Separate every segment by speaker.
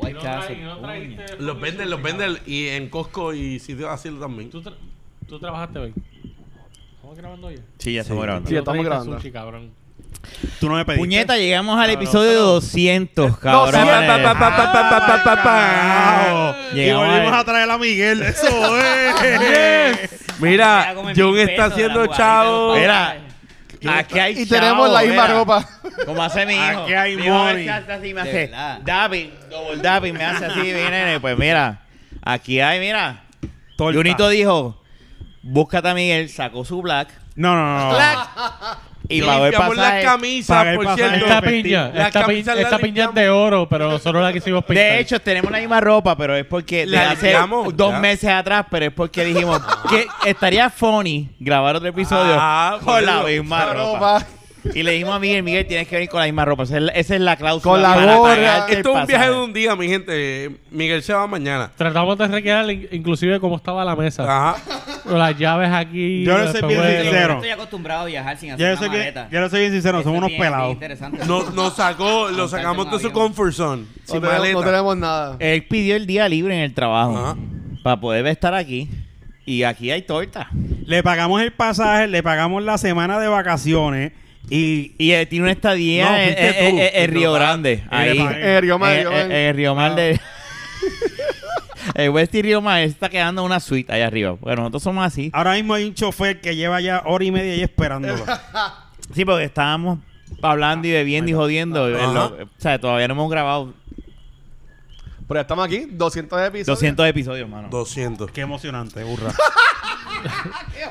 Speaker 1: se
Speaker 2: y no trajiste.
Speaker 1: coña.
Speaker 3: Los venden, los venden y en Costco y sitios así también.
Speaker 2: ¿Tú, tra- tú trabajaste hoy. ¿Estamos grabando ya?
Speaker 4: Sí, ya estamos
Speaker 1: Sí.
Speaker 4: grabando.
Speaker 5: Sí, ya estamos
Speaker 2: No trajiste
Speaker 5: grabando.
Speaker 2: Sushi, cabrón.
Speaker 4: Tú no me pediste.
Speaker 6: Puñeta, llegamos al
Speaker 4: Cabrón,
Speaker 6: episodio
Speaker 4: pero-
Speaker 6: 200, cabrón.
Speaker 4: pa, pa, pa, pa, pa, pa, pa, pa. Y
Speaker 6: Llegamos
Speaker 4: volvimos
Speaker 6: al-
Speaker 4: a traer a Miguel. Eso es.
Speaker 3: Mira, John está haciendo chavo.
Speaker 6: Mira, aquí hay
Speaker 5: Y tenemos la misma ropa.
Speaker 6: Como hace mi hijo.
Speaker 4: Aquí hay
Speaker 6: Mi hijo
Speaker 4: money.
Speaker 6: me hace así, me
Speaker 4: De
Speaker 6: hace
Speaker 4: verdad.
Speaker 6: dapping, double dapping, me hace así, viene, nene, pues mira, aquí hay, mira.
Speaker 4: Torta.
Speaker 6: Junito dijo, búscate a Miguel, sacó su black,
Speaker 4: No, no, no, no.
Speaker 6: black, y pagó el
Speaker 3: limpiamos las
Speaker 6: pasaje.
Speaker 3: camisas,
Speaker 4: Paga el
Speaker 3: por
Speaker 4: pasaje.
Speaker 3: cierto.
Speaker 2: Esta
Speaker 4: efectivo.
Speaker 2: piña,
Speaker 3: Las
Speaker 2: esta, pi-
Speaker 3: camisas las
Speaker 2: esta piña es de oro, pero nosotros la quisimos
Speaker 4: Pues,
Speaker 2: pintar.
Speaker 6: De hecho, tenemos la misma ropa, pero es porque de
Speaker 3: La
Speaker 6: hace
Speaker 3: limpiamos,
Speaker 6: dos
Speaker 3: ya.
Speaker 6: meses atrás, pero es porque dijimos que estaría funny grabar otro episodio
Speaker 3: Ah,
Speaker 6: con la
Speaker 3: boludo.
Speaker 6: misma
Speaker 5: La
Speaker 6: ropa.
Speaker 5: ropa.
Speaker 6: Y le dijimos a Miguel, Miguel, tienes que venir con la misma ropa. Esa es la, esa es la cláusula.
Speaker 5: Con la
Speaker 6: para
Speaker 5: gorra.
Speaker 6: pagarte el
Speaker 3: Esto es un viaje de
Speaker 6: pasaje.
Speaker 3: un día, mi gente. Miguel se va mañana.
Speaker 2: Tratamos de recrear in- inclusive cómo estaba la mesa.
Speaker 3: Ajá.
Speaker 2: Con Las llaves aquí.
Speaker 4: Ah. Yo no
Speaker 2: los
Speaker 4: soy bien
Speaker 2: espejuelos.
Speaker 4: sincero.
Speaker 7: estoy acostumbrado a viajar sin hacer
Speaker 4: Ya
Speaker 7: una
Speaker 4: sé que,
Speaker 7: maleta.
Speaker 4: ya lo soy bien sincero, somos
Speaker 7: Eso
Speaker 4: unos
Speaker 7: es bien- bien
Speaker 4: pelados.
Speaker 7: interesante.
Speaker 3: No- Nos sacó, lo sacamos de su comfort zone.
Speaker 5: No
Speaker 3: Sin
Speaker 5: tenemos, no
Speaker 3: maleta.
Speaker 5: tenemos nada.
Speaker 6: Él pidió el día libre en el trabajo
Speaker 3: Ajá.
Speaker 6: para poder estar aquí. Y aquí hay torta.
Speaker 4: Le pagamos el pasaje, le pagamos la semana de vacaciones y
Speaker 6: Y él tiene una estadía
Speaker 4: No,
Speaker 6: en,
Speaker 4: fuiste
Speaker 6: en-
Speaker 4: tú.
Speaker 6: en- en Río Grande. Ahí.
Speaker 4: le
Speaker 6: En,
Speaker 4: pagué.
Speaker 5: Eh, Río Mar, Río Mar.
Speaker 6: en- en Río Mar de... El West y Río Mar está quedando una suite allá arriba. Porque nosotros somos así.
Speaker 4: ahora mismo hay un chofer que lleva ya hora y media ahí esperándolo.
Speaker 6: Sí, porque estábamos hablando y bebiendo y jodiendo. Eh,
Speaker 3: Ajá.
Speaker 6: Lo- o sea, todavía no hemos grabado
Speaker 5: Pero ya estamos aquí, 200 episodios.
Speaker 6: 200 episodios, mano.
Speaker 3: 200.
Speaker 4: Qué emocionante, burra.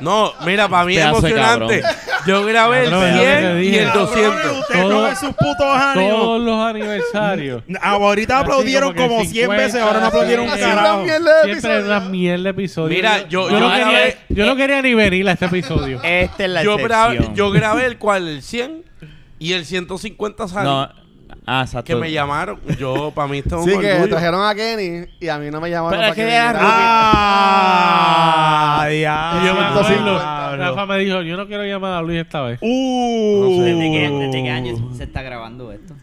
Speaker 3: No, mira, para mí es
Speaker 6: Pedazo de
Speaker 3: emocionante. Yo grabé el
Speaker 2: Cabrón, es lo que te
Speaker 3: 100 y
Speaker 2: dije.
Speaker 3: el 200.
Speaker 4: Ustedes no
Speaker 2: Todo-
Speaker 4: ven sus putos ánimos.
Speaker 2: Todos los aniversarios.
Speaker 4: Ahorita
Speaker 2: Así
Speaker 4: aplaudieron
Speaker 2: como que
Speaker 4: como 100 veces,
Speaker 2: 50,
Speaker 4: ahora no aplaudieron un
Speaker 2: sí.
Speaker 4: carajo.
Speaker 5: Una mierda de
Speaker 2: Siempre es una
Speaker 5: episodio.
Speaker 2: miel de episodio.
Speaker 3: Mira, yo- yo
Speaker 2: no,
Speaker 3: una
Speaker 2: quería,
Speaker 3: vez-
Speaker 2: yo no quería ni venir a este episodio.
Speaker 4: Eh,
Speaker 6: Esta es la
Speaker 3: Yo grabé,
Speaker 6: excepción.
Speaker 3: yo grabé el cual, el 100 y el 150 salió.
Speaker 6: No. Ah, exacto.
Speaker 3: Que me llamaron. Yo, para mí, esto es un
Speaker 5: Sí, que
Speaker 3: orgullo.
Speaker 5: trajeron a Kenny y a mí no me llamaron
Speaker 6: Pero es
Speaker 5: para
Speaker 6: que
Speaker 5: que
Speaker 6: era
Speaker 5: viniera.
Speaker 6: rubio.
Speaker 4: Ah, diablo.
Speaker 2: Y yo me acuerdo,
Speaker 5: 150.
Speaker 2: Rafa me dijo, yo no quiero llamar a Luis esta vez.
Speaker 4: Uh.
Speaker 7: ¿Desde qué, desde qué año se está grabando esto?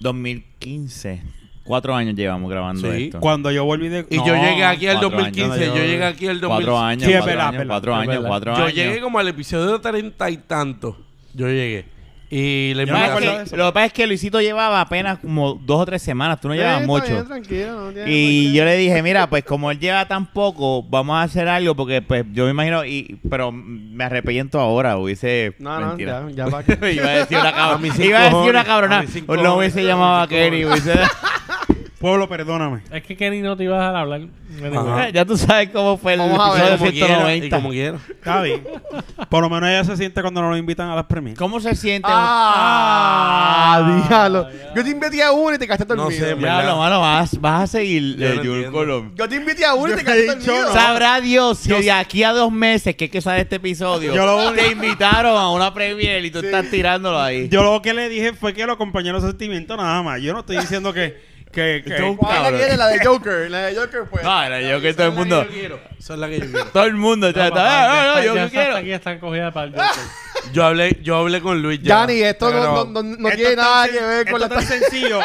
Speaker 6: 2015. Cuatro años llevamos grabando
Speaker 3: Sí.
Speaker 6: esto.
Speaker 4: Cuando yo volví de...
Speaker 3: Y yo llegué aquí al
Speaker 6: cuatro
Speaker 3: 2015,
Speaker 6: años,
Speaker 3: yo llegué aquí al
Speaker 6: Cuatro años,
Speaker 3: 2015.
Speaker 4: Sí, es
Speaker 6: cuatro
Speaker 4: verdad,
Speaker 6: años,
Speaker 4: verdad,
Speaker 6: cuatro
Speaker 2: es
Speaker 6: años,
Speaker 2: verdad.
Speaker 6: cuatro
Speaker 3: Yo
Speaker 6: años.
Speaker 3: llegué como al episodio treinta y tanto. Yo llegué. Y la
Speaker 4: Yo me
Speaker 6: No,
Speaker 3: invitación-
Speaker 6: es
Speaker 4: acuerdo
Speaker 6: que-
Speaker 4: de eso.
Speaker 6: lo que pasa es que Luisito llevaba apenas como dos o tres semanas, tú no
Speaker 5: Sí,
Speaker 6: llevabas
Speaker 5: está
Speaker 6: mucho.
Speaker 5: bien, tranquilo, no tiene por
Speaker 6: y
Speaker 5: qué.
Speaker 6: yo le dije, mira, pues como él lleva tan poco, vamos a hacer algo porque pues yo me imagino, y, pero me arrepiento ahora, hubiese...
Speaker 5: No, no,
Speaker 6: mentira.
Speaker 5: ya, ya va. que-
Speaker 6: Iba a decir una
Speaker 3: A mis
Speaker 6: cabrona.
Speaker 3: cinco
Speaker 6: Iba a decir una
Speaker 3: cojones, a
Speaker 6: cabrona.
Speaker 3: mis cinco
Speaker 6: No hubiese
Speaker 3: cojones,
Speaker 6: llamado
Speaker 3: a
Speaker 6: a
Speaker 3: mis cinco
Speaker 6: Kenny. Hubiese...
Speaker 4: Pueblo, perdóname.
Speaker 2: Es que Kenny no te iba a dejar hablar. Ah.
Speaker 3: Ajá.
Speaker 6: ya tú sabes cómo fue el
Speaker 5: Vamos a ver,
Speaker 6: episodio
Speaker 3: como quiera, y
Speaker 6: 190.
Speaker 3: como quiera.
Speaker 4: Está bien. Por lo menos ella se siente cuando no lo invitan a las premias.
Speaker 6: ¿Cómo se siente?
Speaker 5: Ah, diablo. Yo te invité a uno y te quedaste
Speaker 3: No
Speaker 5: dormido.
Speaker 3: sé, me-
Speaker 6: Diablo, mano, vas, vas a seguir
Speaker 3: Yo
Speaker 6: eh,
Speaker 3: no
Speaker 6: Yul
Speaker 3: entiendo.
Speaker 6: Colón.
Speaker 5: Yo te invité a uno y
Speaker 4: Yo
Speaker 5: te
Speaker 4: he
Speaker 5: quedaste
Speaker 4: dicho
Speaker 5: dormido.
Speaker 4: no.
Speaker 6: Sabrá Dios si de aquí a dos meses que es que sale este episodio
Speaker 4: Yo lo
Speaker 6: te invitaron a una premier y tú estás tirándolo ahí.
Speaker 4: Yo lo que le dije fue que lo acompañé en los sentimientos nada más. Yo no estoy diciendo que... que, que-
Speaker 6: Tú-
Speaker 5: ¿Cuál la
Speaker 6: Cabrón.
Speaker 5: quieres? La de Joker. La de Joker, pues.
Speaker 6: No, era yo que todo el mundo,
Speaker 3: Esa es la que yo quiero.
Speaker 6: todo el mundo, está- está- "Ah, no, no, yo
Speaker 2: ya
Speaker 6: no quiero.
Speaker 2: Aquí están cogidas para el Joker.
Speaker 3: Yo hablé, yo hablé con Luis ya.
Speaker 5: Yanni, esto
Speaker 3: Pero-
Speaker 5: no, no, no, no
Speaker 4: Esto
Speaker 5: tiene
Speaker 4: es tan
Speaker 5: nada
Speaker 4: sen-
Speaker 5: que ver con la...
Speaker 4: esto es tan sencillo.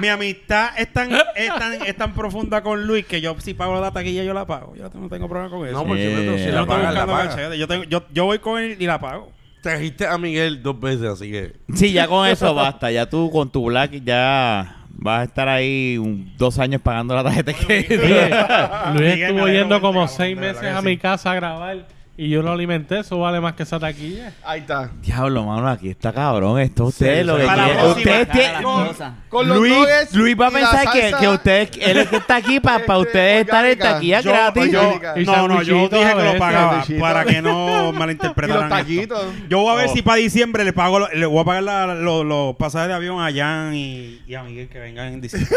Speaker 4: Mi amistad es tan, es, tan, es tan profunda con Luis que yo si pago la taquilla yo la pago. Yo no tengo problema con eso.
Speaker 3: No, por
Speaker 6: Eh,
Speaker 3: supuesto, si
Speaker 4: yo
Speaker 6: yo
Speaker 4: no
Speaker 3: la
Speaker 4: estoy
Speaker 3: paga, la
Speaker 4: buscando
Speaker 3: paga.
Speaker 4: cachete. Yo, tengo- yo, yo voy con él y la pago.
Speaker 3: Trajiste a Miguel dos veces, así que...
Speaker 6: Sí, ya con eso basta. Ya tú con tu black ya vas a estar ahí un- dos años pagando la tarjeta
Speaker 2: Oye,
Speaker 6: que...
Speaker 2: Luis
Speaker 4: Miguel, me
Speaker 2: estuvo
Speaker 4: alegro
Speaker 2: yendo
Speaker 4: verte,
Speaker 2: como
Speaker 4: cabrón, de
Speaker 2: seis
Speaker 4: verdad
Speaker 2: meses
Speaker 4: que
Speaker 2: a
Speaker 4: sí.
Speaker 2: mi casa a grabar y yo lo alimenté. Eso vale más que esa taquilla.
Speaker 5: Ahí está.
Speaker 6: Diablo, mano, aquí está cabrón. Esto ustedes lo que
Speaker 4: Para la
Speaker 6: quieren.
Speaker 4: próxima,
Speaker 6: Ustedes
Speaker 7: Cara, las
Speaker 6: tienen...
Speaker 7: cosas.
Speaker 5: Con los
Speaker 6: Luis,
Speaker 5: nuggets
Speaker 6: Luis va a
Speaker 5: y la
Speaker 6: pensar que,
Speaker 5: salsa-
Speaker 6: que ustedes, él es que está aquí para
Speaker 5: Este,
Speaker 6: ustedes estar en
Speaker 5: orgánica.
Speaker 6: taquilla
Speaker 4: Yo-
Speaker 6: gratis.
Speaker 4: yo-
Speaker 5: Orgánica.
Speaker 2: Y
Speaker 4: no, no, yo
Speaker 2: sandwichito
Speaker 4: dije
Speaker 2: a
Speaker 4: que lo
Speaker 2: veces,
Speaker 4: pagaba
Speaker 5: sandwichito.
Speaker 4: para que no
Speaker 5: Y los
Speaker 4: malinterpretaran. esto.
Speaker 5: taquitos.
Speaker 4: Yo voy a
Speaker 6: Oh.
Speaker 4: ver si para diciembre le pago, lo- le voy a pagar la- lo- los pasajes de avión a Jan y, y a Miguel que vengan en diciembre.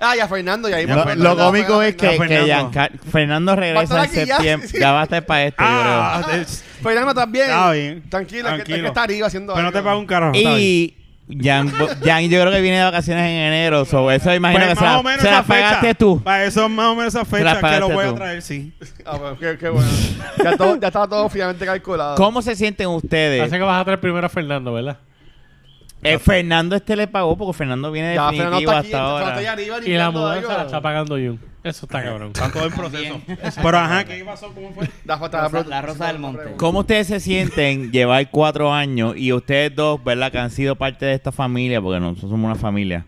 Speaker 5: Ah, ya Fernando. Ya, ahí
Speaker 4: Ya,
Speaker 5: me-
Speaker 6: Lo,
Speaker 4: Fernando,
Speaker 6: lo
Speaker 5: Fernando,
Speaker 6: cómico es que,
Speaker 5: Fernando.
Speaker 6: que
Speaker 4: Fernando.
Speaker 6: Giancar- Fernando regresa
Speaker 5: Va a
Speaker 6: en
Speaker 5: estar aquí ya.
Speaker 6: septiembre. Ya va a estar para este,
Speaker 4: ah, es-
Speaker 5: Fernando, ¿estás bien?
Speaker 4: Está bien.
Speaker 5: Tranquilo, que-
Speaker 4: Tranquilo.
Speaker 5: Es que está arriba haciendo
Speaker 4: pero no te pago un carajo.
Speaker 6: yo
Speaker 4: está
Speaker 6: creo.
Speaker 4: bien.
Speaker 6: Y Jan, Jan yo creo que viene de vacaciones en enero. So eso imagino
Speaker 4: Pues
Speaker 6: que se,
Speaker 4: más
Speaker 6: la-
Speaker 4: o menos
Speaker 6: se la
Speaker 4: esa fecha.
Speaker 6: pagaste tú.
Speaker 4: Para eso es más o menos esa fecha que
Speaker 6: pagaste
Speaker 4: lo voy a
Speaker 6: tú.
Speaker 4: traer, sí.
Speaker 5: Ah, bueno, qué, qué bueno. Ya, todo, ya estaba todo finalmente calculado.
Speaker 6: ¿Cómo se sienten ustedes?
Speaker 2: Así que vas a traer primero a Fernando, ¿verdad?
Speaker 6: Eh, Fernando este le pagó porque Fernando viene
Speaker 5: Ya, pero no
Speaker 6: definitivo
Speaker 5: está aquí.
Speaker 6: hasta
Speaker 5: Fernando está allá
Speaker 6: ahora.
Speaker 5: arriba
Speaker 2: Y la
Speaker 5: limpiando
Speaker 2: mudanza la
Speaker 5: algo.
Speaker 2: está pagando Jun. Eso está cabrón.
Speaker 4: Están todos en proceso.
Speaker 7: Bien.
Speaker 4: Pero ajá, ¿qué pasó? ¿Cómo fue?
Speaker 5: pues, La falta
Speaker 7: Rosa- la Rosa del Monte.
Speaker 6: ¿Cómo ustedes se sienten llevar cuatro años y ustedes dos, ¿verdad? Que han sido parte de esta familia, porque nosotros somos una familia,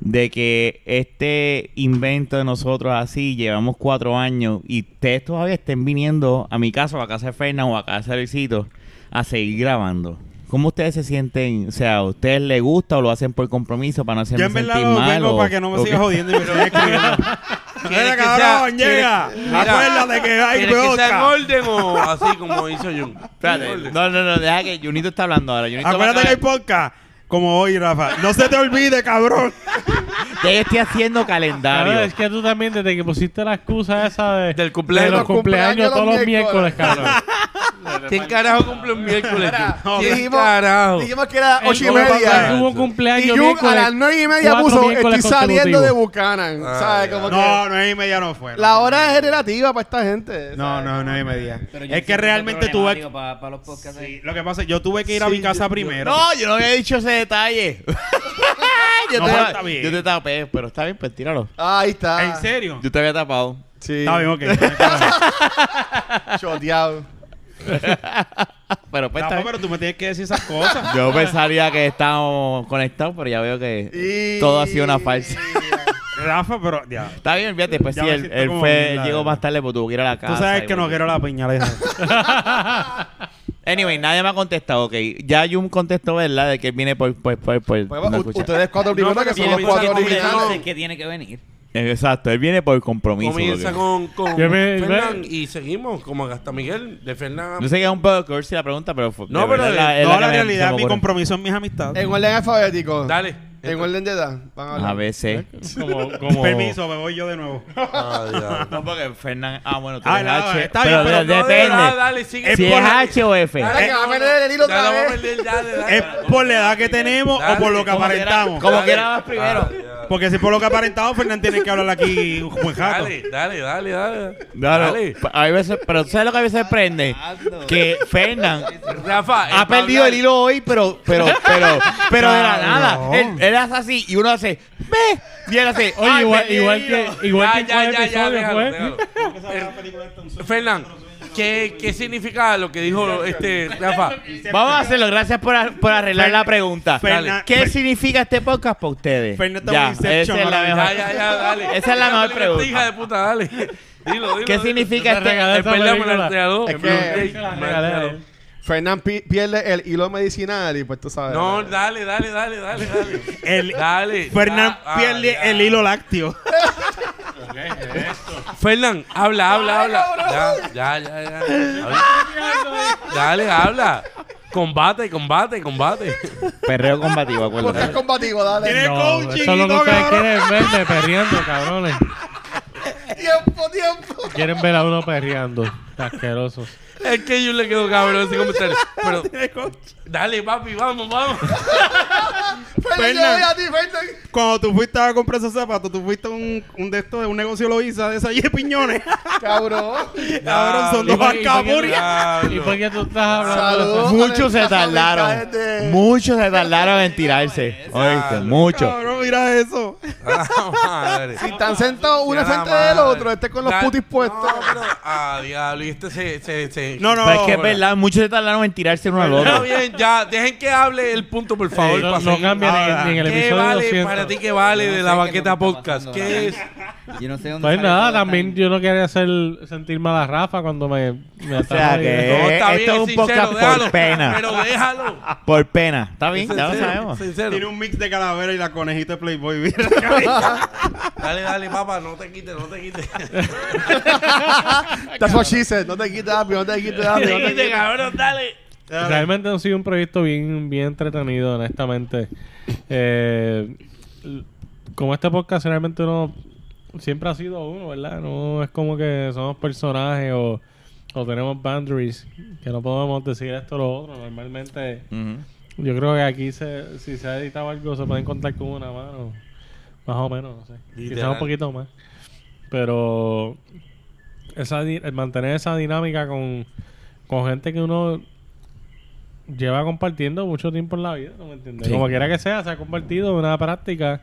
Speaker 6: de que este invento de nosotros así, llevamos cuatro años y ustedes todavía estén viniendo a mi casa o a casa de Fernan o a casa de Luisito a seguir grabando. ¿Cómo ustedes se sienten? O sea, ¿a ustedes les gusta o lo hacen por compromiso para no
Speaker 4: Yo
Speaker 6: hacerme
Speaker 4: en verdad
Speaker 6: sentir
Speaker 4: lo
Speaker 6: mal?
Speaker 4: vengo
Speaker 6: o-
Speaker 4: para que no me
Speaker 6: o
Speaker 4: sigas
Speaker 6: qué?
Speaker 4: jodiendo y me sigas escribiendo.
Speaker 3: ¿Quieres
Speaker 4: Mira,
Speaker 3: que
Speaker 4: cabrón,
Speaker 3: sea-
Speaker 4: llega.
Speaker 3: quieres- mira,
Speaker 4: Acuérdate que hay
Speaker 3: ¿Quieres que sea en
Speaker 4: podcast.
Speaker 3: orden o así como hizo Jun?
Speaker 6: Espérate, no, no, no, deja que Junito está hablando ahora. Junito va a
Speaker 4: Acuérdate que hay
Speaker 6: acabar-
Speaker 4: podcast. Como hoy, Rafa. No se te olvide, cabrón.
Speaker 6: Ya yo estoy haciendo
Speaker 2: Cabrón,
Speaker 6: calendario.
Speaker 2: es que tú también, desde que pusiste la excusa esa de,
Speaker 3: Del cumpleaños.
Speaker 2: de los
Speaker 3: Los
Speaker 2: cumpleaños
Speaker 5: cumpleaños
Speaker 2: todos
Speaker 5: los
Speaker 2: los miércoles,
Speaker 5: miércoles.
Speaker 2: cabrón.
Speaker 3: ¿Quién carajo cumple un miércoles?
Speaker 5: Mira,
Speaker 3: Jun?
Speaker 5: sí,
Speaker 3: ¿Quién
Speaker 5: dijimos-
Speaker 3: carajo?
Speaker 5: Dijimos que era ocho y
Speaker 2: Él- él
Speaker 5: media.
Speaker 2: tuvo
Speaker 5: Y
Speaker 2: cumpleaños
Speaker 5: Jun a
Speaker 2: miércoles,
Speaker 5: las nueve y media
Speaker 2: cuatro
Speaker 5: puso,
Speaker 2: miércoles
Speaker 5: estoy saliendo
Speaker 2: consecutivos".
Speaker 5: de Buchanan.
Speaker 3: Ah,
Speaker 5: ¿Sabes?
Speaker 3: ya.
Speaker 5: Como
Speaker 4: No,
Speaker 5: que
Speaker 4: nueve y media no fue.
Speaker 5: la hora es relativa para esta gente.
Speaker 4: No,
Speaker 5: ¿sabes?
Speaker 4: no, nueve y media.
Speaker 7: Pero yo
Speaker 4: Es que
Speaker 7: siempre
Speaker 4: realmente
Speaker 7: soy
Speaker 4: tuve
Speaker 7: problemático pa- pa los podcasts
Speaker 4: Sí,
Speaker 7: ahí.
Speaker 4: lo que pasa es que yo tuve que ir a mi casa primero.
Speaker 6: No, yo no había dicho ese detalle. yo,
Speaker 4: No,
Speaker 6: te,
Speaker 4: pero está bien.
Speaker 6: yo te tapé, pero está bien, pues tíralo.
Speaker 5: Ah, Ahí está.
Speaker 4: ¿En serio?
Speaker 6: Yo te había tapado.
Speaker 5: Sí.
Speaker 4: Está bien, ok. No,
Speaker 5: Choteado.
Speaker 6: Pero pues está bien.
Speaker 4: pero tú me tienes que decir esas cosas.
Speaker 6: Yo pensaría que estábamos conectados, pero ya veo que
Speaker 5: Y-
Speaker 6: todo ha sido una falsa.
Speaker 4: Rafa, pero ya.
Speaker 6: Está bien, fíjate, pues
Speaker 4: Ya
Speaker 6: sí,
Speaker 4: me
Speaker 6: él,
Speaker 4: siento
Speaker 6: él
Speaker 4: como
Speaker 6: fue,
Speaker 4: bien, la
Speaker 6: llegó
Speaker 4: verdad.
Speaker 6: más tarde porque tuvo que ir a la casa.
Speaker 4: Tú sabes
Speaker 6: y pues,
Speaker 4: que no
Speaker 6: volvió.
Speaker 4: quiero la piñalera.
Speaker 6: Anyway, nadie me ha contestado, ok. Ya Jun contestó, ¿verdad? De que él viene por... por, por, por
Speaker 5: Pues,
Speaker 6: no
Speaker 5: u-
Speaker 6: escucha.
Speaker 5: ustedes cuatro primero
Speaker 3: pero
Speaker 5: que son
Speaker 3: tiene
Speaker 5: los
Speaker 7: Porque
Speaker 5: cuatro
Speaker 3: que
Speaker 7: tú
Speaker 3: original.
Speaker 7: dices
Speaker 5: originales.
Speaker 7: que tiene que venir.
Speaker 6: Exacto, él viene por compromiso. lo
Speaker 3: Comienza
Speaker 6: que-
Speaker 3: con, con
Speaker 2: Yo me-
Speaker 3: Fernán
Speaker 2: yo-
Speaker 3: y seguimos como hasta Miguel de Fernán.
Speaker 6: No sé qué es un poco cursi la pregunta, pero... fue-
Speaker 3: No,
Speaker 6: de
Speaker 3: pero
Speaker 6: verdad
Speaker 3: de-
Speaker 6: la- es
Speaker 4: No,
Speaker 6: la que me-
Speaker 4: la
Speaker 6: se me
Speaker 4: realidad, mi
Speaker 6: ocurre.
Speaker 4: compromiso es mis amistades.
Speaker 5: En orden alfabético.
Speaker 3: Dale.
Speaker 5: En orden de edad. Van a hablar.
Speaker 6: A veces.
Speaker 2: Como, como,
Speaker 4: Permiso, me voy yo de nuevo.
Speaker 3: Ah, diablo.
Speaker 6: No, porque Fernán. Ah, bueno, tú
Speaker 4: Ah,
Speaker 6: eres
Speaker 4: no,
Speaker 6: H.
Speaker 4: está
Speaker 6: pero,
Speaker 4: bien,
Speaker 6: de-
Speaker 4: pero
Speaker 3: no,
Speaker 6: depende.
Speaker 3: dale, dale, sigue.
Speaker 6: si
Speaker 4: por-
Speaker 6: es H o F.
Speaker 5: Dale, que
Speaker 4: Eh,
Speaker 5: vamos a perder el hilo
Speaker 3: Ya
Speaker 5: otra
Speaker 3: lo vamos a
Speaker 5: vez.
Speaker 3: perder, dale, dale.
Speaker 4: Es por la edad que tenemos o
Speaker 3: Dale,
Speaker 4: por lo que
Speaker 3: como
Speaker 6: quiera-
Speaker 4: aparentamos.
Speaker 6: Como
Speaker 3: Dale.
Speaker 6: quiera vas primero.
Speaker 3: Ah,
Speaker 4: Porque si por lo que aparentamos, Fernán tiene que hablar aquí un buen
Speaker 3: ya.
Speaker 4: jato.
Speaker 3: Dale, dale, dale, dale.
Speaker 6: Claro, pa- hay veces, pero ¿sabes lo que a veces prende?
Speaker 7: Ando.
Speaker 6: Que Fernán
Speaker 3: Rafa,
Speaker 6: ha
Speaker 3: es para
Speaker 6: perdido el
Speaker 3: hablar.
Speaker 6: hilo hoy, pero, pero, pero, pero de la
Speaker 4: Ah, no.
Speaker 6: nada. Él, él hace así y uno hace, ve, y él hace,
Speaker 2: Oye,
Speaker 6: "Ay,
Speaker 2: igual,
Speaker 6: perdí el
Speaker 2: igual
Speaker 6: hilo".
Speaker 2: que, igual que en
Speaker 3: ya, ya,
Speaker 2: cuál
Speaker 3: ya,
Speaker 2: episodio
Speaker 3: déjalo,
Speaker 2: fue.
Speaker 3: déjalo. Eh, Fernán, ¿qué, ¿qué significa lo que dijo este Rafa?
Speaker 6: Vamos a hacerlo, gracias por, ar- por arreglar la pregunta.
Speaker 4: Fernán-
Speaker 6: ¿Qué
Speaker 4: Fer-
Speaker 6: significa este podcast para ustedes?
Speaker 4: Fernán está
Speaker 6: Ya,
Speaker 4: en Inception
Speaker 6: esa es la
Speaker 4: ahora
Speaker 6: mejor.
Speaker 3: Ya, ya, ya, dale.
Speaker 6: Esa es la mejor pregunta.
Speaker 3: Hija de puta, dale. Dilo, dilo.
Speaker 6: ¿Qué
Speaker 3: dilo.
Speaker 6: significa
Speaker 2: Yo te
Speaker 6: este?
Speaker 2: regalé
Speaker 3: Es
Speaker 2: esa
Speaker 3: verdad, me
Speaker 2: película.
Speaker 3: la entregó.
Speaker 5: Es
Speaker 3: Me
Speaker 5: que-
Speaker 3: la
Speaker 2: Se la
Speaker 3: entregó.
Speaker 2: regalé.
Speaker 5: Fernán pi- pierde el hilo medicinal y pues tú sabes.
Speaker 3: No, dale, dale, dale, dale, dale.
Speaker 4: El-
Speaker 3: dale.
Speaker 4: Fernán
Speaker 3: Ah,
Speaker 4: pierde
Speaker 3: ya.
Speaker 4: el hilo lácteo.
Speaker 3: Fernán, habla, habla, habla. Ya, ya, ya, ya. Habla. Dale, habla. Combate, combate, combate.
Speaker 6: Perreo combativo,
Speaker 5: Porque es
Speaker 6: acuérdate.
Speaker 5: combativo, dale.
Speaker 4: Tiene
Speaker 2: No,
Speaker 4: coaching
Speaker 2: eso es lo
Speaker 4: y
Speaker 2: que
Speaker 4: todo,
Speaker 2: ustedes
Speaker 4: cabrón.
Speaker 2: quieren verme perreando, cabrones.
Speaker 5: Tiempo, tiempo.
Speaker 2: Quieren ver a uno perreando. Asquerosos.
Speaker 3: Es que yo le quedo cabrón ese comentario. Pero,
Speaker 4: Tiene coaching.
Speaker 3: dale, papi, vamos, vamos.
Speaker 5: Fernán, yo
Speaker 4: Fernán.
Speaker 5: voy a ti, Fernán.
Speaker 4: Cuando tú fuiste a comprar esos zapatos, tú fuiste a un, un de estos, un negocio Loiza de esas 10 piñones.
Speaker 5: Cabrón.
Speaker 4: Cabrón, son dos
Speaker 2: ¿Y por qué- y por qué-
Speaker 4: alcaburias.
Speaker 2: ¿Y por qué tú estás hablando? de eso?
Speaker 5: Saludos.
Speaker 6: Muchos se
Speaker 5: Saludos,
Speaker 6: tardaron.
Speaker 5: mensajes de-
Speaker 6: Muchos se tardaron en tirarse. Oíste, mucho.
Speaker 4: Cabrón, mira eso. Ah,
Speaker 3: Madre.
Speaker 5: Si están sentados uno
Speaker 3: Ya,
Speaker 5: frente
Speaker 3: madre.
Speaker 5: del otro, este con los
Speaker 3: Dale.
Speaker 5: putis puestos.
Speaker 3: No, pero, ah, diablo, y este se. se, se-
Speaker 4: No, no.
Speaker 6: Pero es que es verdad, muchos se tardaron en tirarse uno al
Speaker 3: Está
Speaker 6: otro.
Speaker 3: bien, ya, dejen que hable el punto, por favor.
Speaker 2: no,
Speaker 3: para
Speaker 2: no
Speaker 3: seguir.
Speaker 2: cambia ni-
Speaker 4: Ahora,
Speaker 2: ni, en el
Speaker 3: ¿Qué
Speaker 2: episodio
Speaker 3: vale
Speaker 2: 200.
Speaker 3: para ti que vale
Speaker 7: Yo no
Speaker 3: de
Speaker 7: sé
Speaker 3: la
Speaker 7: qué
Speaker 3: baqueta
Speaker 7: es lo que está
Speaker 3: podcast?
Speaker 7: pasando
Speaker 3: ¿Qué
Speaker 7: ahora.
Speaker 3: es?
Speaker 7: Yo no sé dónde
Speaker 2: Pues
Speaker 7: sale
Speaker 2: nada,
Speaker 7: todo
Speaker 2: también
Speaker 7: tan-
Speaker 2: yo no quería hacer sentir mal a Rafa cuando me, me
Speaker 6: O sea
Speaker 2: ataba y-
Speaker 6: que- Eh,
Speaker 3: está
Speaker 6: esto es un podcast por
Speaker 3: déjalo,
Speaker 6: pena.
Speaker 3: Pero déjalo.
Speaker 6: Por pena. Está bien, ya lo
Speaker 3: Sincero,
Speaker 6: sabemos.
Speaker 4: Tiene
Speaker 3: Sincero.
Speaker 4: un mix de calavera y la conejita de Playboy. Mira.
Speaker 3: Dale, dale, papá, no te quites, no te quites.
Speaker 5: That's what she said. No te quites, Api, no te quites, Api, no te quites.
Speaker 3: cabrón, dale.
Speaker 2: Realmente ha sido un proyecto bien, bien entretenido, honestamente. Eh, l- como este podcast realmente uno siempre ha sido uno, ¿verdad? No es como que somos personajes o, o tenemos boundaries, que no podemos decir esto o lo otro. Normalmente
Speaker 6: Ujú.
Speaker 2: yo creo que aquí se, si se ha editado algo se pueden contar con una mano, más o menos, no sé. Quizás
Speaker 3: Literal.
Speaker 2: un poquito más. Pero esa di- el mantener esa dinámica con, con gente que uno lleva compartiendo mucho tiempo en la vida, ¿no me entiendes?
Speaker 4: Sí.
Speaker 2: Como quiera que sea, se ha compartido una práctica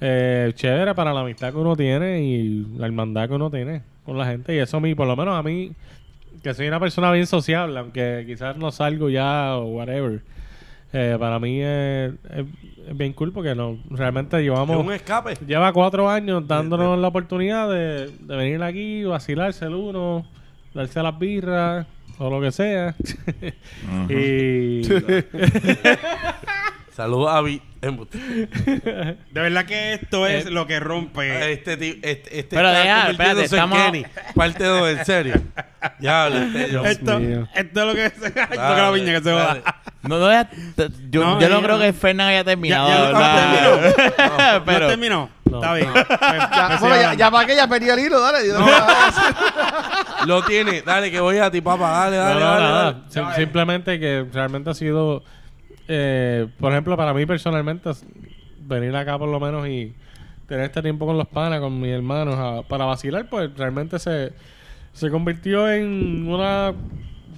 Speaker 2: eh, chévere para la amistad que uno tiene y la hermandad que uno tiene con la gente. Y eso a mí, por lo menos a mí, que soy una persona bien sociable, aunque quizás no salgo ya o whatever. eh, para mí es, es- es bien cool porque no, realmente llevamos...
Speaker 3: un escape.
Speaker 2: Lleva cuatro años dándonos la oportunidad de, de venir aquí, vacilarse el uno, darse las birras o lo que sea. y
Speaker 3: Saludos a Vi- embuste.
Speaker 4: De verdad que esto es
Speaker 2: Eh,
Speaker 4: lo que rompe.
Speaker 3: Este tío, este, este
Speaker 1: Pero deja,
Speaker 3: convirtiéndose
Speaker 1: espérate, estamos-
Speaker 3: en Kenny. Parte dos, en serio. Ya, habla este, yo.
Speaker 4: esto,
Speaker 2: mío.
Speaker 4: esto es lo que se esto es
Speaker 3: Dale,
Speaker 4: la viña que se va
Speaker 3: dale.
Speaker 6: No, no, ya- t- yo,
Speaker 4: No,
Speaker 6: yo no
Speaker 4: ya-
Speaker 6: creo que Fernan haya terminado.
Speaker 4: Ya- ya no
Speaker 6: ¿verdad?
Speaker 4: ¿No
Speaker 6: Pero,
Speaker 4: terminó?
Speaker 2: No.
Speaker 4: Está bien. Pues-
Speaker 5: Ya,
Speaker 4: pues
Speaker 5: bueno,
Speaker 4: sí,
Speaker 5: ya,
Speaker 4: habla.
Speaker 5: ya para que ya perdí el hilo, dale. Yo no-
Speaker 3: Lo tiene. Dale, que voy a ti, papá. Dale,
Speaker 2: No,
Speaker 3: dale,
Speaker 2: no,
Speaker 3: dale.
Speaker 2: nada.
Speaker 3: dale.
Speaker 2: Sim- Simplemente que realmente ha sido, eh, por ejemplo, para mí personalmente, s- venir acá por lo menos y tener este tiempo con los panas, con mis hermanos, a- para vacilar, pues realmente se, se convirtió en una,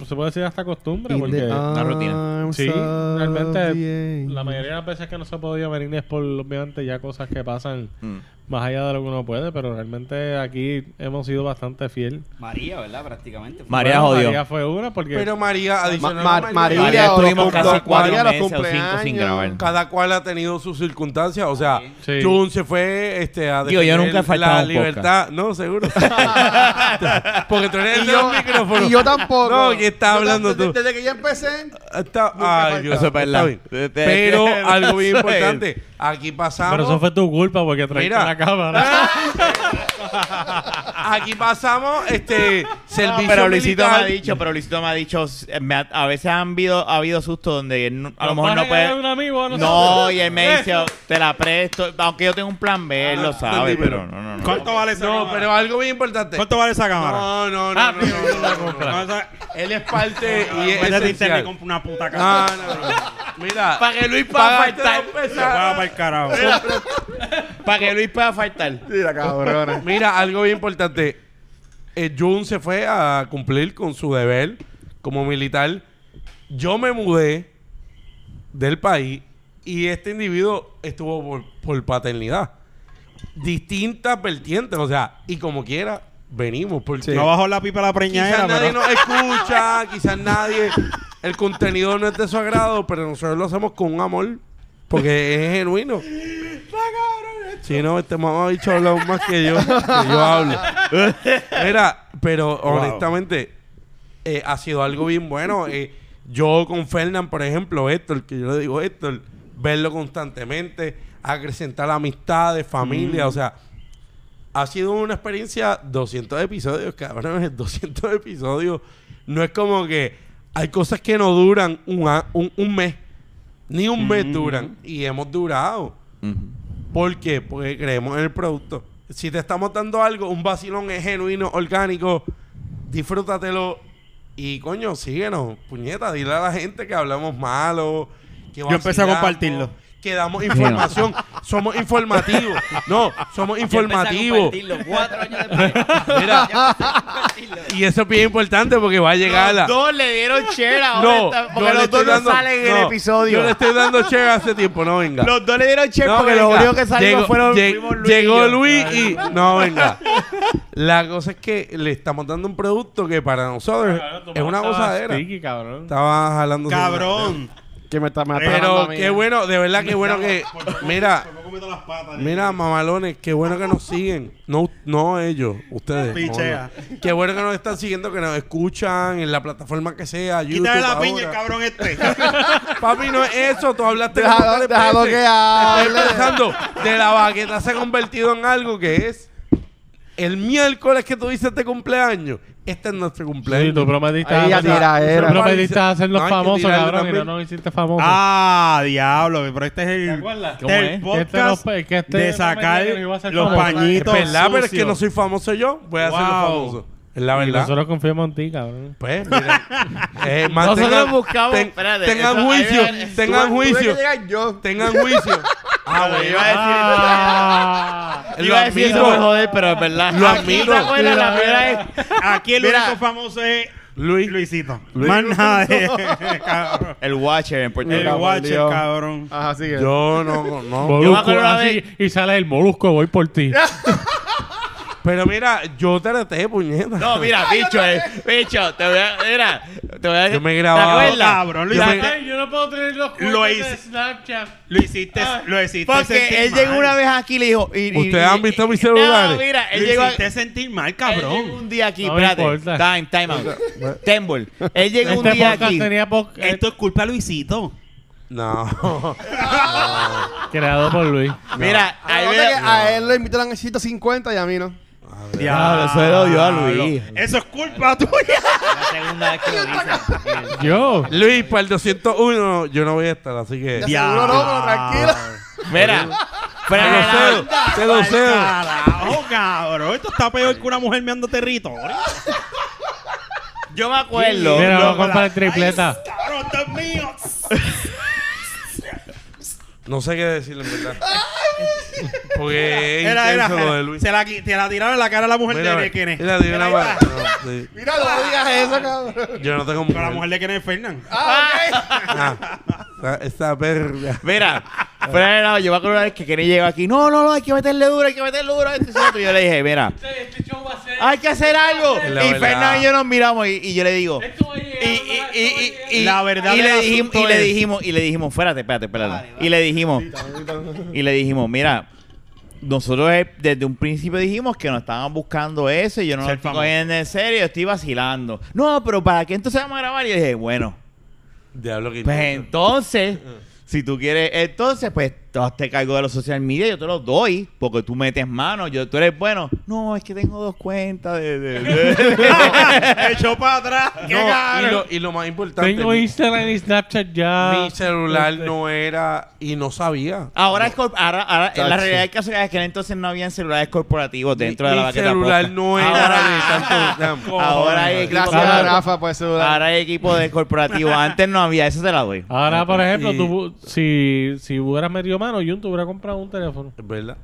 Speaker 2: se puede decir hasta costumbre, porque...
Speaker 5: ah,
Speaker 6: Una rutina.
Speaker 5: I'm
Speaker 2: Sí,
Speaker 5: so
Speaker 2: realmente
Speaker 5: bien.
Speaker 2: la mayoría de las veces que no se ha podido venir es por obviamente ya cosas que pasan
Speaker 6: Mm.
Speaker 2: más allá de lo que uno puede, pero realmente aquí hemos sido bastante fiel.
Speaker 7: María, ¿verdad? Prácticamente.
Speaker 6: María
Speaker 2: Bueno,
Speaker 6: jodió.
Speaker 2: María fue una porque
Speaker 3: Pero María,
Speaker 5: Ma-
Speaker 3: adicional a
Speaker 5: Mar- María,
Speaker 6: María
Speaker 5: o los
Speaker 6: estuvimos
Speaker 5: cum-
Speaker 6: casi
Speaker 5: los-
Speaker 6: cuatro
Speaker 5: María, los
Speaker 6: meses o cinco sin
Speaker 5: cumpleaños.
Speaker 6: grabar.
Speaker 3: cada cual ha tenido sus circunstancias. O sea,
Speaker 2: Sí.
Speaker 3: Jun se fue este, a
Speaker 6: Digo, yo
Speaker 3: defender
Speaker 6: nunca he faltado a
Speaker 3: la
Speaker 6: un podcast.
Speaker 3: libertad. No, seguro. Porque tú eres el
Speaker 5: Y
Speaker 3: de
Speaker 5: yo,
Speaker 3: los micrófonos.
Speaker 5: y yo tampoco.
Speaker 3: No, ¿qué estás
Speaker 5: Yo
Speaker 3: hablando
Speaker 5: desde-
Speaker 3: tú?
Speaker 5: Desde que yo empecé,
Speaker 3: Está-
Speaker 5: Nunca
Speaker 3: ay,
Speaker 5: falta.
Speaker 3: Dios,
Speaker 6: Eso es
Speaker 3: está
Speaker 6: verdad.
Speaker 3: bien.
Speaker 6: Te- te-
Speaker 3: Pero
Speaker 6: te-
Speaker 3: algo bien
Speaker 6: eso es.
Speaker 3: importante. Aquí pasamos.
Speaker 2: Pero eso fue tu culpa porque trajiste
Speaker 3: Mira.
Speaker 2: la
Speaker 6: Ah,
Speaker 2: cámara.
Speaker 3: Aquí pasamos este servicio
Speaker 6: pero Luisito me
Speaker 3: militar.
Speaker 6: ha dicho, pero Luisito me ha dicho, s- me ha- a veces han habido, ha habido sustos donde él no- a lo
Speaker 2: Nos
Speaker 6: mejor
Speaker 2: vas
Speaker 6: no
Speaker 2: ganar
Speaker 6: puede.
Speaker 2: un amigo a nosotros.
Speaker 6: No, y él
Speaker 3: Eh.
Speaker 6: me dice, te la presto, aunque yo tengo un plan B, él lo sabe,
Speaker 3: Ah, entendí,
Speaker 6: pero no, no, no.
Speaker 4: ¿Cuánto vale esa
Speaker 3: No,
Speaker 4: cámara?
Speaker 3: pero algo bien importante.
Speaker 4: ¿Cuánto vale esa cámara?
Speaker 3: No, no, no,
Speaker 2: Ah,
Speaker 3: no, no, no, no, no.
Speaker 4: No, esa-
Speaker 3: Él es parte y es
Speaker 4: Vete a internet y
Speaker 3: esencial.
Speaker 4: compra una puta
Speaker 3: No,
Speaker 4: cámara.
Speaker 3: no, no. Mira.
Speaker 6: Para que Luis pueda
Speaker 3: pagarte
Speaker 6: faltar.
Speaker 3: dos
Speaker 4: Se va para
Speaker 3: pesos.
Speaker 4: el carajo.
Speaker 6: Para que Luis pueda faltar.
Speaker 5: mira, cabrona.
Speaker 3: Mira, algo bien importante. Eh, Jun se fue a cumplir con su deber como militar. Yo me mudé del país y este individuo estuvo por, por paternidad. Distintas vertientes, o sea, y como quiera, venimos. Porque
Speaker 4: No bajó la pipa a la preñadera,
Speaker 3: Quizás nadie
Speaker 4: pero...
Speaker 3: nos escucha, quizás nadie. El contenido no es de su agrado, pero nosotros lo hacemos con un amor. Porque es genuino. Si no, este mamá bicho habla aún más que yo. Que yo hablo. Mira, pero honestamente, eh, ha sido algo bien bueno. Eh, yo con Fernán, por ejemplo, Héctor, que yo le digo Héctor, verlo constantemente, acrecentar amistades, familia, o sea, ha sido una experiencia 200 episodios, cabrón, 200 episodios. No es como que hay cosas que no duran un, a- un, un mes, ni un mes duran, y hemos durado. ¿Por qué? Porque creemos en el producto. Si te estamos dando algo, un vacilón es genuino, orgánico, disfrútatelo y coño, síguenos, puñeta, dile a la gente que hablamos malo. Que
Speaker 4: Yo empecé a
Speaker 3: vacilamos,
Speaker 4: compartirlo.
Speaker 3: Que damos información. somos informativos. No, somos informativos.
Speaker 7: Cuatro años después.
Speaker 3: Mira.
Speaker 7: Ya empecé a compartirlo.
Speaker 3: Y eso es bien importante porque va a llegar la...
Speaker 6: Los dos le dieron chera.
Speaker 3: No,
Speaker 6: ahora está-
Speaker 3: yo
Speaker 6: porque
Speaker 3: le
Speaker 6: los
Speaker 3: estoy
Speaker 6: dos no
Speaker 3: dando-
Speaker 6: salen en el
Speaker 3: no, Yo le
Speaker 6: episodio.
Speaker 3: estoy dando che hace tiempo, no venga.
Speaker 6: Los dos le dieron chera
Speaker 3: No,
Speaker 6: porque los
Speaker 3: venga.
Speaker 6: únicos que
Speaker 3: Llegó-
Speaker 6: salieron fueron
Speaker 3: lleg-
Speaker 6: fuimos Luis. y
Speaker 3: Llegó
Speaker 6: yo.
Speaker 3: Luis y... No, venga. La cosa es que le estamos dando un producto que para nosotros es una gozadera.
Speaker 2: Sticky, cabrón.
Speaker 3: Estaba jalando... su-
Speaker 4: Cabrón.
Speaker 5: Que me está, me está
Speaker 3: Pero
Speaker 5: jalando a mí.
Speaker 3: qué bueno, de verdad qué bueno que... Mira,
Speaker 4: Me he comido las patas.
Speaker 3: Mira, mamalones, qué bueno que nos siguen. No, no ellos, ustedes.
Speaker 4: Pichea.
Speaker 3: Coño. Qué bueno que nos están siguiendo, que nos escuchan en la plataforma que sea. YouTube,
Speaker 4: Quítale la
Speaker 3: ahora.
Speaker 4: piña, el cabrón este.
Speaker 3: Papi, no es eso. Tú hablaste como
Speaker 5: Déjalo,
Speaker 3: tres
Speaker 5: déjalo
Speaker 3: veces.
Speaker 5: que hable.
Speaker 6: Ah.
Speaker 3: Estoy pensando, de la baqueta se ha convertido en algo que es el miércoles que tú dices de cumpleaños. Este es nuestro
Speaker 2: Sí,
Speaker 3: cumpleaños.
Speaker 2: tú prometiste,
Speaker 5: Ahí
Speaker 2: hacer-
Speaker 5: ya tiraera.
Speaker 2: tú prometiste hacernos
Speaker 3: No, hay que
Speaker 2: famosos,
Speaker 3: tirarle
Speaker 2: cabrón, y no
Speaker 3: también.
Speaker 2: nos hiciste famosos.
Speaker 4: Ah, diablo, pero este es el,
Speaker 6: ¿Cómo
Speaker 4: este es el
Speaker 6: es?
Speaker 4: podcast
Speaker 2: Este no- es que este
Speaker 4: de
Speaker 2: no
Speaker 4: sacar
Speaker 2: me diga que no iba a ser
Speaker 4: los
Speaker 2: famoso.
Speaker 3: es
Speaker 4: pañitos.
Speaker 3: verdad, pero es que
Speaker 4: sucios.
Speaker 3: no soy famoso yo. Voy a hacerlo
Speaker 4: Wow.
Speaker 3: famoso. Es la
Speaker 2: y
Speaker 3: verdad.
Speaker 2: nosotros confiamos en ti, cabrón.
Speaker 3: Pues, mira. eh,
Speaker 6: Nosotros
Speaker 3: mantengan-
Speaker 6: buscamos.
Speaker 3: ten-
Speaker 6: espérate,
Speaker 3: tengan
Speaker 6: eso- ahí eh,
Speaker 3: juicio,
Speaker 6: viene-
Speaker 3: tengan
Speaker 5: Tuve- tuve
Speaker 3: juicio,
Speaker 5: que llegar yo.
Speaker 3: tengan juicio. Ah,
Speaker 6: Lo
Speaker 3: bueno.
Speaker 6: iba a decir.
Speaker 3: Ah. Lo
Speaker 6: Iba a decir eso
Speaker 3: admiro.
Speaker 6: por joder, pero es verdad.
Speaker 3: Lo
Speaker 6: Aquí,
Speaker 3: admiro.
Speaker 6: ¿te acuerdas? La primera vez.
Speaker 4: Aquí el
Speaker 6: Mira.
Speaker 4: único famoso es
Speaker 3: Luis.
Speaker 4: Luisito. Más nada de- cabrón.
Speaker 6: El Watcher en Puerto
Speaker 4: El
Speaker 6: Rico.
Speaker 4: Watcher,
Speaker 5: Dios.
Speaker 4: cabrón.
Speaker 5: Ajá, sigue.
Speaker 3: Yo no, no.
Speaker 6: Yo me acuerdo
Speaker 2: Molusco,
Speaker 6: una
Speaker 2: así, y sale el molusco, voy por ti.
Speaker 3: Pero mira, yo te reté, puñeta.
Speaker 6: No, mira, bicho, eh, bicho, te voy a, mira, te voy a
Speaker 3: Yo me he grabado.
Speaker 6: ¿Te acuerdas?
Speaker 4: Cabrón, lo
Speaker 6: Yo me-
Speaker 4: hiciste-
Speaker 2: yo no puedo tener los
Speaker 4: Lo cuentos de hice.
Speaker 2: Snapchat.
Speaker 4: Lo hiciste,
Speaker 2: Ah,
Speaker 4: lo hiciste sentir
Speaker 6: Porque él
Speaker 4: mal.
Speaker 6: llegó una vez aquí y le dijo. y- y-
Speaker 3: ¿Ustedes han
Speaker 6: y-
Speaker 3: visto
Speaker 6: y-
Speaker 3: mis celulares?
Speaker 6: No, mira, él
Speaker 4: Lo
Speaker 6: llegó. a-
Speaker 4: hiciste sentir mal,
Speaker 6: él llegó
Speaker 4: cabrón.
Speaker 6: un día aquí,
Speaker 2: No me
Speaker 6: espérate.
Speaker 2: importa.
Speaker 6: Time, time out. Temple. Él llegó un
Speaker 2: Este
Speaker 6: día
Speaker 2: podcast
Speaker 6: aquí.
Speaker 2: tenía po- eh,
Speaker 4: Esto es culpa de Luisito.
Speaker 3: No.
Speaker 2: eh, creado por Luis.
Speaker 6: Mira,
Speaker 5: Ah,
Speaker 6: ahí
Speaker 5: nota
Speaker 6: ve-
Speaker 5: que a él lo invitaron a 150 y a mí no.
Speaker 6: Diablo, eso le odió a Luis.
Speaker 4: Eso es culpa tuya.
Speaker 7: La segunda vez que lo dice.
Speaker 2: Yo.
Speaker 3: Luis, para el 201 yo no voy a estar, así que...
Speaker 5: Ya seguro no, pero tranquilo.
Speaker 6: Mira,
Speaker 3: Te lo cedo,
Speaker 6: Fran,
Speaker 3: te lo cedo.
Speaker 4: Carajo, Oh, cabrón. Esto está peor que una mujer meando territorio.
Speaker 6: yo me acuerdo.
Speaker 2: Mira,
Speaker 6: yo-
Speaker 2: vamos a comprar tripleta.
Speaker 4: Ay, cabrón, esto es mío.
Speaker 3: No sé qué decirle, en verdad. Porque es
Speaker 4: Era, era,
Speaker 3: intenso lo de Luis.
Speaker 4: Se la, qui- te la tiraron en la cara a la mujer
Speaker 3: Mira,
Speaker 4: de Kenneth.
Speaker 3: mira, dime una
Speaker 4: Mira,
Speaker 3: vaina. No, sí.
Speaker 5: Mira, no digas eso, cabrón.
Speaker 3: Yo no tengo
Speaker 4: Con la mujer de Kenneth Fernández.
Speaker 3: Ah, esa- esa verga.
Speaker 6: Mira, Fran era- yo me acuerdo una vez que Kenny llegó aquí. No, no, no, hay que meterle duro, hay que meterle duro. a esto y eso". Y yo le dije, mira, hay que hacer algo.
Speaker 3: Es la
Speaker 6: Y
Speaker 3: verdad.
Speaker 6: Fernando y yo nos miramos y, y yo le digo. Y, y, y, y- y-
Speaker 4: La verdad
Speaker 6: y
Speaker 4: del
Speaker 6: le dijimos,
Speaker 4: asunto
Speaker 6: y le
Speaker 4: es-
Speaker 6: dijimos, y le dijimos, espérate, espérate, espérate.
Speaker 7: Vale,
Speaker 6: Y le dijimos, y le dijimos, mira, nosotros eh, desde un principio dijimos que nos estaban buscando eso y yo no lo
Speaker 4: Ser
Speaker 6: estoy
Speaker 4: famoso.
Speaker 6: cogiendo en serio, estoy vacilando. No, pero ¿para qué entonces vamos a grabar? Y yo dije, bueno,
Speaker 3: Diablo que
Speaker 6: pues
Speaker 3: intenso.
Speaker 6: entonces, si tú quieres, entonces, pues tú hazte cargo de los social media, yo te los doy, porque tú metes mano, yo, tú eres bueno. No, es que tengo dos cuentas de... de- de-
Speaker 4: Echó para atrás. Qué
Speaker 3: No, y,
Speaker 4: cabrón.
Speaker 3: lo, y lo más importante,
Speaker 2: Tengo
Speaker 3: mi,
Speaker 2: Instagram y Snapchat ya.
Speaker 3: mi celular
Speaker 2: Este,
Speaker 3: no era y no sabía.
Speaker 6: Ahora, es corp- ahora, ahora-
Speaker 5: Chacho.
Speaker 6: la realidad del caso es que entonces no habían celulares corporativos dentro
Speaker 3: Mi-
Speaker 6: de la
Speaker 3: mi
Speaker 6: baqueta
Speaker 3: celular
Speaker 6: posta.
Speaker 3: no era de tanto
Speaker 6: Ahora, ahora hay equipo,
Speaker 5: Gracias,
Speaker 2: Claro.
Speaker 5: Rafa, por eso.
Speaker 6: ahora hay equipo de corporativo. Antes no había, eso te la doy.
Speaker 5: Ah.
Speaker 2: Ahora, por ejemplo,
Speaker 3: Y-
Speaker 2: tú, si, si hubieras metido mano, Jun te hubiera comprado un teléfono.
Speaker 3: Es ¿Verdad?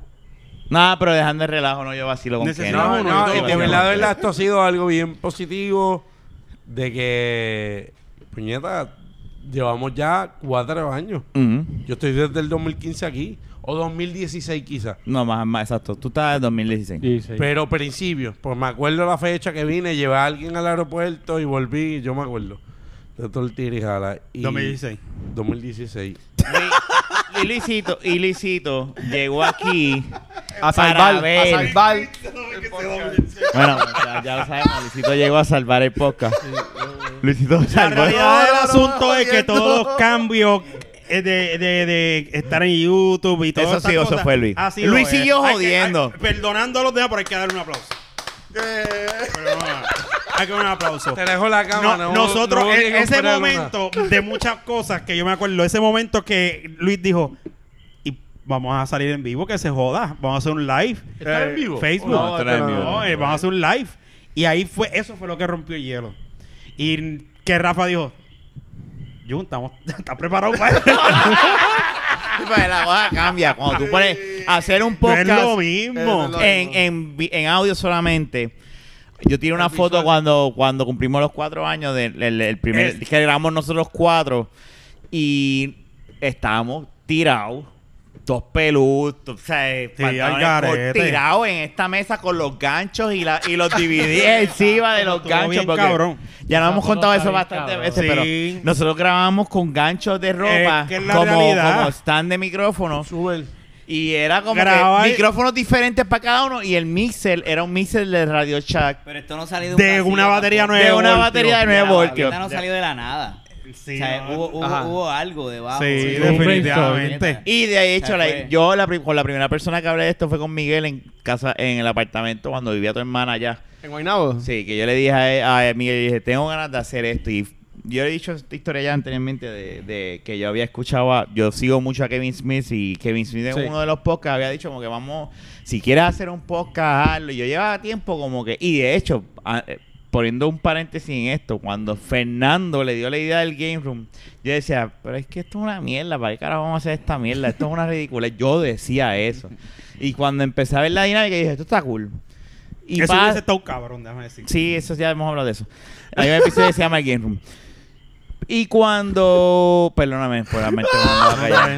Speaker 6: Nada, pero dejando el relajo, no yo vacilo con
Speaker 4: Necesitamos
Speaker 6: Kenny.
Speaker 3: No,
Speaker 4: no,
Speaker 3: no,
Speaker 4: no,
Speaker 3: y
Speaker 4: no,
Speaker 3: de
Speaker 4: no,
Speaker 3: verdad,
Speaker 4: no.
Speaker 3: de verdad, esto ha sido algo bien positivo de que, puñeta, llevamos ya cuatro años.
Speaker 6: Ujú.
Speaker 3: Yo estoy desde el 2015 aquí, o 2016 quizás.
Speaker 6: No, más, más, exacto. Tú estás en 2016.
Speaker 2: Dice.
Speaker 3: Pero principio, pues me acuerdo la fecha que vine, llevé a alguien al aeropuerto y volví, yo me acuerdo. De todo el tirijala. Y
Speaker 4: 2016.
Speaker 3: 2016.
Speaker 6: Y- Y Luisito, y Luisito llegó aquí
Speaker 5: a
Speaker 6: para
Speaker 5: salvar, a
Speaker 6: ver.
Speaker 5: salvar.
Speaker 6: Bueno, ya, ya lo sabemos, Luisito llegó a salvar el podcast. Luisito
Speaker 4: La
Speaker 6: salvó.
Speaker 4: realidad del
Speaker 5: No, no, no,
Speaker 4: asunto es que
Speaker 5: jodiendo.
Speaker 4: todos los cambios eh, de, de, de estar en YouTube y todo
Speaker 6: Eso sí, eso fue Luis. Luis siguió jodiendo.
Speaker 4: perdonando a los demás, pero hay que darle un aplauso. Pero no, hay que darle un aplauso.
Speaker 3: Te dejo la
Speaker 4: No,
Speaker 3: cámara. no-
Speaker 4: nosotros,
Speaker 3: no voy a
Speaker 4: en ese
Speaker 3: comprar una.
Speaker 4: momento de muchas cosas que yo me acuerdo, ese momento que Luis dijo, y vamos a salir en vivo, que se joda, vamos a hacer un live.
Speaker 3: ¿Está
Speaker 4: Eh,
Speaker 3: en vivo?
Speaker 4: Facebook.
Speaker 5: No, no, no, no,
Speaker 4: No,
Speaker 5: no,
Speaker 4: eh, vamos a hacer un live. Y ahí fue, eso fue lo que rompió el hielo. Y que Rafa dijo, Jun, estamos, ¿estás preparado para esto?
Speaker 6: Pues La cosa cambia. Cuando tú pones a hacer un
Speaker 4: No
Speaker 6: podcast.
Speaker 4: es lo mismo.
Speaker 5: Es lo
Speaker 6: en, en, vi- en audio solamente. Yo tiré una foto cuando, cuando cumplimos los cuatro años del el- el primer
Speaker 4: Es-
Speaker 6: que grabamos nosotros cuatro y estábamos tirados, dos peludos, o sea, eh, pantalones
Speaker 4: al garete.
Speaker 6: cort- tirados en esta mesa con los ganchos y, la, y los dividí encima de los
Speaker 4: Estuvo
Speaker 6: ganchos.
Speaker 4: bien
Speaker 6: porque
Speaker 4: cabrón.
Speaker 6: Ya no
Speaker 2: Esa
Speaker 6: hemos
Speaker 2: foto
Speaker 6: contado
Speaker 2: está
Speaker 6: eso
Speaker 2: bien
Speaker 6: bastantes
Speaker 2: cabrón.
Speaker 6: veces,
Speaker 4: Sí.
Speaker 6: pero nosotros grabamos con ganchos de ropa
Speaker 4: que es la
Speaker 6: como,
Speaker 4: realidad.
Speaker 6: como stand de micrófono.
Speaker 3: Sube el-
Speaker 6: Y era como
Speaker 4: Grabar-
Speaker 6: que micrófonos diferentes para cada uno y el mixer era un mixer de Radio Shack.
Speaker 7: Pero esto no salió de, un
Speaker 4: De
Speaker 7: vacío
Speaker 4: una batería
Speaker 7: tampoco.
Speaker 4: nueve
Speaker 6: de una
Speaker 4: voltios.
Speaker 6: batería de 9
Speaker 7: Mira,
Speaker 6: voltios.
Speaker 7: Esta no salió de la nada.
Speaker 4: Sí,
Speaker 7: o sea,
Speaker 4: no.
Speaker 7: hubo, hubo,
Speaker 5: Ajá.
Speaker 7: hubo algo debajo.
Speaker 4: Sí,
Speaker 2: Sí,
Speaker 4: definitivamente.
Speaker 6: Y de hecho,
Speaker 7: O sea,
Speaker 6: la-
Speaker 7: fue-
Speaker 6: yo la, pri- con la primera persona que hablé de esto fue con Miguel en casa, en el apartamento cuando vivía tu hermana allá.
Speaker 5: ¿En Guaynabo?
Speaker 6: Sí, que yo le dije a, él- a Miguel, yo dije, tengo ganas de hacer esto. Y yo he dicho esta historia ya anteriormente de, de que yo había escuchado, a- yo sigo mucho a Kevin Smith y Kevin Smith en
Speaker 5: Sí.
Speaker 6: uno de los podcasts había dicho como que vamos, si quieres hacer un podcast, hazlo. Y yo llevaba tiempo como que, y de hecho, a- eh, poniendo un paréntesis en esto, cuando Fernando le dio la idea del Game Room, yo decía, pero es que esto es una mierda, ¿para qué carajo vamos a hacer esta mierda? Esto es una ridícula. Yo decía eso. Y cuando empecé a ver la dinámica, dije, esto está cool. Y
Speaker 4: eso
Speaker 6: pa-
Speaker 4: hubiese estado cabrón, déjame decir.
Speaker 6: Sí, eso ya hemos hablado de eso. Hay un episodio que se llama Game Room. Y cuando. Perdóname por la mente.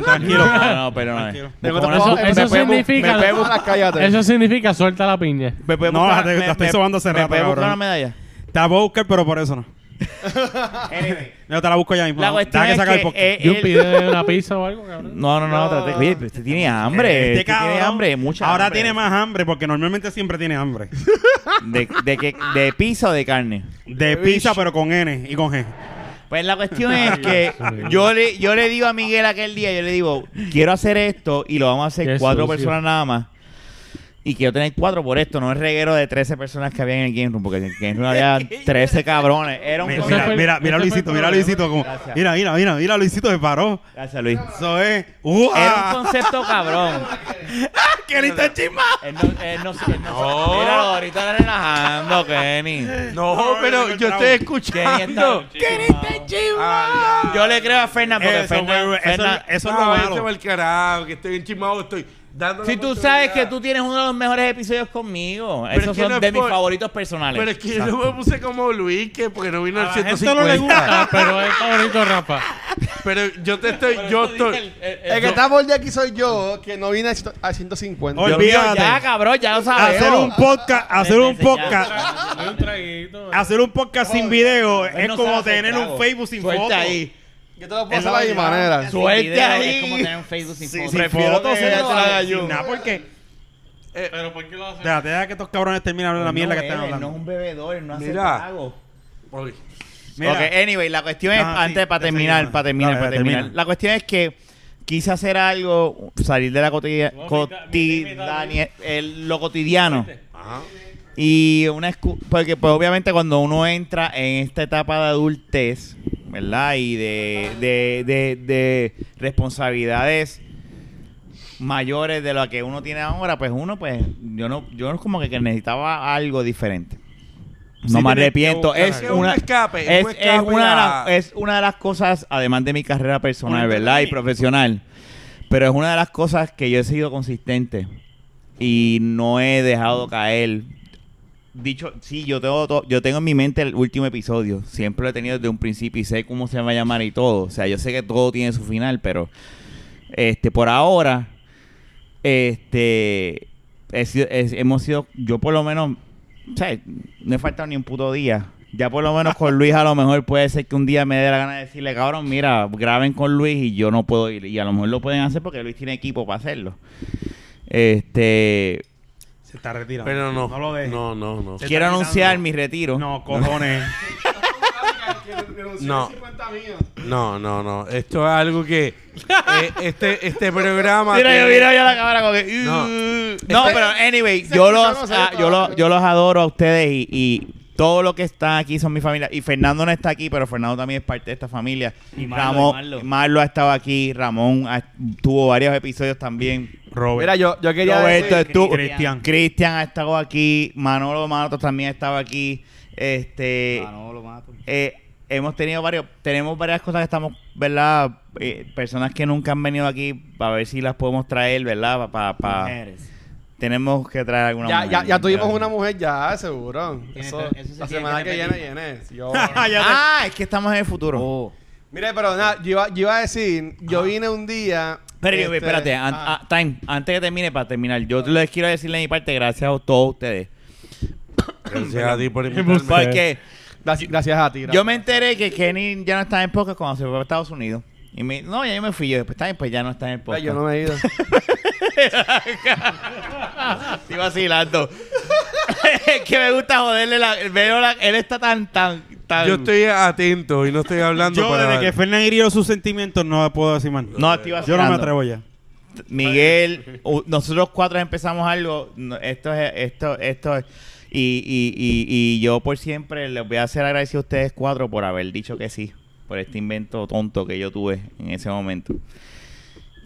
Speaker 4: Tranquilo.
Speaker 6: No, no, perdóname.
Speaker 4: Tranquilo.
Speaker 6: Me
Speaker 5: Eso-
Speaker 6: pongo una-
Speaker 2: eso
Speaker 6: me pego-
Speaker 2: significa-
Speaker 6: me pego-
Speaker 5: Ahora cállate.
Speaker 2: Eso significa suelta la piña.
Speaker 6: me pego-
Speaker 4: No,
Speaker 6: buscar-
Speaker 4: te- te
Speaker 6: me-
Speaker 4: estoy
Speaker 6: me-
Speaker 4: sobando hace rato,
Speaker 6: Me puedo buscar
Speaker 4: cabrón.
Speaker 6: una medalla.
Speaker 4: Te la puedo buscar, pero por eso no. No, te la busco ya mismo.
Speaker 6: La
Speaker 4: ¿no?
Speaker 6: cuestión
Speaker 4: Deja
Speaker 6: es
Speaker 4: saca el
Speaker 6: que.
Speaker 4: podcast.
Speaker 6: eh,
Speaker 2: Yo
Speaker 6: él-
Speaker 2: pide una pizza o algo, cabrón.
Speaker 6: No, no, no, trate- Oye, pero usted tiene hambre.
Speaker 4: Este
Speaker 6: usted tiene
Speaker 4: cabrón
Speaker 6: hambre, mucha
Speaker 4: Ahora
Speaker 6: hambre.
Speaker 4: tiene más hambre porque normalmente siempre tiene hambre.
Speaker 6: ¿De, de, qué- de pizza o de carne?
Speaker 4: De pizza, pero con N y con G.
Speaker 6: Pues la cuestión es que yo le, yo le digo a Miguel aquel día, yo le digo, quiero hacer esto y lo vamos a hacer
Speaker 2: Qué
Speaker 6: cuatro
Speaker 2: sucio.
Speaker 6: personas nada más. Y quiero tener cuatro por esto, no es reguero de 13 personas que había en el game room, porque en el game room había 13 cabrones. Era un
Speaker 4: Mira,
Speaker 2: Ese fue
Speaker 4: mira,
Speaker 2: el-
Speaker 4: mira, mira a
Speaker 2: ese fue el
Speaker 4: Luisito, mira a
Speaker 2: problema.
Speaker 4: Luisito. Como,
Speaker 6: Gracias.
Speaker 4: mira, mira, mira, mira, Luisito se paró.
Speaker 6: Gracias, Luis.
Speaker 4: Eso es. ¡Uah!
Speaker 6: Era un concepto cabrón.
Speaker 4: ¡Qué lindo chisma!
Speaker 6: Él no, él no, él no- Míralo, ahorita está relajando, Kenny.
Speaker 3: No, pero yo estoy escuchando. Ah,
Speaker 6: Yo le creo a Fernan porque
Speaker 4: Eso,
Speaker 6: Fernan-
Speaker 4: fue- eso-
Speaker 6: Fernan-
Speaker 4: eso es lo
Speaker 3: no, ese va
Speaker 4: malo.
Speaker 3: el carajo, que estoy bien chismado, estoy dando la
Speaker 6: Si tú sabes que
Speaker 3: oportunidad.
Speaker 6: tú tienes uno de los mejores episodios conmigo,
Speaker 3: Pero
Speaker 6: esos
Speaker 3: es que
Speaker 6: son
Speaker 3: no es
Speaker 6: de mis
Speaker 3: por-
Speaker 6: favoritos personales.
Speaker 3: Pero es que yo no me puse como Luis, que porque no vino
Speaker 4: A
Speaker 3: el
Speaker 4: la gente no
Speaker 3: 150.
Speaker 4: le gusta.
Speaker 2: Ah, pero está bonito, Rafa.
Speaker 3: Pero yo te estoy, yo estoy.
Speaker 5: El que está borde aquí soy yo, que no vine al cien- al 150.
Speaker 4: Oye,
Speaker 6: Dios mío,
Speaker 4: olvídate.
Speaker 6: ya, cabrón, ya lo sabemos.
Speaker 4: Hacer un podcast, hacer un podcast,
Speaker 2: Dame un traguito.
Speaker 4: hacer un podcast sin video es
Speaker 6: Él Pues no
Speaker 4: como
Speaker 6: sabe
Speaker 4: tener
Speaker 6: hacer
Speaker 4: un
Speaker 6: trago.
Speaker 4: Facebook sin
Speaker 6: Suelta
Speaker 4: foto.
Speaker 6: ahí.
Speaker 5: Yo te lo puedo
Speaker 4: Es la
Speaker 5: hacer a mi
Speaker 4: verdad.
Speaker 5: manera.
Speaker 6: Suelte
Speaker 7: Suerte ahí.
Speaker 6: ahí.
Speaker 7: Es como tener un Facebook sin
Speaker 4: Sí,
Speaker 7: fotos.
Speaker 4: sin
Speaker 6: Prefiero
Speaker 4: foto,
Speaker 6: que
Speaker 4: sin
Speaker 6: ella te la haga
Speaker 4: sin
Speaker 6: yo.
Speaker 4: nada, porque...
Speaker 2: Pero ¿por qué lo haces?
Speaker 4: Espérate, deja que estos cabrones terminen de hablar la mierda que están hablando.
Speaker 6: No es un bebedor, no
Speaker 3: hace
Speaker 6: hace
Speaker 3: Mira.
Speaker 6: trago.
Speaker 3: trago. Oye,
Speaker 4: Mira,
Speaker 6: Ok, eh. anyway, la cuestión es,
Speaker 4: Ah, sí,
Speaker 6: antes para
Speaker 4: ya
Speaker 6: terminar,
Speaker 4: seguimos.
Speaker 6: para terminar,
Speaker 4: Dale,
Speaker 6: para
Speaker 4: dale,
Speaker 6: terminar.
Speaker 4: termina.
Speaker 6: La cuestión es que quise hacer algo, salir de la cotilla-
Speaker 2: No, mitad- mitad,
Speaker 6: cotidianidad, el- lo cotidiano.
Speaker 3: ajá.
Speaker 6: Y una excu- porque pues obviamente cuando uno entra en esta etapa de adultez, ¿verdad? Y de, de, de, de responsabilidades mayores de lo que uno tiene ahora, pues uno pues yo no yo no como que que necesitaba algo diferente. No
Speaker 4: Sí,
Speaker 6: me
Speaker 4: tenés que
Speaker 6: arrepiento,
Speaker 4: buscar
Speaker 6: es
Speaker 3: algo.
Speaker 6: una
Speaker 3: Es un escape, es
Speaker 6: es,
Speaker 3: un
Speaker 6: es
Speaker 3: escape
Speaker 6: una de
Speaker 3: a-
Speaker 6: las- es una de las cosas además de mi carrera personal,
Speaker 4: Un
Speaker 6: ¿verdad? Y
Speaker 4: entretenimiento.
Speaker 6: profesional. Pero es una de las cosas que yo he sido consistente y no he dejado caer. Dicho, sí, yo tengo, to- yo tengo en mi mente el último episodio. Siempre lo he tenido desde un principio y sé cómo se va a llamar y todo. O sea, yo sé que todo tiene su final, pero este por ahora este he sido- he- hemos sido yo por lo menos o sea, no he faltado ni un puto día. Ya por lo menos con Luis a lo mejor puede ser que un día me dé la gana de decirle, cabrón, mira, graben con Luis y yo no puedo ir. Y a lo mejor lo pueden hacer porque Luis tiene equipo para hacerlo. Este,
Speaker 4: se está retirando.
Speaker 3: Pero no.
Speaker 4: No lo dejes.
Speaker 3: No, no, no.
Speaker 4: Se
Speaker 6: quiero
Speaker 4: está
Speaker 6: anunciar
Speaker 4: quitando.
Speaker 6: mi retiro.
Speaker 4: No, cojones.
Speaker 3: No. No, no, no. Esto es algo que. eh, este, este programa.
Speaker 6: Mira, yo
Speaker 3: tiene-
Speaker 6: mira yo la cámara con que,
Speaker 3: No.
Speaker 6: "Uh". No, pero anyway,
Speaker 5: Se
Speaker 6: yo
Speaker 5: escucha,
Speaker 6: los,
Speaker 5: no se
Speaker 6: ah,
Speaker 5: nota.
Speaker 6: yo, los, yo los adoro a ustedes y, y todo lo que está aquí son mi familia. Y Fernando no está aquí, pero Fernando también es parte de esta familia.
Speaker 7: Y Marlo,
Speaker 6: Ramón,
Speaker 7: y Marlo.
Speaker 6: Marlo ha estado aquí, Ramón ha- tuvo varios episodios también.
Speaker 4: Robert.
Speaker 5: Mira, yo, yo quería
Speaker 6: Roberto,
Speaker 5: decir-
Speaker 6: tú-
Speaker 4: Cristian.
Speaker 6: Cristian ha estado aquí, Manolo Mato también ha estado aquí. Este,
Speaker 7: Ah, no, lo mato.
Speaker 6: eh, hemos tenido varios, tenemos varias cosas que estamos, ¿verdad? Eh, personas que nunca han venido aquí, para ver si las podemos traer, ¿verdad? Pa, pa- pa-
Speaker 4: Ah.
Speaker 7: Mujeres.
Speaker 6: tenemos que traer alguna
Speaker 5: ya, ya,
Speaker 6: mujer,
Speaker 5: ya tuvimos
Speaker 6: ya.
Speaker 5: una mujer ya, seguro.
Speaker 7: Tiene
Speaker 5: Eso,
Speaker 7: que- eso se
Speaker 5: la
Speaker 7: tiene
Speaker 5: semana
Speaker 7: que
Speaker 5: que viene
Speaker 7: repetir.
Speaker 5: viene. Yo-
Speaker 6: Ah, es que estamos en el futuro.
Speaker 7: Oh.
Speaker 5: Mire, pero nada, yo iba, yo iba a decir, yo vine un día.
Speaker 6: Pero
Speaker 5: este,
Speaker 6: espérate, an-
Speaker 5: ah,
Speaker 6: ah, time, antes que termine, para terminar, yo les quiero decirle de mi parte gracias a todos ustedes.
Speaker 3: Gracias a ti por
Speaker 2: Sí.
Speaker 3: invitarme.
Speaker 6: Porque
Speaker 5: gracias, gracias a ti.
Speaker 6: yo me enteré que Kenny ya no está en el podcast cuando se fue a Estados Unidos. Y me, no, ya yo me fui yo, después también, pues ya no está en el
Speaker 5: Ay,
Speaker 6: podcast.
Speaker 5: yo no me he ido.
Speaker 6: Estoy vacilando. es que me gusta joderle la, veo la- él está tan tan tan
Speaker 3: Yo estoy atento y no estoy hablando.
Speaker 4: Yo,
Speaker 3: para-
Speaker 4: desde que Fernan hirió sus sentimientos, no puedo decir más. nada.
Speaker 6: No, estoy
Speaker 4: Yo
Speaker 6: vacilando.
Speaker 4: no me atrevo ya.
Speaker 6: Miguel, u- nosotros cuatro empezamos algo, no, esto es esto esto es- y, y, y, y yo por siempre les voy a hacer agradecido a ustedes cuatro por haber dicho que sí, por este invento tonto que yo tuve en ese momento.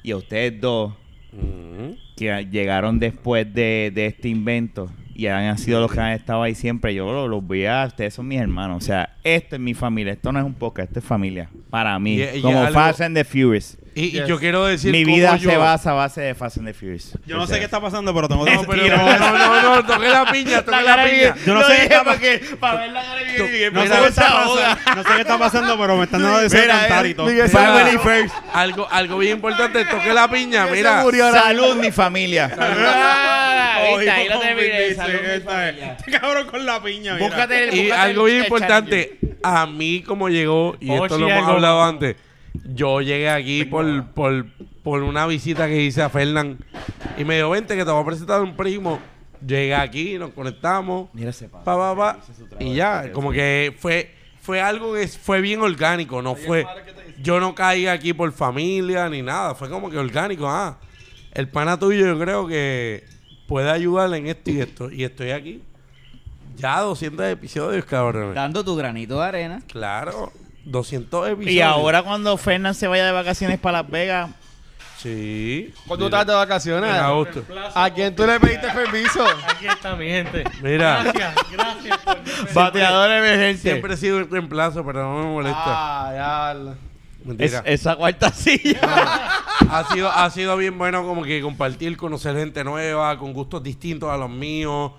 Speaker 6: Y a ustedes dos
Speaker 3: Mm.
Speaker 6: que llegaron después de, de este invento y han sido los que han estado ahí siempre. Yo lo- los voy a, ustedes son mis hermanos. O sea, esto es mi familia. Esto no es un podcast, esto es familia. Para mí.
Speaker 3: Y- y
Speaker 6: como
Speaker 3: algo-
Speaker 6: Fast and the Furious.
Speaker 3: Y, y
Speaker 5: Yes.
Speaker 3: yo quiero decir
Speaker 6: Mi
Speaker 3: cómo
Speaker 6: vida
Speaker 3: yo-
Speaker 6: se basa a base de Fast and the Furious.
Speaker 4: Yo no
Speaker 6: O sea,
Speaker 4: sé qué está pasando, pero tengo
Speaker 3: No,
Speaker 4: dos
Speaker 3: pero
Speaker 4: tiros.
Speaker 3: no, no, no, no, toqué la piña, toqué la, piña.
Speaker 4: Yo no
Speaker 6: Lo
Speaker 4: sé
Speaker 6: dije
Speaker 4: qué está
Speaker 6: porque- para ver la cara de Miguel y Miguel,
Speaker 4: No sé
Speaker 6: mira,
Speaker 4: qué está
Speaker 6: esa boda.
Speaker 4: pasando, no sé qué está pasando, pero me están dando deseo de
Speaker 6: Mira,
Speaker 4: cantar
Speaker 6: eh,
Speaker 4: y todo.
Speaker 5: Miguel,
Speaker 4: Mira,
Speaker 5: Mira.
Speaker 6: Family first.
Speaker 3: Algo, algo bien importante, toqué la piña,
Speaker 5: Se
Speaker 3: mira.
Speaker 5: murió ahora.
Speaker 6: Salud, mi familia.
Speaker 7: Ah,
Speaker 4: Ojo,
Speaker 7: viste, ahí
Speaker 4: hijo,
Speaker 7: lo
Speaker 4: con
Speaker 7: terminé.
Speaker 4: Vin
Speaker 7: Salud,
Speaker 4: Diesel,
Speaker 7: mi
Speaker 4: esta es.
Speaker 7: familia.
Speaker 4: Este cabrón con la piña, mira.
Speaker 6: Búscate el-
Speaker 3: Y
Speaker 6: búscate
Speaker 3: algo
Speaker 6: el-
Speaker 3: bien
Speaker 6: el
Speaker 3: importante, a mí como llegó, y
Speaker 2: Oh,
Speaker 3: esto lo
Speaker 2: sí,
Speaker 3: hemos
Speaker 2: algo.
Speaker 3: hablado antes, yo llegué aquí por, por, por una visita que hice a Fernán y me dijo, vente que te voy a presentar a un primo. Llegué aquí, nos conectamos,
Speaker 6: Mira ese
Speaker 3: pa, pa, pa, y ya, como que fue fue algo que fue bien orgánico, no fue, yo no caí aquí por familia ni nada, fue como que orgánico, ah, el pana tuyo yo creo que puede ayudarle en esto y esto, y estoy aquí. Ya 200 episodios, cabrón.
Speaker 7: Dando tu granito de arena.
Speaker 3: Claro, 200 episodios.
Speaker 6: Y ahora cuando Fernan se vaya de vacaciones para Las Vegas,
Speaker 3: Sí.
Speaker 5: Cuando tú
Speaker 3: Mira,
Speaker 5: estás de vacaciones,
Speaker 3: En agosto.
Speaker 5: ¿a quién tú le pediste permiso?
Speaker 2: Aquí está mi gente.
Speaker 3: Mira,
Speaker 2: Gracias, gracias por este verme.
Speaker 6: bateador emergente.
Speaker 3: siempre he sido un reemplazo, pero no me molesta.
Speaker 5: Ah, ya.
Speaker 6: Es-
Speaker 3: Mentira.
Speaker 6: esa cuarta silla.
Speaker 3: Ha, sido, ha sido bien bueno como que compartir, conocer gente nueva, con gustos distintos a los míos,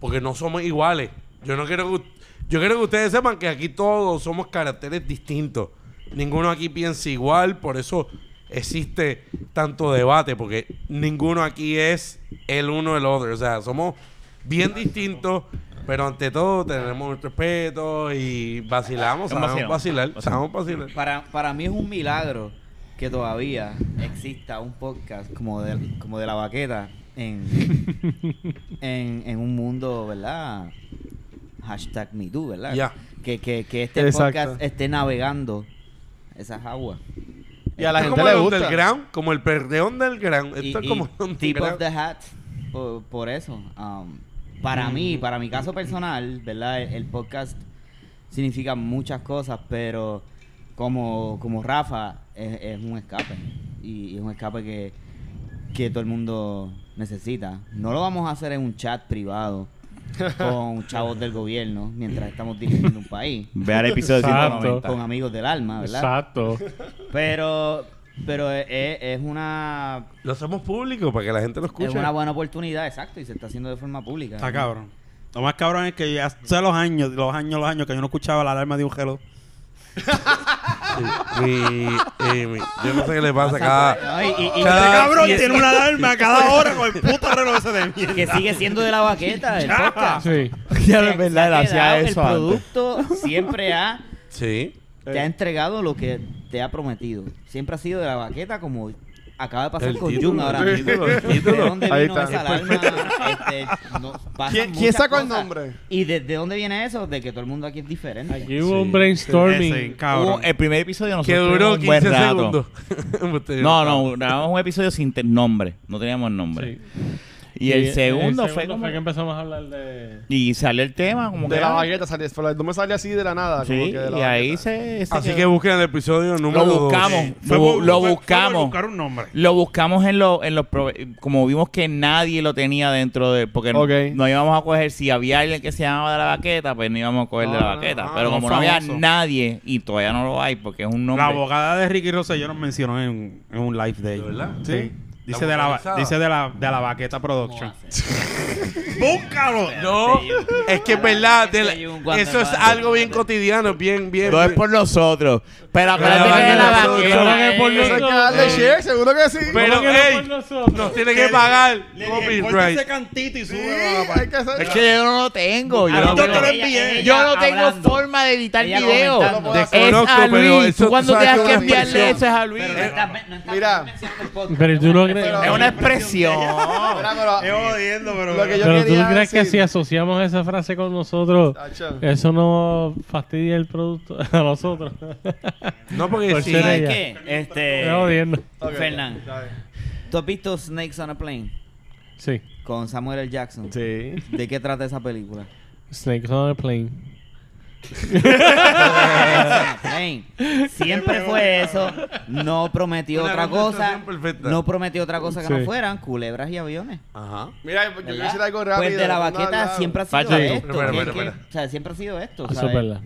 Speaker 3: porque no somos iguales. Yo no quiero que, u- yo quiero que ustedes sepan que aquí todos somos caracteres distintos. Ninguno aquí piensa igual, por eso existe tanto debate, porque ninguno aquí es el uno el otro. O sea, somos bien distintos, pero ante todo tenemos nuestro respeto y vacilamos,
Speaker 6: Un vacilón.
Speaker 3: sabemos vacilar, sabemos vacilar.
Speaker 7: Para, para mí es un milagro que todavía exista un podcast como de, como de la baqueta en, en, en un mundo, ¿verdad? Hashtag MeToo, ¿verdad?
Speaker 3: Ya.
Speaker 7: Que, que, que este
Speaker 5: Exacto.
Speaker 7: podcast esté navegando esas aguas.
Speaker 5: Y a la
Speaker 3: Es
Speaker 5: gente
Speaker 3: como
Speaker 5: le
Speaker 3: el
Speaker 5: gusta.
Speaker 3: underground, como el perdeón del ground. Esto
Speaker 7: Y-
Speaker 3: es como
Speaker 7: y
Speaker 3: el
Speaker 7: tip of
Speaker 3: underground.
Speaker 7: the hat por, por eso Um, para
Speaker 3: Mm.
Speaker 7: mí para mi caso personal verdad E, el, el podcast significa muchas cosas pero como como Rafa es, es un escape y, y es un escape que que todo el mundo necesita no lo vamos a hacer en un chat privado con chavos del gobierno mientras estamos dirigiendo un país
Speaker 6: Ve al episodio
Speaker 2: Exacto.
Speaker 6: 190.
Speaker 7: con amigos del alma verdad
Speaker 2: Exacto.
Speaker 7: pero pero es- es- es una
Speaker 3: Lo hacemos público para que la gente lo escuche.
Speaker 7: es una buena oportunidad, exacto, y se está haciendo de forma pública.
Speaker 4: Está
Speaker 7: ¿no?
Speaker 4: cabrón. Lo más cabrón es que hace los años, los años, los años que yo no escuchaba la alarma de un gelo.
Speaker 3: Sí. Mi- eh, mi- yo no sé qué le pasa
Speaker 7: No,
Speaker 3: cada.
Speaker 7: y, y- y-
Speaker 3: Cada-
Speaker 4: este cabrón
Speaker 3: diez-
Speaker 4: tiene una alarma cada hora con el puto reloj ese de mierda.
Speaker 7: que sigue siendo de la baqueta el podcast.
Speaker 2: Sí.
Speaker 6: Ya,
Speaker 7: Se-
Speaker 6: de
Speaker 7: se
Speaker 6: verdad,
Speaker 7: ha
Speaker 6: él hacía
Speaker 7: quedado,
Speaker 6: eso
Speaker 7: El
Speaker 6: antes.
Speaker 7: producto siempre ha,
Speaker 3: Sí.
Speaker 7: te ha entregado lo que te ha prometido. Siempre ha sido de la baqueta como acaba de pasar
Speaker 3: El
Speaker 7: con
Speaker 3: título,
Speaker 7: Jun ahora
Speaker 3: el
Speaker 7: mismo.
Speaker 3: título, el
Speaker 7: ¿De
Speaker 3: título.
Speaker 7: dónde
Speaker 5: Ahí
Speaker 7: vino
Speaker 5: está.
Speaker 7: esa alarma? Este, no, pasan
Speaker 5: ¿Quién- quién
Speaker 7: muchas
Speaker 5: sacó el
Speaker 7: cosas.
Speaker 5: nombre?
Speaker 7: ¿Y desde dónde viene eso? De que todo el mundo aquí es diferente.
Speaker 2: Aquí hubo un
Speaker 4: Ese,
Speaker 2: brainstorming.
Speaker 4: cabrón.
Speaker 6: Hubo- el primer episodio
Speaker 3: Que
Speaker 6: nosotros
Speaker 3: duró
Speaker 6: tuvimos un buen
Speaker 3: 15
Speaker 6: rato.
Speaker 3: segundos.
Speaker 6: No, no, grabamos un episodio sin te- nombre. No teníamos nombre.
Speaker 2: Sí.
Speaker 6: Y el, segundo fue como...
Speaker 2: que empezamos a hablar de.
Speaker 6: Y salió el tema como
Speaker 5: De
Speaker 6: que...
Speaker 5: la
Speaker 6: ah,
Speaker 5: bagueta salía, pero no me salía así de la nada. como
Speaker 6: Sí,
Speaker 5: que de la
Speaker 6: y ahí
Speaker 5: bagueta.
Speaker 6: se... se
Speaker 3: Así
Speaker 6: quedó.
Speaker 3: que busquen el episodio número
Speaker 6: Lo
Speaker 3: dos.
Speaker 6: buscamos.
Speaker 3: Sí.
Speaker 6: Bu- lo
Speaker 4: por- fue- fue por
Speaker 6: buscamos.
Speaker 4: buscar un nombre.
Speaker 6: Lo buscamos en los... En los pro- como vimos que nadie lo tenía dentro de... Porque no-
Speaker 5: Ok.
Speaker 6: no, íbamos a coger... Si había alguien que se llamaba de la baqueta, pues no íbamos a coger de
Speaker 5: No,
Speaker 6: la
Speaker 5: no,
Speaker 6: baqueta.
Speaker 5: no,
Speaker 6: Pero
Speaker 4: no,
Speaker 6: como no había
Speaker 4: famoso.
Speaker 6: nadie, y todavía no lo hay, porque es un nombre...
Speaker 4: La abogada de Ricky Rosselló nos mencionó en, en un live de
Speaker 3: ¿De
Speaker 4: ella.
Speaker 3: verdad?
Speaker 4: Sí.
Speaker 3: ¿La
Speaker 4: Dice de, la,
Speaker 3: vocalizada?
Speaker 4: dice de la de la Baqueta Production. ¡Búscalo!
Speaker 3: No, es que es verdad. de la-
Speaker 7: Este Jun, cuando
Speaker 3: eso es
Speaker 7: va-
Speaker 3: algo bien cotidiano, bien, bien.
Speaker 6: No es por nosotros. Pero acuérdate
Speaker 3: Pero
Speaker 6: que de la
Speaker 3: nosotros,
Speaker 6: baqueta...
Speaker 2: que por
Speaker 5: Eso hay que darle share, seguro que sí.
Speaker 3: Pero,
Speaker 2: ¿Cómo que no
Speaker 3: ey,
Speaker 2: por nosotros?
Speaker 3: nos tiene que pagar
Speaker 4: Le dije, corta ese
Speaker 3: copyright.
Speaker 4: cantito y
Speaker 5: Sí, pues
Speaker 4: sube a la
Speaker 5: hay que hacer-
Speaker 6: Es que yo no lo tengo. Yo
Speaker 7: Ah,
Speaker 6: no,
Speaker 4: yo te
Speaker 6: tengo-
Speaker 4: lo envié.
Speaker 6: yo no tengo
Speaker 7: hablando.
Speaker 6: forma de editar
Speaker 7: Ella
Speaker 6: video.
Speaker 7: comentando.
Speaker 6: Es
Speaker 3: Desconozco,
Speaker 6: a
Speaker 3: pero
Speaker 6: Luis.
Speaker 3: eso
Speaker 6: Tú cuando
Speaker 3: tú sabes
Speaker 6: tengas
Speaker 3: que
Speaker 6: que
Speaker 3: es una
Speaker 6: enviarle
Speaker 3: expresión.
Speaker 6: eso es a Luis.
Speaker 7: Pero no estás- no estás
Speaker 5: Mira.
Speaker 7: mencionando el podcast.
Speaker 2: Pero tú no crees.
Speaker 5: Pero-
Speaker 6: Es una expresión.
Speaker 5: Espera, pero-
Speaker 4: Estoy jodiendo, pero.
Speaker 5: Lo que yo-
Speaker 2: Pero tú
Speaker 5: quería
Speaker 2: crees que Eh.
Speaker 5: decir-
Speaker 2: si asociamos esa frase con nosotros,
Speaker 5: Tacho.
Speaker 2: eso no fastidia el producto a nosotros.
Speaker 3: No, porque
Speaker 2: Por
Speaker 3: sí.
Speaker 2: ser
Speaker 7: ¿Sabes
Speaker 2: ella.
Speaker 7: qué? Este,
Speaker 2: Estoy jodiendo.
Speaker 5: Ok,
Speaker 7: Fernán.
Speaker 5: está bien.
Speaker 7: ¿Tú has visto Snakes on a Plane
Speaker 2: Sí.
Speaker 7: con Samuel L. Jackson?
Speaker 2: Sí.
Speaker 7: ¿De qué trata esa película?
Speaker 2: Snakes on a plane.
Speaker 7: Plane. Siempre fue eso. No prometió
Speaker 3: Una
Speaker 7: otra cosa.
Speaker 3: contestación perfecta.
Speaker 7: No prometió otra cosa que
Speaker 2: Sí.
Speaker 7: no fueran culebras y aviones.
Speaker 3: Ajá.
Speaker 5: Mira, yo
Speaker 7: ¿verdad?
Speaker 5: quiero decir algo rápido.
Speaker 7: Pues de la
Speaker 5: no,
Speaker 7: baqueta
Speaker 5: no.
Speaker 7: siempre ha sido
Speaker 2: Facho,
Speaker 7: esto.
Speaker 3: espera,
Speaker 7: que-
Speaker 3: espera,
Speaker 7: que-
Speaker 3: espera.
Speaker 7: o sea, siempre ha sido esto.
Speaker 2: Eso es
Speaker 7: ¿sabes?
Speaker 2: verdad.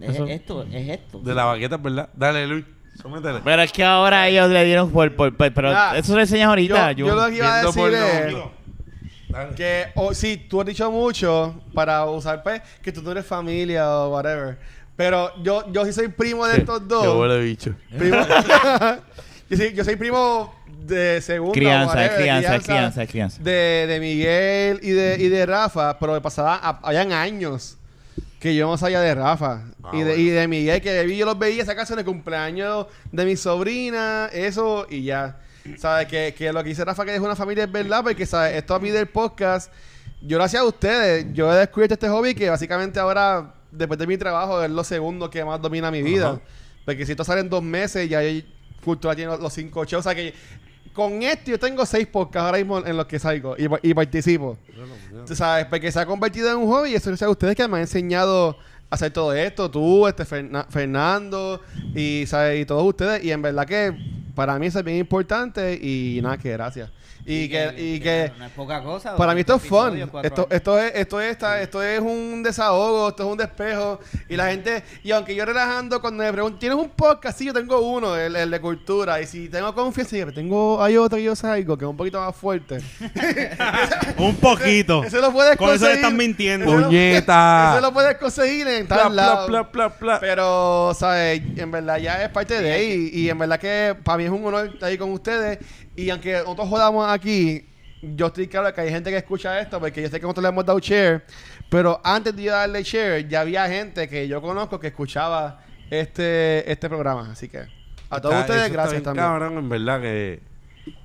Speaker 7: Es
Speaker 2: Eso-
Speaker 7: esto, es esto.
Speaker 3: De la baqueta, ¿verdad? Dale, Luis. Sométele.
Speaker 5: Pues,
Speaker 6: Pero es que ahora ellos le dieron por... por- por- pero
Speaker 5: Nah,
Speaker 6: eso lo enseñas ahorita,
Speaker 5: yo,
Speaker 6: Jun.
Speaker 5: yo lo que iba a
Speaker 3: Viendo
Speaker 5: decir es
Speaker 3: porno. Dale.
Speaker 5: que, o sí, tú has dicho mucho para usar, pues, que tú, no eres familia o whatever. Pero yo, yo sí soy primo de estos dos.
Speaker 3: Qué huele bicho.
Speaker 5: Primo- yo, soy, yo soy primo de segunda.
Speaker 6: Crianza,
Speaker 5: whatever,
Speaker 6: es
Speaker 5: de
Speaker 6: crianza, es crianza, es crianza.
Speaker 5: De, de Miguel y de, y de Rafa, pero me pasaba, a- habían años que yo no sabía de Rafa.
Speaker 3: Ah,
Speaker 5: y, de,
Speaker 3: bueno.
Speaker 5: y de Miguel, que vi- yo los veía esa casa en el cumpleaños de mi sobrina, eso y ya. ¿Sabes? Que, que lo que dice Rafa que es una familia es verdad, porque ¿sabes? esto a mí del podcast, yo gracias a ustedes, yo he descubierto este hobby que básicamente ahora, después de mi trabajo, es lo segundo que más domina mi vida.
Speaker 3: Ajá.
Speaker 5: Porque si esto sale en dos meses, ya yo- Cultura tiene los- los cinco shows. O sea que con esto yo tengo seis podcasts ahora mismo en los que salgo y, pa- y participo. Tú sabes, porque se ha convertido en un hobby y eso es a ustedes que me han enseñado a hacer todo esto, tú, este Ferna- Fernando y, ¿sabes? y todos ustedes. Y en verdad que para mí eso es bien importante y nada, que gracias. Y, que, y que
Speaker 7: no es poca cosa.
Speaker 5: para mí esto es
Speaker 7: Cinco
Speaker 5: fun.
Speaker 7: episodios, cuatro
Speaker 5: Esto,
Speaker 7: años.
Speaker 5: esto, es, esto, es, esta- esto es un desahogo, esto es un despejo. Y la gente, y aunque yo relajando, cuando me preguntan, ¿tienes un podcast? Sí, yo tengo uno, el, el de cultura. Y si tengo confianza, yo tengo, hay otro que yo salgo, que es un poquito más fuerte.
Speaker 4: Un poquito.
Speaker 5: Ese lo puedes
Speaker 4: Con
Speaker 5: conseguir.
Speaker 4: eso le están mintiendo.
Speaker 5: Ese lo-
Speaker 3: Puñeta.
Speaker 5: Ese lo puedes conseguir en
Speaker 3: Pla,
Speaker 5: tal
Speaker 3: pla,
Speaker 5: lado.
Speaker 3: pla, pla, pla.
Speaker 5: Pero, ¿sabes? En verdad ya es parte de ahí. Y en verdad que para mí es un honor estar ahí con ustedes. Y aunque nosotros jodamos aquí, yo estoy claro que hay gente que escucha esto porque yo sé que nosotros le hemos dado share. Pero antes de yo darle share, ya había gente que yo conozco que escuchaba este, este programa. Así que a
Speaker 3: Está-
Speaker 5: todos
Speaker 3: eso
Speaker 5: ustedes,
Speaker 3: está
Speaker 5: gracias
Speaker 3: bien
Speaker 5: también.
Speaker 3: Cabrón, en verdad que,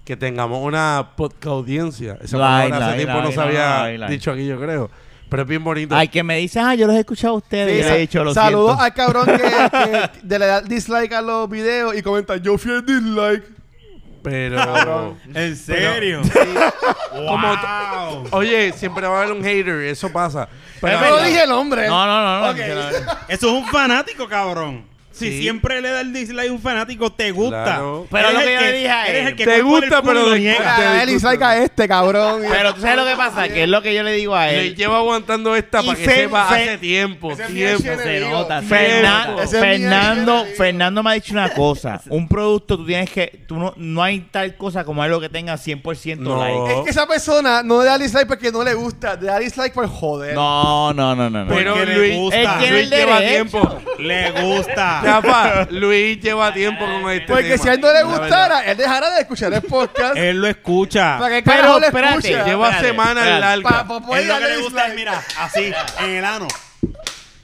Speaker 3: que tengamos una podcast audiencia. Esa
Speaker 6: La
Speaker 3: palabra
Speaker 6: hay, la
Speaker 3: hace
Speaker 6: hay,
Speaker 3: tiempo
Speaker 6: la
Speaker 3: no
Speaker 6: hay,
Speaker 3: se
Speaker 6: no, la
Speaker 3: había
Speaker 6: hay, la hay.
Speaker 3: dicho aquí, yo creo. Pero es bien bonito.
Speaker 6: Ay, que me dices, ah, yo los he escuchado a ustedes. yo
Speaker 5: Sí,
Speaker 6: le
Speaker 5: sa-
Speaker 6: he dicho, lo
Speaker 5: saludos
Speaker 6: siento.
Speaker 5: al cabrón que, que- de le da dislike a los videos y comenta, yo fui el dislike.
Speaker 3: Pero.
Speaker 4: ¿En serio? wow.
Speaker 3: Oye, siempre va a haber un hater, eso pasa. Pero
Speaker 5: Pero lo dije el hombre.
Speaker 6: No, no, no. no,
Speaker 5: Ok.
Speaker 6: no, no.
Speaker 4: Eso es un fanático, cabrón. Si
Speaker 3: Sí.
Speaker 4: siempre le da el dislike a un fanático, te gusta.
Speaker 3: Claro.
Speaker 6: Pero
Speaker 4: Eres
Speaker 6: lo
Speaker 4: el
Speaker 6: que yo le dije a él,
Speaker 4: eres el que
Speaker 3: te
Speaker 4: con- con el
Speaker 3: gusta,
Speaker 4: culo
Speaker 3: pero
Speaker 4: lo
Speaker 3: de-
Speaker 4: niega.
Speaker 5: A él y salga este, cabrón.
Speaker 6: Pero tú sabes lo que pasa, que es lo que yo le digo a
Speaker 3: Le
Speaker 6: él.
Speaker 3: llevo aguantando esta
Speaker 6: Y
Speaker 3: para que
Speaker 6: fe-
Speaker 3: sepa
Speaker 6: fe-
Speaker 3: hace tiempo.
Speaker 5: Ese es mi
Speaker 3: Tiempo.
Speaker 5: H-
Speaker 6: Se
Speaker 5: enemigo.
Speaker 6: nota.
Speaker 5: Tiempo.
Speaker 6: Fernan-
Speaker 5: Ese es mi
Speaker 6: Fernando,
Speaker 5: enemigo.
Speaker 6: Fernando me ha dicho una cosa. Un producto tú tienes que... Tú no, no hay tal cosa como algo que tenga 100%
Speaker 3: No.
Speaker 6: like.
Speaker 5: Es que esa persona no le da dislike porque no le gusta, le da dislike por joder.
Speaker 6: No, no, no, no. no.
Speaker 5: pues,
Speaker 3: Pero
Speaker 4: Porque le
Speaker 3: Luis,
Speaker 4: gusta.
Speaker 6: Él tiene
Speaker 3: Luis
Speaker 6: el
Speaker 3: lleva
Speaker 6: derecho.
Speaker 3: tiempo.
Speaker 4: Le gusta.
Speaker 3: Chapa, Luis lleva tiempo con este
Speaker 5: porque
Speaker 3: tema.
Speaker 5: si a él no le
Speaker 3: La verdad.
Speaker 5: gustara, él dejará de escuchar el podcast.
Speaker 4: Él lo escucha.
Speaker 5: para que
Speaker 6: Pero
Speaker 5: carajo le
Speaker 6: espérate,
Speaker 5: escucha.
Speaker 3: Lleva
Speaker 6: Espérate,
Speaker 3: semanas
Speaker 6: espérate.
Speaker 3: largas.
Speaker 5: Pa- pa- poder
Speaker 4: Él lo que
Speaker 5: darle
Speaker 4: le gusta es,
Speaker 5: dislike.
Speaker 4: mira, así, en el ano.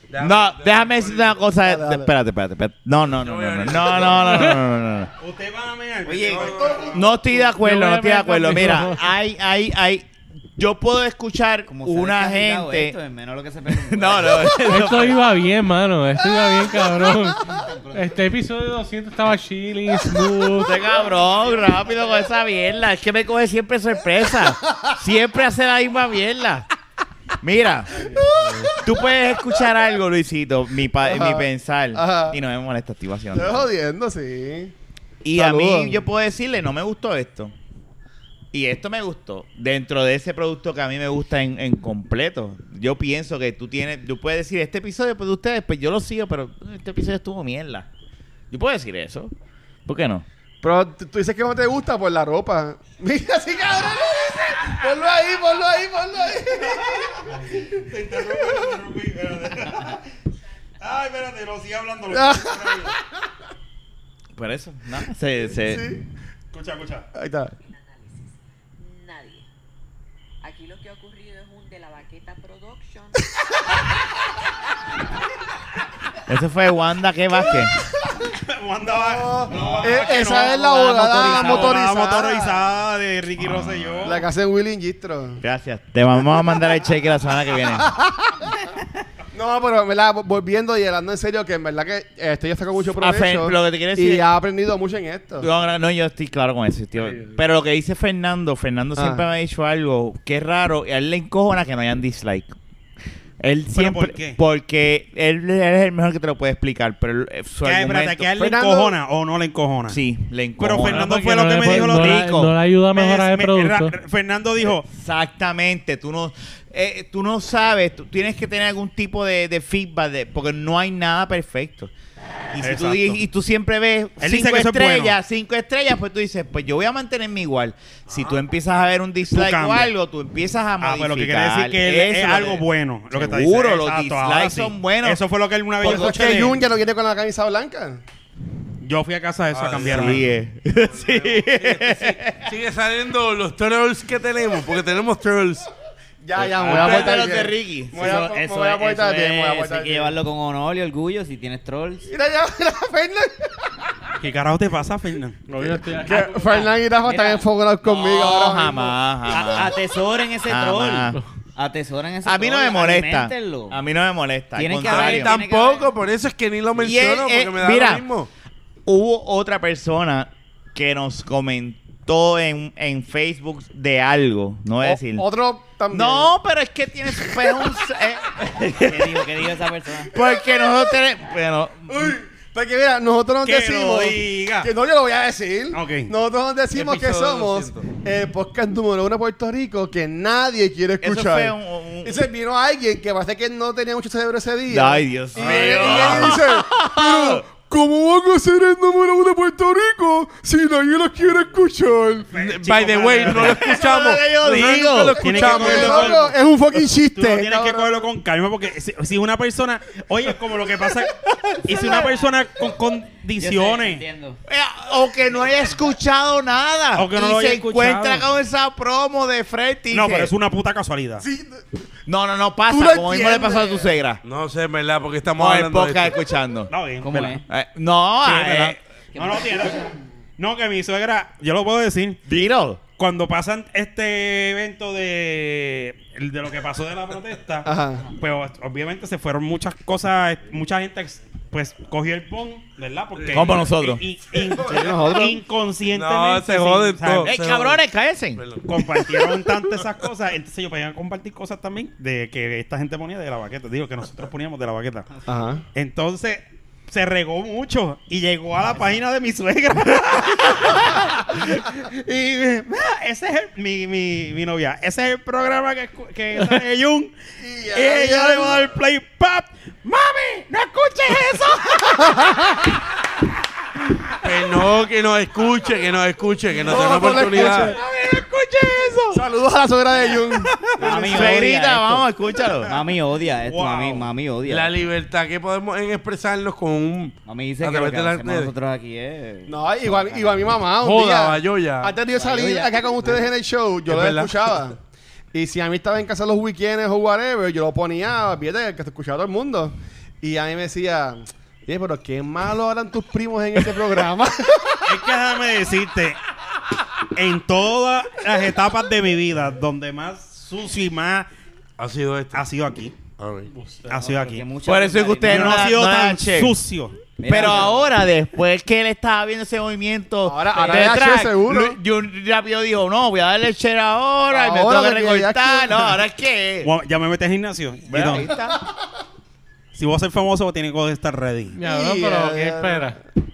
Speaker 6: No, déjame decir una cosa.
Speaker 5: Dale, dale.
Speaker 6: Espérate, espérate, espérate. No, no, no,
Speaker 3: voy a
Speaker 6: no, no,
Speaker 3: venir.
Speaker 6: no, no, no, no, no, no.
Speaker 4: Usted va a mear.
Speaker 7: Oye,
Speaker 4: No, no, no.
Speaker 6: No estoy de acuerdo,
Speaker 2: Yo voy a
Speaker 6: no estoy de
Speaker 2: meter
Speaker 6: acuerdo.
Speaker 2: mi
Speaker 6: Mira,
Speaker 2: ojo.
Speaker 6: hay, hay, hay. Yo puedo escuchar
Speaker 7: Como se ha
Speaker 6: una
Speaker 7: descabellado
Speaker 6: gente.
Speaker 7: esto, es menos lo que se pega un
Speaker 6: No,
Speaker 7: huevo.
Speaker 6: no.
Speaker 2: Esto iba bien, mano. Esto iba bien, cabrón. Este episodio 200 estaba chilling, smooth.
Speaker 6: Este cabrón, rápido con esa mierda. Es que me coge siempre sorpresa. Siempre hace la misma mierda. Mira, tú puedes escuchar algo, Luisito, mi, pa-
Speaker 5: Ajá,
Speaker 6: mi pensar.
Speaker 5: ajá.
Speaker 6: Y no me molesta, estoy vaciando.
Speaker 5: Estoy jodiendo, sí.
Speaker 6: Y a
Speaker 5: Saludos.
Speaker 6: mí yo puedo decirle, no me gustó esto. Y esto me gustó. Dentro de ese producto que a mí me gusta en, en completo. Yo pienso que tú tienes, tú puedes decir, este episodio pues, de ustedes, pues yo lo sigo, pero eh, este episodio estuvo mierda. Yo puedo decir eso. ¿Por qué no?
Speaker 5: Pero tú tú dices que no te gusta por la ropa. Mira, sí, cabrón. lo dice. Ponlo ahí, ponlo ahí, ponlo ahí.
Speaker 4: Te interrumpí, te interrumpí, espérate. Ay, espérate, lo sigue hablando. lo sigue hablando.
Speaker 6: Por eso. nada, se- se-
Speaker 5: Sí.
Speaker 4: Escucha, escucha.
Speaker 5: Ahí está.
Speaker 1: análisis. Nadie. Aquí lo que ha ocurrido es un de la baqueta production.
Speaker 6: Ese fue Wanda que Vázquez.
Speaker 4: Wanda va. No,
Speaker 5: Eh,
Speaker 4: que
Speaker 5: esa
Speaker 4: no,
Speaker 5: es la
Speaker 4: abogada
Speaker 5: abogada
Speaker 4: motorizada.
Speaker 5: motorizada.
Speaker 4: motorizada de Ricky Rosselló.
Speaker 5: La que hace Willing Gistro.
Speaker 6: Gracias. Te vamos a mandar el cheque la semana que viene.
Speaker 5: No, pero en verdad, vo- volviendo y hablando en serio, que en verdad que este, yo saco mucho
Speaker 6: A fe-
Speaker 5: provecho.
Speaker 6: Ah, lo que te quiero
Speaker 5: Y
Speaker 6: decir-
Speaker 5: ha aprendido mucho en esto.
Speaker 6: No, no, no, yo estoy claro con eso. tío. Pero lo que dice Fernando, Fernando
Speaker 5: Ah.
Speaker 6: siempre me ha dicho algo que es raro. y A él le encojona que no hayan dislike. Él siempre.
Speaker 4: por qué?
Speaker 6: Porque él, él es el mejor que te lo puede explicar. Pero él- eh, su
Speaker 4: ¿Qué, espérate,
Speaker 6: argumento-
Speaker 4: ¿que a él le
Speaker 5: Fernando-
Speaker 4: encojona o no le encojona?
Speaker 6: Sí, le
Speaker 4: Pero
Speaker 6: encojona.
Speaker 4: Fernando
Speaker 2: Porque
Speaker 4: fue lo
Speaker 2: no
Speaker 4: que
Speaker 2: le
Speaker 4: me
Speaker 2: puede-
Speaker 4: dijo lo
Speaker 2: no la-
Speaker 6: rico.
Speaker 2: No le ayuda a
Speaker 4: Me-
Speaker 2: mejorar el
Speaker 4: me-
Speaker 2: producto.
Speaker 4: Ra- Fernando dijo,
Speaker 6: Exactamente, tú no, eh, tú no sabes, tú tienes que tener algún tipo de, de feedback, de- porque no hay nada perfecto. Y si
Speaker 4: Exacto.
Speaker 6: tú, di- y tú siempre ves
Speaker 4: Él dice
Speaker 6: cinco
Speaker 4: que eso es bueno.
Speaker 6: estrellas, cinco estrellas, pues tú dices, pues yo voy a mantenerme igual. Si tú empiezas a ver un dislike o
Speaker 4: Ah. cambias.
Speaker 6: algo, tú empiezas a modificar.
Speaker 4: Ah, pero lo que quiere decir que él- es
Speaker 6: Eso lo
Speaker 4: algo
Speaker 6: que-
Speaker 4: bueno. Lo que está diciendo.
Speaker 6: Seguro, los
Speaker 4: Exacto, ahora
Speaker 6: dislikes
Speaker 4: sí.
Speaker 6: son buenos.
Speaker 4: Eso fue lo que él una vez
Speaker 5: Por
Speaker 4: yo
Speaker 5: eso es
Speaker 4: escuché.
Speaker 5: que
Speaker 4: de
Speaker 5: Jun
Speaker 4: él.
Speaker 5: ya no viene con la camisa blanca.
Speaker 4: Yo fui a casa de eso
Speaker 3: Ah,
Speaker 4: a cambiarme.
Speaker 6: Sí, eh. es.
Speaker 3: Sigue saliendo los trolls que tenemos, porque tenemos trolls.
Speaker 5: Ya, ya, Pues, me voy
Speaker 6: Ah,
Speaker 5: a
Speaker 6: pero
Speaker 5: portar
Speaker 6: los de
Speaker 5: bien.
Speaker 6: Ricky.
Speaker 5: Me voy a- me voy a portar bien, me voy a
Speaker 7: eso
Speaker 5: portar
Speaker 7: hay que
Speaker 5: bien.
Speaker 7: llevarlo con honor y orgullo si tienes trolls.
Speaker 5: Mira ya, mira, Fernan.
Speaker 4: ¿Qué carajo te pasa, Fernando?
Speaker 2: No, yo estoy aquí.
Speaker 5: Que Fernan y Rafa están enfocados conmigo
Speaker 6: No,
Speaker 5: ahora mismo.
Speaker 6: jamás, jamás.
Speaker 7: A- atesoren ese
Speaker 6: Jamás.
Speaker 7: troll. Atesoren ese
Speaker 6: A mí no
Speaker 7: troll,
Speaker 6: me molesta.
Speaker 7: aliméntenlo.
Speaker 6: A mí no me molesta. al
Speaker 7: Tienen que
Speaker 3: A
Speaker 6: contrario.
Speaker 3: mí
Speaker 7: haber- tiene que
Speaker 3: tampoco,
Speaker 7: haber.
Speaker 3: por eso es que ni lo
Speaker 6: Y él,
Speaker 3: menciono, porque
Speaker 6: eh,
Speaker 3: me da
Speaker 6: mira,
Speaker 3: lo mismo.
Speaker 6: Hubo otra persona que nos comentó en, en Facebook de algo. No voy a
Speaker 5: O-
Speaker 6: decir.
Speaker 5: Otro también.
Speaker 6: No, pero es que tienes fue un- eh,
Speaker 7: ¿Qué dijo, qué dijo esa persona?
Speaker 6: porque nosotros tenemos. Bueno,
Speaker 5: Uy, porque mira, nosotros nos
Speaker 4: Que lo
Speaker 5: decimos.
Speaker 4: diga.
Speaker 5: Que no, yo lo voy a decir.
Speaker 4: Ok.
Speaker 5: Nosotros nos decimos que
Speaker 3: Episodio
Speaker 5: somos
Speaker 3: 200.
Speaker 5: el podcast número uno de Puerto Rico que nadie quiere
Speaker 6: Eso
Speaker 5: escuchar.
Speaker 6: fue un- un-
Speaker 5: Dice, vino alguien que parece que no tenía mucho cerebro ese día.
Speaker 6: ay, Dios
Speaker 5: Y,
Speaker 6: mío.
Speaker 5: y él dice, pero, ¿cómo van a ser el número uno de Puerto Rico si nadie los quiere escuchar?
Speaker 3: By the way, no lo escuchamos.
Speaker 6: Eso es lo que yo
Speaker 3: Nunca
Speaker 6: digo.
Speaker 3: lo
Speaker 4: Tiene que
Speaker 3: escuchamos.
Speaker 4: cogerlo
Speaker 5: Cabrón, pues, es un fucking
Speaker 4: Tú
Speaker 5: chiste.
Speaker 4: no tienes que
Speaker 5: cabrón.
Speaker 4: cogerlo con calma porque si, si una persona, oye, como lo que pasa, y si una persona con
Speaker 7: Yo sé,
Speaker 4: condiciones,
Speaker 7: entiendo.
Speaker 6: Eh, O que no haya escuchado nada.
Speaker 4: O que no
Speaker 6: y
Speaker 4: lo haya
Speaker 6: se
Speaker 4: escuchado.
Speaker 6: encuentra con esa promo de frente. y
Speaker 4: no,
Speaker 6: dice,
Speaker 4: pero es una puta casualidad.
Speaker 5: Sí,
Speaker 6: no, no, no
Speaker 5: Tú
Speaker 6: pasa.
Speaker 5: lo
Speaker 6: Como mismo le pasó a tu
Speaker 5: entiendes.
Speaker 6: suegra.
Speaker 3: No sé, en verdad, porque estamos
Speaker 6: No, el
Speaker 3: hablando de
Speaker 6: podcast
Speaker 3: esto.
Speaker 6: escuchando.
Speaker 4: No, bien,
Speaker 7: ¿Cómo
Speaker 4: ¿verdad?
Speaker 7: es?
Speaker 6: Eh, no,
Speaker 4: Sí,
Speaker 6: eh,
Speaker 4: ¿verdad? No, no, tiene. No, que mi suegra, yo lo puedo decir,
Speaker 6: dilo.
Speaker 4: cuando pasan este evento de, el de lo que pasó de la protesta,
Speaker 5: Ajá.
Speaker 4: pues obviamente se fueron muchas cosas, mucha gente pues cogió el pon, ¿verdad? Porque
Speaker 6: Como nosotros.
Speaker 4: in- in-
Speaker 5: nosotros.
Speaker 4: inconscientemente
Speaker 3: No, se joden
Speaker 4: ¿sabes?
Speaker 3: todos.
Speaker 6: ¡Ey, cabrones, cállense!
Speaker 3: Perdón.
Speaker 4: compartieron tanto esas cosas, entonces ellos podían compartir cosas también de que esta gente ponía de la baqueta, digo que nosotros poníamos de la baqueta.
Speaker 5: Ajá.
Speaker 4: Entonces se regó mucho y llegó a la página de mi suegra. y me- "Mira, ese es el- mi, mi, mi novia. Ese es el programa que, escu- que sale Jun. y ella le va a dar play pop. ¡Mami! ¡No escuches eso!
Speaker 3: Que no, que nos escuche, que nos escuche, que nos dé
Speaker 5: No,
Speaker 3: una
Speaker 5: no lo
Speaker 3: oportunidad.
Speaker 5: escuche.
Speaker 4: ¡Mami, no escuches eso!
Speaker 5: Saludos a la suegra de Jun.
Speaker 7: Mami odia
Speaker 6: Suegrita,
Speaker 7: esto.
Speaker 6: vamos, escúchalo.
Speaker 7: Mami odia esto,
Speaker 4: Wow.
Speaker 7: mami, mami odia.
Speaker 3: La libertad que podemos en expresarnos con un...
Speaker 7: mami dice
Speaker 3: a
Speaker 7: que lo
Speaker 3: través
Speaker 7: que
Speaker 3: de las
Speaker 7: hacemos
Speaker 3: redes.
Speaker 7: nosotros aquí es...
Speaker 5: No, igual, igual mi mamá. Un
Speaker 3: Joda,
Speaker 5: día,
Speaker 3: Bayoya.
Speaker 5: Antes de yo salir
Speaker 7: Bayoya.
Speaker 5: acá con ustedes en el show, yo
Speaker 3: Es
Speaker 5: lo
Speaker 3: verdad.
Speaker 5: escuchaba. Y si a mí estaba en casa los weekends o whatever, yo lo ponía, fíjate, que te escuchaba todo el mundo. Y a mí me decía, oye, pero qué malo harán tus primos en este programa.
Speaker 4: Es que déjame decirte, en todas las etapas de mi vida, donde más sucio y más
Speaker 3: Ha sido
Speaker 6: este.
Speaker 3: esto.
Speaker 4: ha sido aquí.
Speaker 3: A ver.
Speaker 4: Ha sido aquí.
Speaker 7: Porque
Speaker 4: Yo
Speaker 7: mucha
Speaker 6: Por eso es que
Speaker 7: vulgaridad.
Speaker 6: ustedes
Speaker 4: no
Speaker 6: no
Speaker 4: ha
Speaker 6: la-
Speaker 4: sido
Speaker 6: no la
Speaker 4: tan
Speaker 6: che.
Speaker 4: sucio.
Speaker 7: Mira,
Speaker 6: Pero
Speaker 7: mira.
Speaker 6: ahora, después que él estaba viendo ese movimiento,
Speaker 5: Ahora- ahora
Speaker 6: de
Speaker 5: le hace
Speaker 6: track,
Speaker 5: seguro.
Speaker 6: Lu- yo rápido digo, no, voy a darle share ahora, y me
Speaker 5: Ahora,
Speaker 6: tengo que
Speaker 5: porque ya
Speaker 6: recortar.
Speaker 5: aquí-
Speaker 6: No, ahora es que.
Speaker 4: Bueno, Ya me metí al gimnasio. Y
Speaker 6: Bueno,
Speaker 4: no.
Speaker 6: ahí está.
Speaker 4: Si vos ser famoso, tienes que estar ready.
Speaker 2: Ya, no,
Speaker 5: Ya,
Speaker 2: pero ¿qué
Speaker 5: ya.
Speaker 2: espera?
Speaker 4: Em-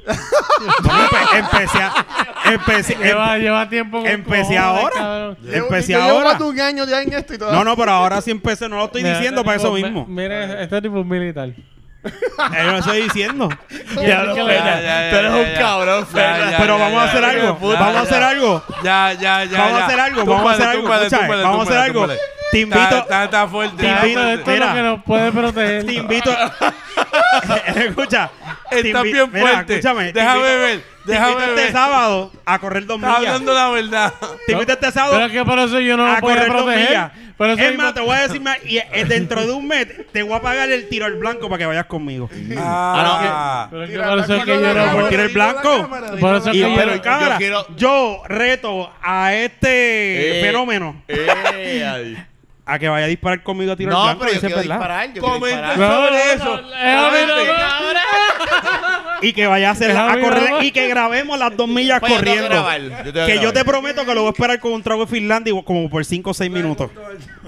Speaker 4: Bueno, empe- pues, empecé a- empecé,
Speaker 2: Lleva, lleva tiempo con
Speaker 4: empecé
Speaker 2: cojones,
Speaker 4: ahora.
Speaker 2: cabrón.
Speaker 4: em- empecé
Speaker 5: Yo- yo
Speaker 4: ahora.
Speaker 5: Llevo más de un año ya en esto y todo.
Speaker 4: No, no, pero ahora sí empecé. No lo estoy
Speaker 2: Mira,
Speaker 4: diciendo
Speaker 2: este
Speaker 4: para eso
Speaker 2: tipo-
Speaker 4: mismo.
Speaker 2: mi- Mira, este tipo es militar.
Speaker 4: Eh, Yo lo estoy diciendo.
Speaker 6: Ya, no,
Speaker 2: Ya,
Speaker 6: Fernan,
Speaker 3: ya,
Speaker 6: tú eres
Speaker 3: ya,
Speaker 6: un
Speaker 3: ya.
Speaker 6: cabrón, Fernan.
Speaker 3: ya,
Speaker 4: Pero
Speaker 3: ya,
Speaker 4: vamos a
Speaker 3: ya,
Speaker 4: hacer
Speaker 3: ya,
Speaker 4: algo.
Speaker 3: ya,
Speaker 4: Vamos
Speaker 3: ya.
Speaker 4: a hacer algo.
Speaker 3: Ya, ya, ya.
Speaker 4: Vamos a
Speaker 3: ya.
Speaker 4: hacer algo,
Speaker 3: Túmbale,
Speaker 4: vamos a hacer algo,
Speaker 3: túmbale,
Speaker 4: escucha,
Speaker 3: túmbale,
Speaker 4: vamos a hacer algo.
Speaker 3: túmbale.
Speaker 4: Te invito-
Speaker 3: Está- Está está fuerte.
Speaker 4: Te
Speaker 2: Ya,
Speaker 3: está
Speaker 4: invito-
Speaker 2: pero
Speaker 3: fuerte.
Speaker 2: esto es lo
Speaker 4: mira.
Speaker 2: que nos puede proteger.
Speaker 4: Te invito a... escucha. te
Speaker 3: Está
Speaker 4: invi-
Speaker 3: bien
Speaker 4: Mira,
Speaker 3: fuerte.
Speaker 4: escúchame. te
Speaker 3: Déjame
Speaker 4: invito-
Speaker 3: ver,
Speaker 4: te
Speaker 3: déjame
Speaker 4: invito
Speaker 3: ver.
Speaker 4: este sábado a correr dos
Speaker 3: Está
Speaker 4: millas.
Speaker 3: hablando la verdad.
Speaker 4: Te invito este sábado
Speaker 2: Pero es que por eso yo no
Speaker 4: a
Speaker 2: lo puedo
Speaker 4: correr dos
Speaker 2: proteger.
Speaker 4: millas.
Speaker 2: Por eso
Speaker 4: Ah, Es
Speaker 2: mismo-
Speaker 4: más, te voy a decir más. Y eh, dentro de un mes te voy a pagar el tiro al blanco para que vayas conmigo.
Speaker 3: Ah,
Speaker 2: Pero es que
Speaker 5: Tira
Speaker 2: por
Speaker 5: la
Speaker 2: eso es
Speaker 5: cámara
Speaker 2: que yo
Speaker 5: a la
Speaker 2: no
Speaker 4: Por
Speaker 2: puedo...
Speaker 5: cámara.
Speaker 4: tirar el blanco.
Speaker 2: Por eso es
Speaker 4: Y
Speaker 2: que yo
Speaker 4: pero,
Speaker 2: no-
Speaker 6: yo
Speaker 4: cámara, yo,
Speaker 6: quiero-
Speaker 4: reto a este
Speaker 6: Eh.
Speaker 4: fenómeno
Speaker 6: Eh, ahí.
Speaker 4: a que vaya a disparar conmigo a tiro al
Speaker 6: No,
Speaker 4: blanco.
Speaker 6: pero yo
Speaker 4: dice,
Speaker 6: quiero
Speaker 4: ¿verdad?
Speaker 6: disparar, yo quiero
Speaker 3: Comenta
Speaker 6: disparar.
Speaker 3: sobre
Speaker 2: No, no,
Speaker 3: eso.
Speaker 2: no, déjame, no, no,
Speaker 4: Y que vaya a hacer
Speaker 2: Déjame
Speaker 4: a correr
Speaker 2: grabar.
Speaker 4: y que grabemos las dos millas
Speaker 6: Pues yo tengo
Speaker 4: corriendo.
Speaker 6: grabar, yo tengo
Speaker 4: que yo te
Speaker 6: grabar.
Speaker 4: prometo que lo voy a esperar con un trago de Finlandia y como por 5 o 6 minutos.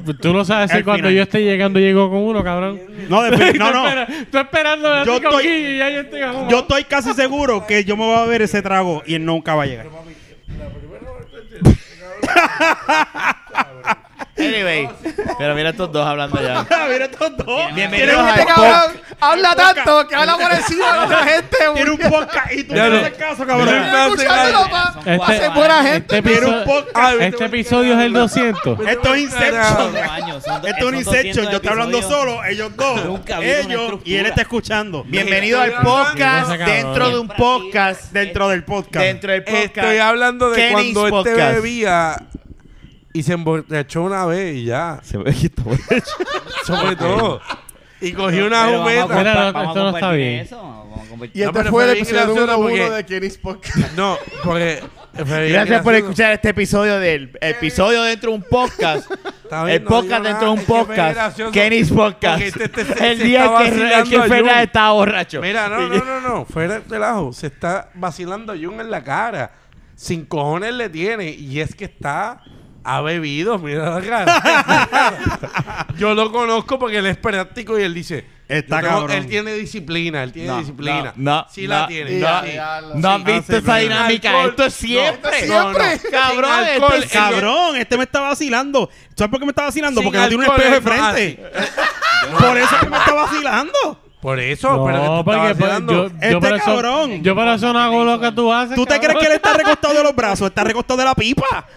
Speaker 2: Pues Tú no sabes si
Speaker 4: Al
Speaker 2: cuando
Speaker 4: final.
Speaker 2: yo esté llegando llego con uno, cabrón.
Speaker 4: No, de- no,
Speaker 2: Tú
Speaker 4: no.
Speaker 2: espera- Tú esperando a
Speaker 4: Yo
Speaker 2: ti con
Speaker 4: estoy-
Speaker 2: Guille y ya yo estoy con uno.
Speaker 4: Yo estoy casi seguro que yo me voy a beber ese trago y él nunca va a llegar.
Speaker 6: Anyway, pero mira estos dos hablando ya.
Speaker 4: Ah, Mira estos dos.
Speaker 6: Bienvenidos
Speaker 4: Tiene un
Speaker 6: a-
Speaker 5: Este
Speaker 4: podcast-
Speaker 5: cabrón habla tanto que habla por encima de otra gente.
Speaker 4: Tiene un podcast y tú no
Speaker 3: Ya lo-
Speaker 4: haces caso, cabrón.
Speaker 5: Escuchándolo pa-
Speaker 2: Este-
Speaker 5: pa' ser buena gente.
Speaker 2: Este
Speaker 4: Tiene
Speaker 2: episo-
Speaker 4: un podcast.
Speaker 3: Ay, vete, vete,
Speaker 2: este episodio es el 200.
Speaker 4: Esto es Inception.
Speaker 7: Son años, son do-
Speaker 4: Esto es un
Speaker 7: son
Speaker 4: Inception.
Speaker 7: 200
Speaker 4: Yo estoy hablando
Speaker 7: episodios.
Speaker 4: solo, ellos dos.
Speaker 7: Nunca ha habido una
Speaker 4: ellos y
Speaker 7: estructura.
Speaker 4: él está escuchando.
Speaker 6: Bienvenido al
Speaker 3: Estoy
Speaker 6: podcast
Speaker 2: hablando-
Speaker 6: dentro de un podcast.
Speaker 4: Dentro del podcast.
Speaker 6: Dentro del podcast.
Speaker 3: Estoy hablando de
Speaker 6: Kenny's
Speaker 3: cuando este
Speaker 6: podcast.
Speaker 3: bebía y se emborrachó una vez y ya.
Speaker 6: Se ve que está borracho.
Speaker 3: Sobre todo. Y cogí una
Speaker 7: Pero vamos a
Speaker 3: jumeta.
Speaker 7: compa-
Speaker 2: Mira, no,
Speaker 7: vamos a
Speaker 2: esto no está
Speaker 7: compartir
Speaker 2: bien.
Speaker 7: eso, vamos a compartir-
Speaker 5: Y
Speaker 3: No,
Speaker 5: este
Speaker 3: pero
Speaker 5: fue el
Speaker 3: fue bien
Speaker 5: episodio número
Speaker 3: gracioso
Speaker 5: uno
Speaker 3: porque-
Speaker 5: de Kenny's Podcast.
Speaker 3: No, porque. fue bien
Speaker 6: Gracias por
Speaker 3: gracioso.
Speaker 6: escuchar este episodio del episodio dentro de un podcast.
Speaker 3: Está bien,
Speaker 6: el
Speaker 3: no
Speaker 6: podcast
Speaker 3: digo
Speaker 6: dentro de
Speaker 3: nada.
Speaker 6: un
Speaker 3: Es que fue
Speaker 6: podcast.
Speaker 3: gracioso
Speaker 6: Kenny's podcast.
Speaker 3: porque este- este se-
Speaker 6: el
Speaker 3: se
Speaker 6: día
Speaker 3: está
Speaker 6: que,
Speaker 3: vacilando
Speaker 6: que
Speaker 3: a
Speaker 6: Fernández
Speaker 3: Jun.
Speaker 6: estaba borracho.
Speaker 3: Mira, no, no, no, no. Fuera de relajo. Se está vacilando a Jun en la cara. Sin cojones le tiene. Y es que está. Ha bebido, mira la cara. Yo lo conozco porque él es práctico y él dice.
Speaker 4: Está
Speaker 3: yo tengo-
Speaker 4: cabrón.
Speaker 3: Él tiene disciplina, él tiene
Speaker 6: No,
Speaker 3: disciplina.
Speaker 6: no, no,
Speaker 3: sí la
Speaker 6: no,
Speaker 3: tiene.
Speaker 5: no.
Speaker 3: sí.
Speaker 6: No has
Speaker 5: Sí,
Speaker 6: visto
Speaker 5: ah, sí,
Speaker 6: esa
Speaker 5: pero-
Speaker 6: dinámica.
Speaker 3: Alcohol,
Speaker 6: esto es
Speaker 3: no,
Speaker 6: siempre.
Speaker 5: no, no.
Speaker 6: Siempre. Cabrón,
Speaker 3: Sin
Speaker 6: esto
Speaker 3: alcohol,
Speaker 6: es-
Speaker 4: Cabrón, este me está vacilando. ¿Sabes por qué me está vacilando?
Speaker 3: Sin
Speaker 4: Porque no tiene un
Speaker 3: alcohol
Speaker 4: espejo de
Speaker 3: es más.
Speaker 4: frente. Por eso es que me está vacilando.
Speaker 3: Por eso,
Speaker 2: No,
Speaker 3: pero que tú estás
Speaker 2: porque pues,
Speaker 3: vacilando.
Speaker 2: yo,
Speaker 4: Este
Speaker 2: yo para eso-
Speaker 4: cabrón.
Speaker 2: yo para eso no hago lo que tú haces.
Speaker 4: ¿Tú te crees
Speaker 2: cabrón.
Speaker 4: que él está recostado de los brazos? Está recostado de la pipa.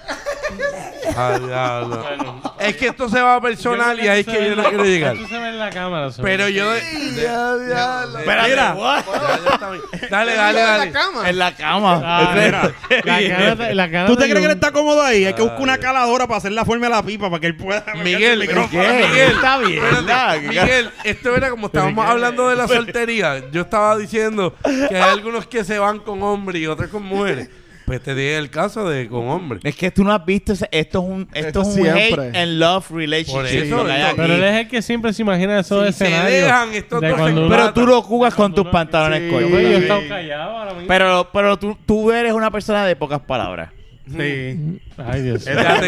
Speaker 3: Ah, diablo. Es que esto se va personal y ahí es
Speaker 2: Eso se
Speaker 3: que
Speaker 2: ve
Speaker 3: yo
Speaker 2: en
Speaker 3: no
Speaker 2: la-
Speaker 3: quiero llegar.
Speaker 2: Eso se ve en la cámara. eso.
Speaker 3: Pero yo.
Speaker 5: Ya, ya, lo-
Speaker 6: Espérate,
Speaker 4: Mira.
Speaker 6: what?
Speaker 3: Ya, ya está bien. Dale,
Speaker 5: Ya,
Speaker 3: dale,
Speaker 5: ya,
Speaker 3: dale.
Speaker 5: la cama.
Speaker 6: En la cama.
Speaker 2: Ah,
Speaker 6: Ese-
Speaker 2: mira, la cara de- la cara
Speaker 4: ¿Tú te
Speaker 2: de
Speaker 4: crees que él
Speaker 2: Jun.
Speaker 4: está cómodo ahí? Hay que buscar una caladora para hacer la forma de la pipa para que él pueda.
Speaker 3: Ah, Miguel,
Speaker 4: el micrófono.
Speaker 3: Miguel,
Speaker 6: Miguel, está bien,
Speaker 3: espérate.
Speaker 6: nada, que-
Speaker 3: Miguel, esto era como estábamos hablando de la soltería. Yo estaba diciendo que hay algunos que se van con hombres y otros con mujeres. Pues te dije el caso de con hombres.
Speaker 6: Es que tú no has visto ese- esto es un esto,
Speaker 5: Esto
Speaker 6: es un
Speaker 5: siempre.
Speaker 6: hate and love relationship.
Speaker 3: Por eso,
Speaker 6: lo que hay
Speaker 3: no,
Speaker 6: aquí.
Speaker 2: Pero él es el que siempre se imagina esos
Speaker 3: Si se
Speaker 2: escenarios.
Speaker 3: dejan, estos
Speaker 2: de
Speaker 3: dos se
Speaker 2: cuando uno-
Speaker 6: Pero tú lo jugas con tus
Speaker 2: Sí.
Speaker 6: pantalones
Speaker 5: Sí.
Speaker 6: cortos.
Speaker 2: Yo he
Speaker 5: Sí.
Speaker 2: estado callado ahora mismo.
Speaker 6: Pero, pero tú, tú eres una persona de pocas palabras.
Speaker 4: Sí.
Speaker 3: Pues,
Speaker 2: Ay, Dios.
Speaker 3: Ya te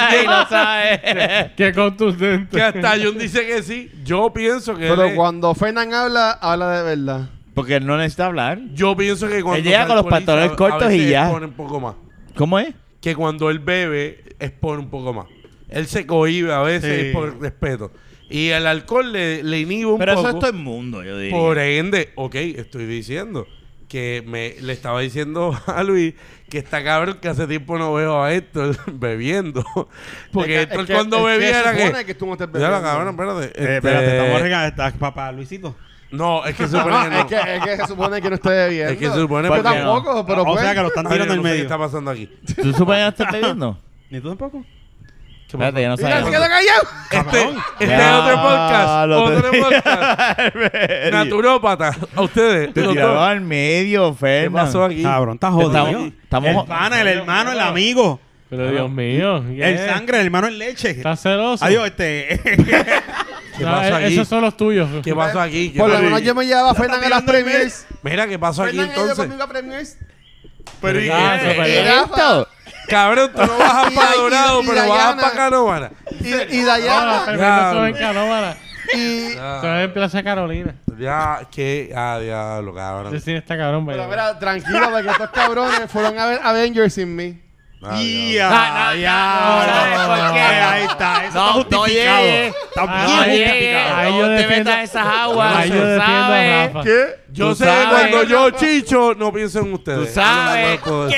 Speaker 6: Ay,
Speaker 3: bien.
Speaker 6: lo sabes.
Speaker 2: Qué contundente.
Speaker 3: Que hasta John dice que sí. Yo pienso que. él
Speaker 5: Pero
Speaker 3: es-
Speaker 5: cuando Fernan habla, habla de verdad.
Speaker 6: Porque él no necesita hablar.
Speaker 3: Yo pienso que cuando.
Speaker 6: Él llega
Speaker 3: se
Speaker 6: con los
Speaker 3: alcoholiza,
Speaker 6: pantalones
Speaker 3: a
Speaker 6: cortos y
Speaker 3: veces
Speaker 6: ya.
Speaker 3: expone un poco más.
Speaker 6: ¿Cómo es?
Speaker 3: Que cuando él bebe, expone un poco más. Él se cohíbe a veces
Speaker 4: Sí.
Speaker 3: por respeto. Y el alcohol le, le inhibe un
Speaker 6: Pero
Speaker 3: poco.
Speaker 6: eso es todo el mundo, yo diría.
Speaker 3: Por e- ende, ok, estoy diciendo que me le estaba diciendo a Luis que está cabrón que hace tiempo no veo a Héctor bebiendo. Porque
Speaker 5: Es que-
Speaker 3: Héctor
Speaker 5: es que-
Speaker 3: cuando
Speaker 5: es que
Speaker 3: bebía
Speaker 5: se
Speaker 3: era
Speaker 5: supone
Speaker 3: que.
Speaker 5: que tú no estés
Speaker 3: Ya pues, la
Speaker 5: bebiendo.
Speaker 3: cabrón, espérate. este,
Speaker 4: Eh, espérate, estamos regados. Estás papá, Luisito.
Speaker 3: No, es que se supone que
Speaker 5: No,
Speaker 3: no.
Speaker 5: es, que, es que se supone que no esté bebiendo.
Speaker 3: Es que se supone
Speaker 5: Yo
Speaker 3: porque no.
Speaker 5: tampoco, pero
Speaker 4: o
Speaker 5: pues.
Speaker 4: sea que lo están
Speaker 3: Ay, yo
Speaker 4: tirando en
Speaker 3: no sé qué
Speaker 4: medio.
Speaker 3: está pasando aquí.
Speaker 6: ¿Tú supone que no estás bebiendo?
Speaker 4: ¿Ni tú tampoco?
Speaker 6: Espérate, yo no
Speaker 5: Mira, se
Speaker 6: sabía.
Speaker 5: quedó callado.
Speaker 3: Este,
Speaker 4: Cabrón.
Speaker 3: este es
Speaker 6: Ya,
Speaker 3: otro podcast.
Speaker 6: lo
Speaker 3: Otro
Speaker 6: tenía.
Speaker 3: podcast. Naturópata. A ustedes.
Speaker 6: Te
Speaker 3: los
Speaker 6: tiraron
Speaker 3: dos.
Speaker 6: al medio,
Speaker 3: ¿Qué
Speaker 6: Fernan.
Speaker 3: pasó aquí?
Speaker 4: Cabrón, estás
Speaker 6: Te
Speaker 4: jodido.
Speaker 6: Estamos, estamos-
Speaker 4: el pana, el hermano, el amigo.
Speaker 2: Pero Dios mío. ¿qué
Speaker 4: El
Speaker 2: es?
Speaker 4: sangre, el hermano en leche.
Speaker 2: Estás celoso.
Speaker 4: Adiós, este.
Speaker 3: ¿Qué
Speaker 2: O sea,
Speaker 3: pasó
Speaker 2: eh,
Speaker 3: aquí?
Speaker 2: Esos son los tuyos.
Speaker 3: ¿Qué pasó aquí? ¿Qué
Speaker 5: Por lo
Speaker 3: pasó
Speaker 5: menos
Speaker 3: aquí?
Speaker 5: yo me llevaba a Fernan a las
Speaker 4: tirando en medio.
Speaker 5: premiers.
Speaker 3: Mira, ¿qué pasó aquí
Speaker 5: Fernan ha ido
Speaker 3: entonces?
Speaker 5: conmigo a premiers.
Speaker 4: Pero ¿y
Speaker 2: Ah, eso
Speaker 4: qué?
Speaker 2: es verdad.
Speaker 5: Y Rafa.
Speaker 3: Cabrón, tú no bajas
Speaker 5: Y-
Speaker 3: para
Speaker 5: y-
Speaker 3: Dorado,
Speaker 5: y
Speaker 3: pero bajas
Speaker 5: Dayana.
Speaker 3: para Canóvana.
Speaker 5: Y, y
Speaker 2: Ah,
Speaker 5: Dayana.
Speaker 2: pero no son en
Speaker 3: Ya.
Speaker 2: Canóvara.
Speaker 5: Y.
Speaker 2: Son en Plaza Carolina.
Speaker 3: Ah, Ya, que, ah, diablo, cabrón.
Speaker 2: Yo sí, está cabrón,
Speaker 5: Pero
Speaker 2: vaya.
Speaker 5: mira, tranquilo, porque estos cabrones fueron a ver Avengers sin mí.
Speaker 3: Ah,
Speaker 4: Ya,
Speaker 6: Ah, no, no,
Speaker 4: ya.
Speaker 6: ¿sabes por qué?
Speaker 4: Ahí
Speaker 6: No,
Speaker 4: está. Eso está
Speaker 6: no
Speaker 4: justificado.
Speaker 6: llegue.
Speaker 4: Está
Speaker 2: Ah,
Speaker 4: bien
Speaker 2: oye,
Speaker 4: justificado.
Speaker 2: ahí
Speaker 6: No
Speaker 2: yo
Speaker 6: te
Speaker 2: defiendo-
Speaker 6: metas en esas aguas,
Speaker 2: Ahí yo
Speaker 6: tú
Speaker 2: defiendo a
Speaker 6: sabes.
Speaker 2: Rafa.
Speaker 5: ¿Qué?
Speaker 3: Yo
Speaker 6: Tú
Speaker 3: sé
Speaker 6: sabes.
Speaker 3: que cuando yo chicho, no pienso en ustedes.
Speaker 6: Tú sabes
Speaker 3: Ah, no, no, no,
Speaker 4: ¿Qué?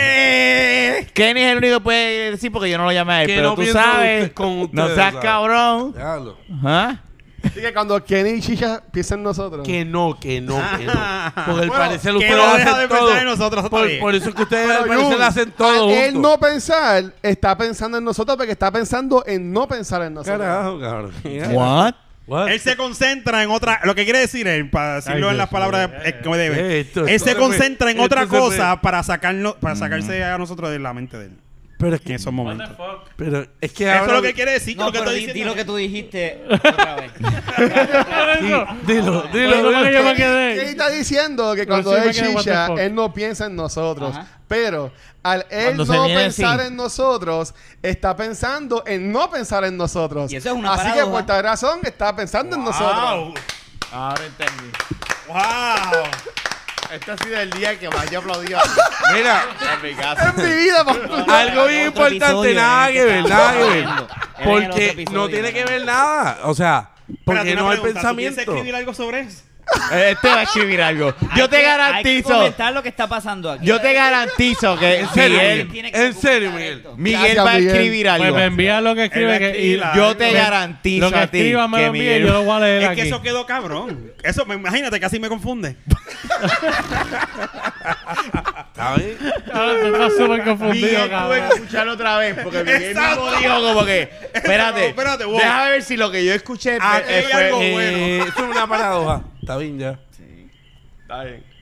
Speaker 6: ¿Eh? Kenny es el único que puede decir porque yo no lo llamé a él.
Speaker 3: Que
Speaker 6: Pero
Speaker 3: no
Speaker 6: tú
Speaker 3: pienso
Speaker 6: sabes.
Speaker 3: usted- con ustedes,
Speaker 6: no seas
Speaker 3: ¿sabes?
Speaker 6: cabrón.
Speaker 3: Diablo.
Speaker 6: ¿Ah?
Speaker 5: Así que cuando Kenny y Chicha piensan en nosotros.
Speaker 3: Que no, que no, que no. Porque al
Speaker 4: Bueno,
Speaker 3: parecer
Speaker 4: que
Speaker 3: ustedes
Speaker 4: no deja de
Speaker 3: hacen
Speaker 4: pensar
Speaker 3: todo.
Speaker 4: en nosotros, está
Speaker 3: Por,
Speaker 4: bien.
Speaker 3: por eso es que ustedes al
Speaker 5: Pero
Speaker 3: parecer
Speaker 5: Jun,
Speaker 3: hacen todo
Speaker 5: al Él
Speaker 3: juntos.
Speaker 5: no pensar, está pensando en nosotros porque está pensando en no pensar en nosotros.
Speaker 3: Carajo, cabrón.
Speaker 6: What?
Speaker 3: What?
Speaker 4: Él se concentra en otra. Lo que quiere decir él, para decirlo
Speaker 2: Ay,
Speaker 4: en las
Speaker 2: Dios
Speaker 4: palabras
Speaker 2: mío.
Speaker 4: eh, que me debe.
Speaker 3: Eh, esto-
Speaker 4: él
Speaker 3: esto
Speaker 4: se
Speaker 3: se
Speaker 4: concentra en
Speaker 3: fue.
Speaker 4: otra
Speaker 3: Esto se Mm.
Speaker 4: cosa para sacarnos, para sacarse a nosotros de la mente de él
Speaker 3: Pero es
Speaker 4: en
Speaker 3: que,
Speaker 4: esos momentos.
Speaker 3: pero es que
Speaker 4: Eso es
Speaker 3: ahora-
Speaker 4: lo que quiere decir.
Speaker 7: No,
Speaker 4: lo que
Speaker 7: pero
Speaker 4: estoy
Speaker 7: di, di
Speaker 4: diciendo.
Speaker 7: lo que tú dijiste otra vez.
Speaker 3: Sí, Dilo,
Speaker 2: Por eso
Speaker 3: dilo.
Speaker 2: fue que yo me
Speaker 5: Kenny
Speaker 2: quedé.
Speaker 5: está diciendo que
Speaker 2: Pero
Speaker 5: cuando
Speaker 2: sí me
Speaker 5: él
Speaker 2: quedé, what the
Speaker 5: chicha,
Speaker 2: fuck.
Speaker 5: él no piensa en nosotros.
Speaker 7: Ajá.
Speaker 5: Pero al él
Speaker 6: Cuando se
Speaker 5: no
Speaker 6: viene
Speaker 5: pensar
Speaker 6: así.
Speaker 5: en nosotros, está pensando en no pensar en nosotros.
Speaker 7: Y eso es una
Speaker 5: Así que
Speaker 7: paradoja.
Speaker 5: por tal razón está pensando en nosotros.
Speaker 6: Ahora entendí.
Speaker 4: ¡Wow!
Speaker 6: Este ha sido el día que más yo aplaudía
Speaker 3: Mira,
Speaker 6: en mi casa. Eh,
Speaker 5: En mi vida, papá.
Speaker 3: Algo bien
Speaker 7: Otro
Speaker 3: importante,
Speaker 7: episodio,
Speaker 3: nada
Speaker 7: ¿eh?
Speaker 3: que ver, nada que ver.
Speaker 7: Estamos Él en el otro
Speaker 3: Porque
Speaker 7: episodio.
Speaker 3: no tiene que ver nada. O sea, porque no hay pensamiento.
Speaker 4: escribir algo sobre eso?
Speaker 6: Este va a escribir algo.
Speaker 7: Hay
Speaker 6: Yo
Speaker 7: que-
Speaker 6: te
Speaker 7: Hay que
Speaker 6: garantizo.
Speaker 7: comentar lo que está pasando aquí.
Speaker 6: Yo te garantizo que
Speaker 3: serio,
Speaker 6: Miguel,
Speaker 7: Tiene que
Speaker 3: En serio,
Speaker 7: documentar
Speaker 3: Miguel.
Speaker 7: esto.
Speaker 6: Miguel
Speaker 5: Gracias,
Speaker 6: va a
Speaker 5: Miguel.
Speaker 6: escribir
Speaker 2: Pues me
Speaker 6: algo.
Speaker 2: envía lo que escribe.
Speaker 4: Él va a
Speaker 2: que- y-
Speaker 4: escribir
Speaker 6: Yo te
Speaker 2: me-
Speaker 6: garantizo
Speaker 2: Lo que
Speaker 6: a ti
Speaker 2: escriba me
Speaker 6: que
Speaker 2: lo envía y
Speaker 6: Miguel-
Speaker 2: yo lo voy a leer
Speaker 4: Es
Speaker 2: aquí.
Speaker 4: que eso quedó cabrón. Eso, me, imagínate, casi me confunde.
Speaker 3: ¿Está bien?
Speaker 2: Ah, tú estás súper confundido,
Speaker 6: Miguel tuvo que
Speaker 2: cabrón.
Speaker 6: escucharlo otra vez porque Miguel
Speaker 4: Exacto.
Speaker 6: mismo dijo como que espérate,
Speaker 4: espérate, wow.
Speaker 6: déjame ver si lo que yo escuché fue-
Speaker 3: Ah,
Speaker 4: Aquí hay
Speaker 6: fue-
Speaker 4: algo
Speaker 6: eh,
Speaker 4: bueno.
Speaker 3: Eh, esto es una paradoja. Está bien ya.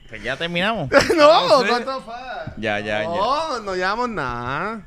Speaker 6: pues ya terminamos.
Speaker 5: no,
Speaker 3: No sé.
Speaker 5: ¿cuánto fa?
Speaker 6: Ya, ya, ya.
Speaker 5: No, no llevamos nada.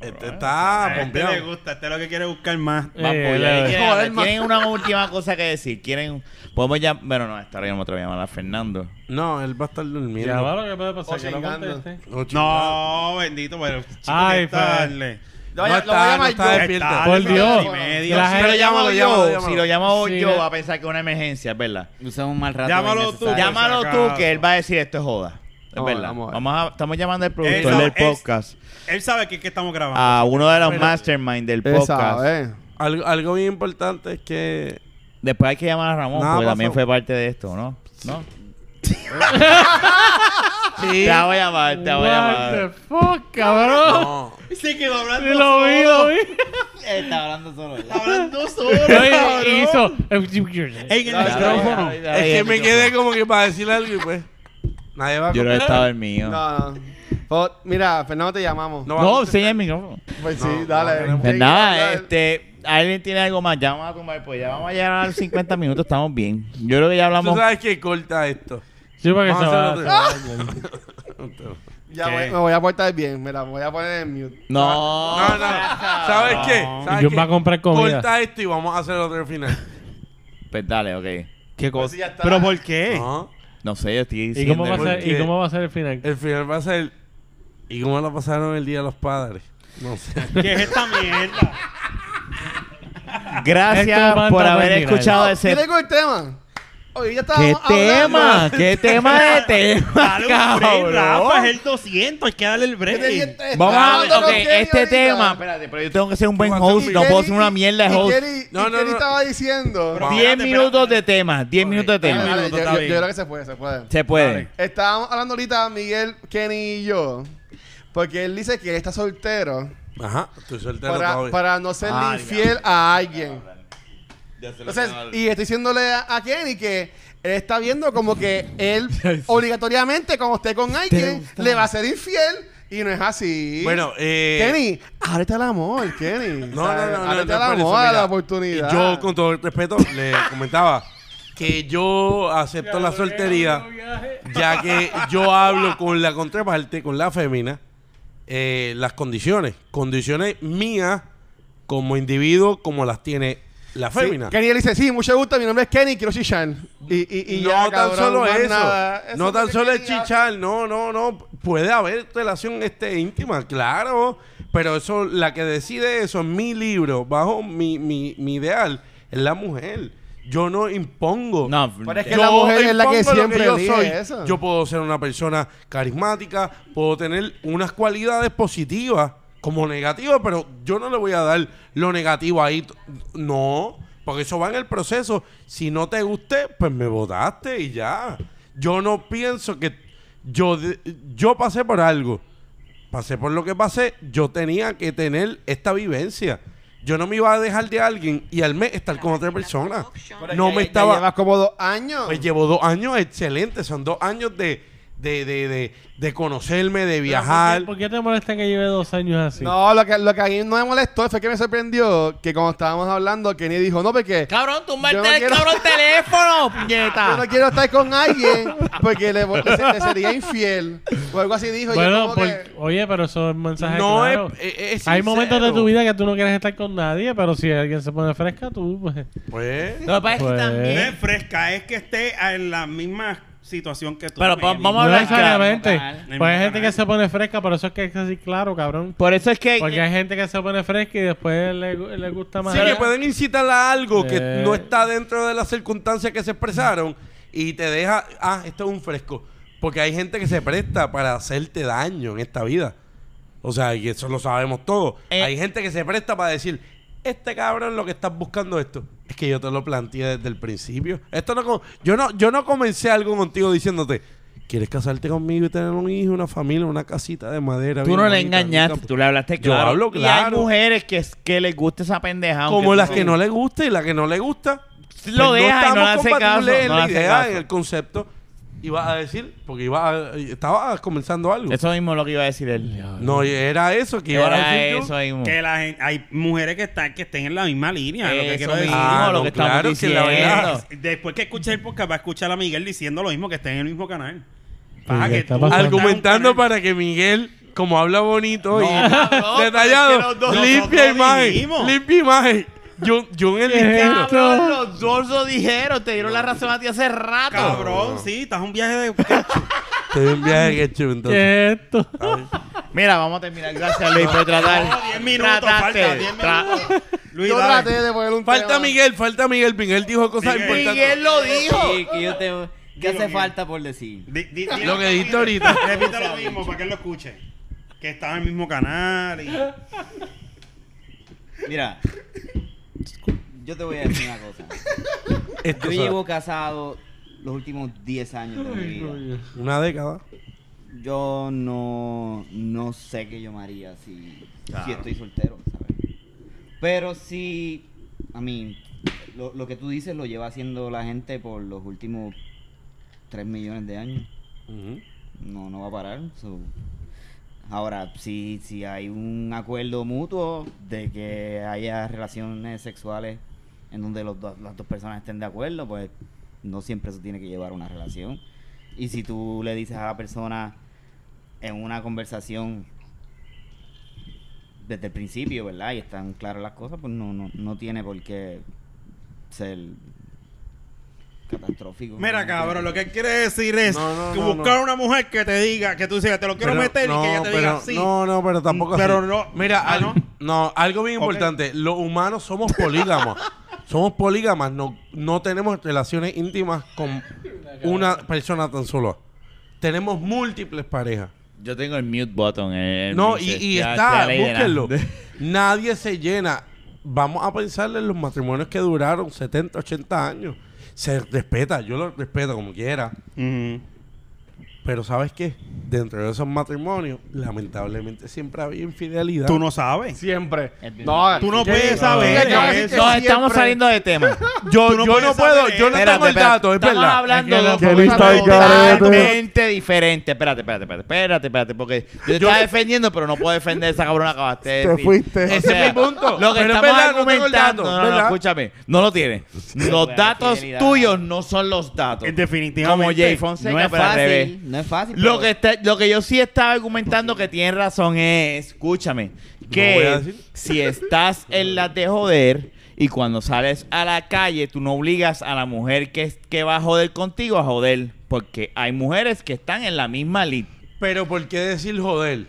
Speaker 3: Este está
Speaker 4: A este le
Speaker 3: pompeado.
Speaker 4: gusta, este es lo que quiere buscar más.
Speaker 2: Eh,
Speaker 6: Vamos, pues,
Speaker 2: la-
Speaker 6: ya quieren
Speaker 5: Joder,
Speaker 6: hablar.
Speaker 5: man.
Speaker 6: tienen una última cosa que decir, quieren podemos ya, bueno, no, esta hora yo no me atrevo a llamar a Fernando.
Speaker 3: No, él va a estar durmiendo.
Speaker 2: Ya va lo que puede pasar,
Speaker 5: O
Speaker 2: que no
Speaker 5: chingando.
Speaker 2: conteste.
Speaker 3: No, chingado.
Speaker 4: No, bendito, pero. chico,
Speaker 2: Ay,
Speaker 4: qué tarde.
Speaker 3: No
Speaker 5: Lo voy a- lo voy a
Speaker 3: está, no
Speaker 5: llamar
Speaker 3: está
Speaker 5: yo.
Speaker 3: despierta.
Speaker 2: Por Dios.
Speaker 4: Y
Speaker 2: La
Speaker 4: media.
Speaker 2: gente-
Speaker 6: Si lo llamo
Speaker 3: llámalo, llámalo,
Speaker 6: yo,
Speaker 3: llámalo.
Speaker 6: si lo llamo
Speaker 2: Sí,
Speaker 6: yo
Speaker 2: la-
Speaker 6: va a pensar que es una emergencia, es verdad.
Speaker 7: Usé un mal rato.
Speaker 4: Llámalo tú.
Speaker 7: innecesario.
Speaker 6: Llámalo
Speaker 4: si
Speaker 6: tú
Speaker 4: acaso.
Speaker 6: que él va a decir esto es joda. Es
Speaker 5: No,
Speaker 6: verdad.
Speaker 5: vamos a ver.
Speaker 6: Vamos a- estamos llamando al productor
Speaker 4: Exacto.
Speaker 6: del
Speaker 4: Es-
Speaker 6: podcast
Speaker 4: Él sabe que, que estamos grabando.
Speaker 6: a uno de los mastermind del podcast.
Speaker 5: Esa, eh.
Speaker 3: Algo, algo bien importante es que
Speaker 6: Después hay que llamar a Ramón
Speaker 3: Nada
Speaker 6: porque también
Speaker 3: pasó.
Speaker 6: fue parte de esto, ¿no? ¿No? Te voy a llamar, te voy a
Speaker 2: What the
Speaker 6: llamar.
Speaker 2: fuck, cabrón.
Speaker 3: no,
Speaker 4: Se quedó hablando.
Speaker 2: Lo vi, lo vi.
Speaker 7: Él Está hablando solo. ¿verdad?
Speaker 4: Hablando solo.
Speaker 2: Oye, hizo.
Speaker 4: En el
Speaker 6: Dale, dale,
Speaker 4: micrófono.
Speaker 6: dale,
Speaker 3: es
Speaker 6: dale,
Speaker 3: que me
Speaker 6: dale.
Speaker 3: quedé como que para decir algo y pues nadie va a
Speaker 6: Yo no
Speaker 3: comprar.
Speaker 6: estaba el mío. No,
Speaker 5: No, no. Pues, mira, Fernando, te llamamos.
Speaker 3: No va a contestar.
Speaker 6: enseña el micrófono.
Speaker 5: Pues
Speaker 3: No,
Speaker 5: sí,
Speaker 3: no,
Speaker 5: dale.
Speaker 3: queremos.
Speaker 6: Pues
Speaker 5: Sí,
Speaker 6: nada,
Speaker 5: dale.
Speaker 6: este. ¿Alguien tiene algo más? Ya vamos a tomar, pues ya vamos a llegar a los 50 minutos, estamos bien. Yo creo que ya
Speaker 3: Tú
Speaker 6: hablamos.
Speaker 3: sabes que corta esto.
Speaker 2: Sí, para que
Speaker 3: Vamos
Speaker 2: se
Speaker 3: a
Speaker 2: va.
Speaker 3: hacer
Speaker 2: se va bien.
Speaker 5: Ya voy- me voy a portar bien. Mira, me voy a poner en mute.
Speaker 6: No,
Speaker 3: No, no. ¿Sabes qué? ¿Sabes
Speaker 2: Jun
Speaker 3: qué?
Speaker 2: va a comprar comida.
Speaker 3: Corta esto y vamos a hacer otro final.
Speaker 6: Pues dale, ok.
Speaker 4: ¿Qué
Speaker 5: Pues sí, ya está.
Speaker 4: ¿Pero por qué?
Speaker 3: No.
Speaker 6: No sé, yo estoy
Speaker 2: ¿Y
Speaker 6: diciendo.
Speaker 2: cómo, va a ser, ¿Y
Speaker 3: Porque-
Speaker 2: cómo va a ser el final?
Speaker 3: El final va a ser ¿Y cómo lo pasaron el día de los padres? No sé.
Speaker 4: ¿Qué es esta mierda?
Speaker 2: Esto va
Speaker 6: Gracias
Speaker 2: a
Speaker 6: por
Speaker 2: estar
Speaker 6: haber
Speaker 2: terminado.
Speaker 6: escuchado
Speaker 5: ¿Qué
Speaker 6: ese
Speaker 5: tengo el tema? Oye, ya
Speaker 6: ¿Qué
Speaker 5: estábamos
Speaker 6: tema?
Speaker 5: hablando.
Speaker 6: ¿Qué tema de tema,
Speaker 4: Dale un break, Rafa, es
Speaker 6: cabrón?
Speaker 4: el 200, hay que darle el
Speaker 5: Yo te dije,
Speaker 4: break.
Speaker 5: te-
Speaker 6: Vamos a
Speaker 5: estábamos
Speaker 6: ver, ok,
Speaker 5: con Kelly
Speaker 6: este
Speaker 5: ahorita.
Speaker 6: tema, espérate, pero yo tengo que ser un buen
Speaker 3: Tú vas a
Speaker 6: host,
Speaker 3: hacer
Speaker 6: no
Speaker 5: Y
Speaker 6: puedo
Speaker 5: Kelly-
Speaker 6: ser una mierda
Speaker 5: y
Speaker 6: de host.
Speaker 5: Kelly- y
Speaker 3: No, no,
Speaker 5: Kelly
Speaker 3: no.
Speaker 5: estaba diciendo.
Speaker 4: Pero-
Speaker 6: 10
Speaker 4: Espérate,
Speaker 6: minutos
Speaker 4: espérate.
Speaker 6: de temas, 10
Speaker 4: Ok,
Speaker 6: minutos de
Speaker 5: Dale,
Speaker 6: temas.
Speaker 5: dale,
Speaker 4: minuto,
Speaker 5: yo,
Speaker 4: está
Speaker 5: yo-
Speaker 4: bien.
Speaker 5: yo creo que se puede, se puede.
Speaker 6: Se puede.
Speaker 5: Estábamos hablando ahorita Miguel, Kenny y yo. Porque él dice que está soltero
Speaker 3: Ajá, estoy soltero
Speaker 5: para,
Speaker 3: todavía.
Speaker 5: para no serle
Speaker 6: Ah,
Speaker 5: infiel a alguien. Entonces, y estoy diciéndole a, a Kenny que él está viendo como que él obligatoriamente cuando esté con alguien le va a ser infiel y no es así.
Speaker 3: Bueno, eh
Speaker 5: Kenny, ábrete al amor, Kenny.
Speaker 3: No, no,
Speaker 5: ¿Sabes?
Speaker 3: no, no,
Speaker 5: Ábrete
Speaker 3: no,
Speaker 5: al
Speaker 3: por eso,
Speaker 5: amor, a
Speaker 3: mira,
Speaker 5: la oportunidad.
Speaker 3: Yo, con todo el respeto, le comentaba que yo acepto la soltería, ya que yo hablo con la contraparte, con la fémina, eh, las condiciones. Condiciones mías como individuo, como las tiene la
Speaker 5: Sí,
Speaker 3: fémina.
Speaker 5: Kenny le dice, sí, mucho gusto, mi nombre es Kenny, quiero chichar. Y, y, y
Speaker 3: no
Speaker 5: ya,
Speaker 3: tan
Speaker 5: cabrón,
Speaker 3: solo
Speaker 5: más
Speaker 3: eso.
Speaker 5: nada.
Speaker 3: No
Speaker 5: es
Speaker 3: tan
Speaker 5: lo
Speaker 3: solo
Speaker 5: que
Speaker 3: es
Speaker 5: quería.
Speaker 3: chichar. No, no, no. Puede haber relación este íntima, claro. Pero eso, la que decide eso en mi libro, bajo mi, mi, mi ideal, es la mujer. Yo no impongo.
Speaker 6: No,
Speaker 5: Pero es que
Speaker 3: Yo
Speaker 5: la mujer es la que
Speaker 3: impongo lo
Speaker 5: siempre
Speaker 3: yo
Speaker 5: elige
Speaker 3: soy.
Speaker 5: eso.
Speaker 3: Yo puedo ser una persona carismática, puedo tener unas cualidades positivas como negativas, pero yo no le voy a dar lo negativo ahí. t- No, porque eso va en el proceso. Si no te guste, pues me votaste y ya. Yo no pienso que yo de- yo pasé por algo. Pasé por lo que pasé, yo tenía que tener esta vivencia. Yo no me iba a dejar de alguien y al mes estar con otra persona. No
Speaker 5: Ya-
Speaker 3: me
Speaker 5: ya
Speaker 3: estaba
Speaker 5: Llevas como dos años.
Speaker 3: pues llevo dos años excelentes, son dos años de, de, de, de, de conocerme, de viajar.
Speaker 2: ¿Por qué te molesta que lleve dos años así?
Speaker 5: No, lo que, lo que a mí no me molestó fue que me sorprendió que cuando estábamos hablando, Kenny dijo, no, porque
Speaker 6: Cabrón, tú
Speaker 5: Yo no quiero-
Speaker 6: teléfono,
Speaker 5: yo
Speaker 6: puñeta.
Speaker 5: no quiero estar con alguien porque le, vo- le se- le sería infiel. O algo así dijo. y yo
Speaker 2: Bueno,
Speaker 5: como
Speaker 2: por-
Speaker 5: que-
Speaker 2: oye, pero eso es un mensaje
Speaker 3: No
Speaker 2: claro.
Speaker 3: es- eh, es- es
Speaker 2: Hay
Speaker 3: sincero.
Speaker 2: momentos de tu vida que tú no quieres estar con nadie, pero si alguien se pone fresca, tú pues...
Speaker 3: Pues,
Speaker 6: Lo que pasa es que
Speaker 4: No
Speaker 2: Pues-
Speaker 6: también.
Speaker 4: es fresca, es que esté en la misma situación que tú.
Speaker 6: Pero
Speaker 4: Miguel.
Speaker 6: pa- vamos a
Speaker 2: No
Speaker 6: hablar
Speaker 2: necesariamente.
Speaker 7: claro,
Speaker 4: claro.
Speaker 2: Pues hay gente que se pone fresca, por eso es que hay que decir claro, cabrón.
Speaker 6: Por eso es que.
Speaker 2: Porque hay gente que se pone fresca y después le, le gusta más.
Speaker 3: sí, que pueden incitar a algo que
Speaker 2: Eh.
Speaker 3: no está dentro de las circunstancias que se expresaron y te deja, ah, esto es un fresco. Porque hay gente que se presta para hacerte daño en esta vida. O sea, y eso lo sabemos todos.
Speaker 6: Eh.
Speaker 3: Hay gente que se presta para decir, este cabrón lo que estás buscando esto. Es que yo te lo planteé desde el principio. Esto no co- yo no yo no comencé algo contigo diciéndote, ¿quieres casarte conmigo y tener un hijo, una familia, una casita de madera?
Speaker 6: Tú
Speaker 3: bien
Speaker 6: no le
Speaker 3: bonita, bien
Speaker 6: engañaste,
Speaker 3: campo?
Speaker 6: tú le hablaste
Speaker 3: Yo
Speaker 6: claro.
Speaker 3: hablo
Speaker 6: Y hay
Speaker 3: claro.
Speaker 6: mujeres que, es- que les gusta esa pendejada. aunque
Speaker 3: Como
Speaker 6: tú
Speaker 3: las que no le gusta y la que no le gusta.
Speaker 6: Lo deja y no
Speaker 3: Pues estamos
Speaker 6: le hace
Speaker 3: compatibles
Speaker 6: caso,
Speaker 3: en
Speaker 6: no le
Speaker 3: la
Speaker 6: hace
Speaker 3: idea,
Speaker 6: caso.
Speaker 3: en el concepto. Ibas a decir, porque iba a- estaba comenzando algo.
Speaker 6: Eso mismo es lo que iba a decir él.
Speaker 3: No, era eso que iba a
Speaker 6: Era
Speaker 3: decir yo.
Speaker 6: eso mismo.
Speaker 4: Que la gente, hay mujeres que están que estén en la misma línea. lo que
Speaker 6: Eso
Speaker 4: quiero decir.
Speaker 6: mismo,
Speaker 3: Ah,
Speaker 6: lo
Speaker 3: no,
Speaker 6: que estamos
Speaker 3: claro, que la
Speaker 6: diciendo.
Speaker 3: verdad-
Speaker 4: Después que escuché el podcast, va a escuchar a Miguel diciendo lo mismo que estén en el mismo canal. Paja,
Speaker 2: Sí,
Speaker 4: que
Speaker 2: está
Speaker 4: tú
Speaker 2: pasando.
Speaker 4: estás en un
Speaker 3: Argumentando
Speaker 4: canal-
Speaker 3: para que Miguel, como habla bonito y
Speaker 6: no, es que
Speaker 3: detallado,
Speaker 6: los dos-
Speaker 3: limpia
Speaker 4: nosotros
Speaker 3: imagen.
Speaker 4: dijimos.
Speaker 3: Limpia imagen. Yo, yo en el
Speaker 2: Esto-
Speaker 3: distrito.
Speaker 6: Cabrón, los dos lo dijeron, te dieron la razón a ti hace rato.
Speaker 4: Cabrón, sí, estás en un viaje de.
Speaker 3: Te doy un viaje que chulo, entonces.
Speaker 2: ¿Qué es esto?
Speaker 6: Mira, vamos a terminar. Gracias, Luis, por tratar.
Speaker 4: No, 10 minutos,
Speaker 6: Trataste.
Speaker 4: falta 10
Speaker 6: Tra-
Speaker 4: minutos. Luis,
Speaker 5: Yo
Speaker 4: dale.
Speaker 5: traté de poner un
Speaker 3: Falta
Speaker 5: tema.
Speaker 3: Miguel, falta Miguel. Miguel dijo cosas
Speaker 4: Miguel.
Speaker 3: importantes.
Speaker 6: Miguel lo dijo.
Speaker 7: Sí, que yo te- ¿Qué hace
Speaker 4: bien.
Speaker 7: falta por decir?
Speaker 4: Di- di- di-
Speaker 3: Lo que dijiste ahorita.
Speaker 4: Repite lo mismo para que él lo escuche. Que estaba en el mismo canal. Y...
Speaker 7: Mira, yo te voy a decir una cosa.
Speaker 3: Esto,
Speaker 7: Yo
Speaker 3: o sea,
Speaker 7: llevo casado los últimos 10 años de mi vida.
Speaker 3: Una década.
Speaker 7: Yo no, no sé qué yo me haría si, si estoy soltero, ¿sabes? Pero sí, a mí, lo, lo que tú dices lo lleva haciendo la gente por los últimos 3 millones de años. No, no va a parar. so. Ahora, si, si hay un acuerdo mutuo de que haya relaciones sexuales en donde los dos- las dos personas estén de acuerdo, pues no siempre eso tiene que llevar a una relación. Y si tú le dices a la persona en una conversación desde el principio, ¿verdad? Y están claras las cosas, pues no, no, no tiene por qué ser catastrófico.
Speaker 4: Mira,
Speaker 7: No
Speaker 4: cabrón,
Speaker 7: tiene-
Speaker 4: lo que él quiere decir es
Speaker 3: No, no,
Speaker 4: que
Speaker 3: no,
Speaker 4: buscar
Speaker 3: no.
Speaker 4: una mujer que te diga, que tú digas, te lo quiero
Speaker 3: Pero-
Speaker 4: meter y que ella te
Speaker 3: pero,
Speaker 4: diga sí.
Speaker 3: No, no, pero tampoco así.
Speaker 4: Pero no-
Speaker 3: Mira,
Speaker 4: ah,
Speaker 3: al-
Speaker 4: ¿no?
Speaker 3: ¿no? algo bien
Speaker 4: Ok.
Speaker 3: importante. Los humanos somos polígamos. somos polígamas. No, no tenemos relaciones íntimas con una persona tan solo. Tenemos múltiples parejas.
Speaker 6: Yo tengo el mute button. eh,
Speaker 3: no, y,
Speaker 6: dice,
Speaker 3: y
Speaker 6: ya
Speaker 3: está,
Speaker 6: te alegra.
Speaker 3: búsquenlo. Nadie se llena. Vamos a pensarle en los matrimonios que duraron 70, 80 años. Se respeta, yo lo respeto como quiera.
Speaker 4: Ujú.
Speaker 3: Pero ¿sabes qué? Dentro de esos matrimonios, lamentablemente siempre había infidelidad.
Speaker 4: Tú no sabes.
Speaker 5: Siempre.
Speaker 7: Es bien.
Speaker 5: No,
Speaker 4: Tú no
Speaker 5: ¿qué?
Speaker 4: puedes saber
Speaker 5: ¿Qué? ¿Qué?
Speaker 4: eso.
Speaker 5: ¿Qué?
Speaker 6: Nos estamos
Speaker 5: Siempre.
Speaker 6: saliendo de tema.
Speaker 3: Yo,
Speaker 4: Tú
Speaker 3: no,
Speaker 4: no
Speaker 3: yo
Speaker 4: puedes
Speaker 3: no puedo,
Speaker 4: saber
Speaker 3: yo no
Speaker 6: Espérate,
Speaker 3: tengo el
Speaker 6: espérate.
Speaker 3: dato, es
Speaker 6: Estamos
Speaker 3: verdad.
Speaker 6: hablando
Speaker 2: Es que
Speaker 6: de
Speaker 2: la
Speaker 6: dos
Speaker 2: familia
Speaker 6: cosas
Speaker 2: está careta.
Speaker 6: totalmente diferentes. Espérate, espérate, espérate, espérate, espérate, porque yo te
Speaker 3: Yo-
Speaker 6: estaba defendiendo, pero no puedo defender esa cabrona que acabaste. de
Speaker 5: Te
Speaker 6: decir.
Speaker 5: fuiste.
Speaker 6: O
Speaker 3: Ese es
Speaker 6: sea,
Speaker 3: mi punto.
Speaker 6: Lo que
Speaker 3: Pero es
Speaker 6: estamos
Speaker 3: verdad, no tengo el
Speaker 6: argumentando,
Speaker 3: dato,
Speaker 6: no, no, no,
Speaker 3: ¿verdad?
Speaker 6: escúchame, no lo tiene. Los
Speaker 7: Buena
Speaker 6: datos
Speaker 7: fidelidad.
Speaker 6: tuyos no son los datos.
Speaker 4: Eh, Definitivamente.
Speaker 6: Como Jay Fonseca,
Speaker 7: No es
Speaker 6: pero al revés.
Speaker 7: fácil, no es fácil.
Speaker 6: Lo
Speaker 7: pero-
Speaker 6: que, está- lo que yo sí estaba argumentando que tiene razón es, escúchame,
Speaker 3: No voy a
Speaker 6: que
Speaker 3: decir.
Speaker 6: si estás en las de joder y cuando sales a la calle, tú no obligas a la mujer que, es- que va a joder contigo a joder, porque hay mujeres que están en la misma lit.
Speaker 3: Pero ¿por qué decir joder?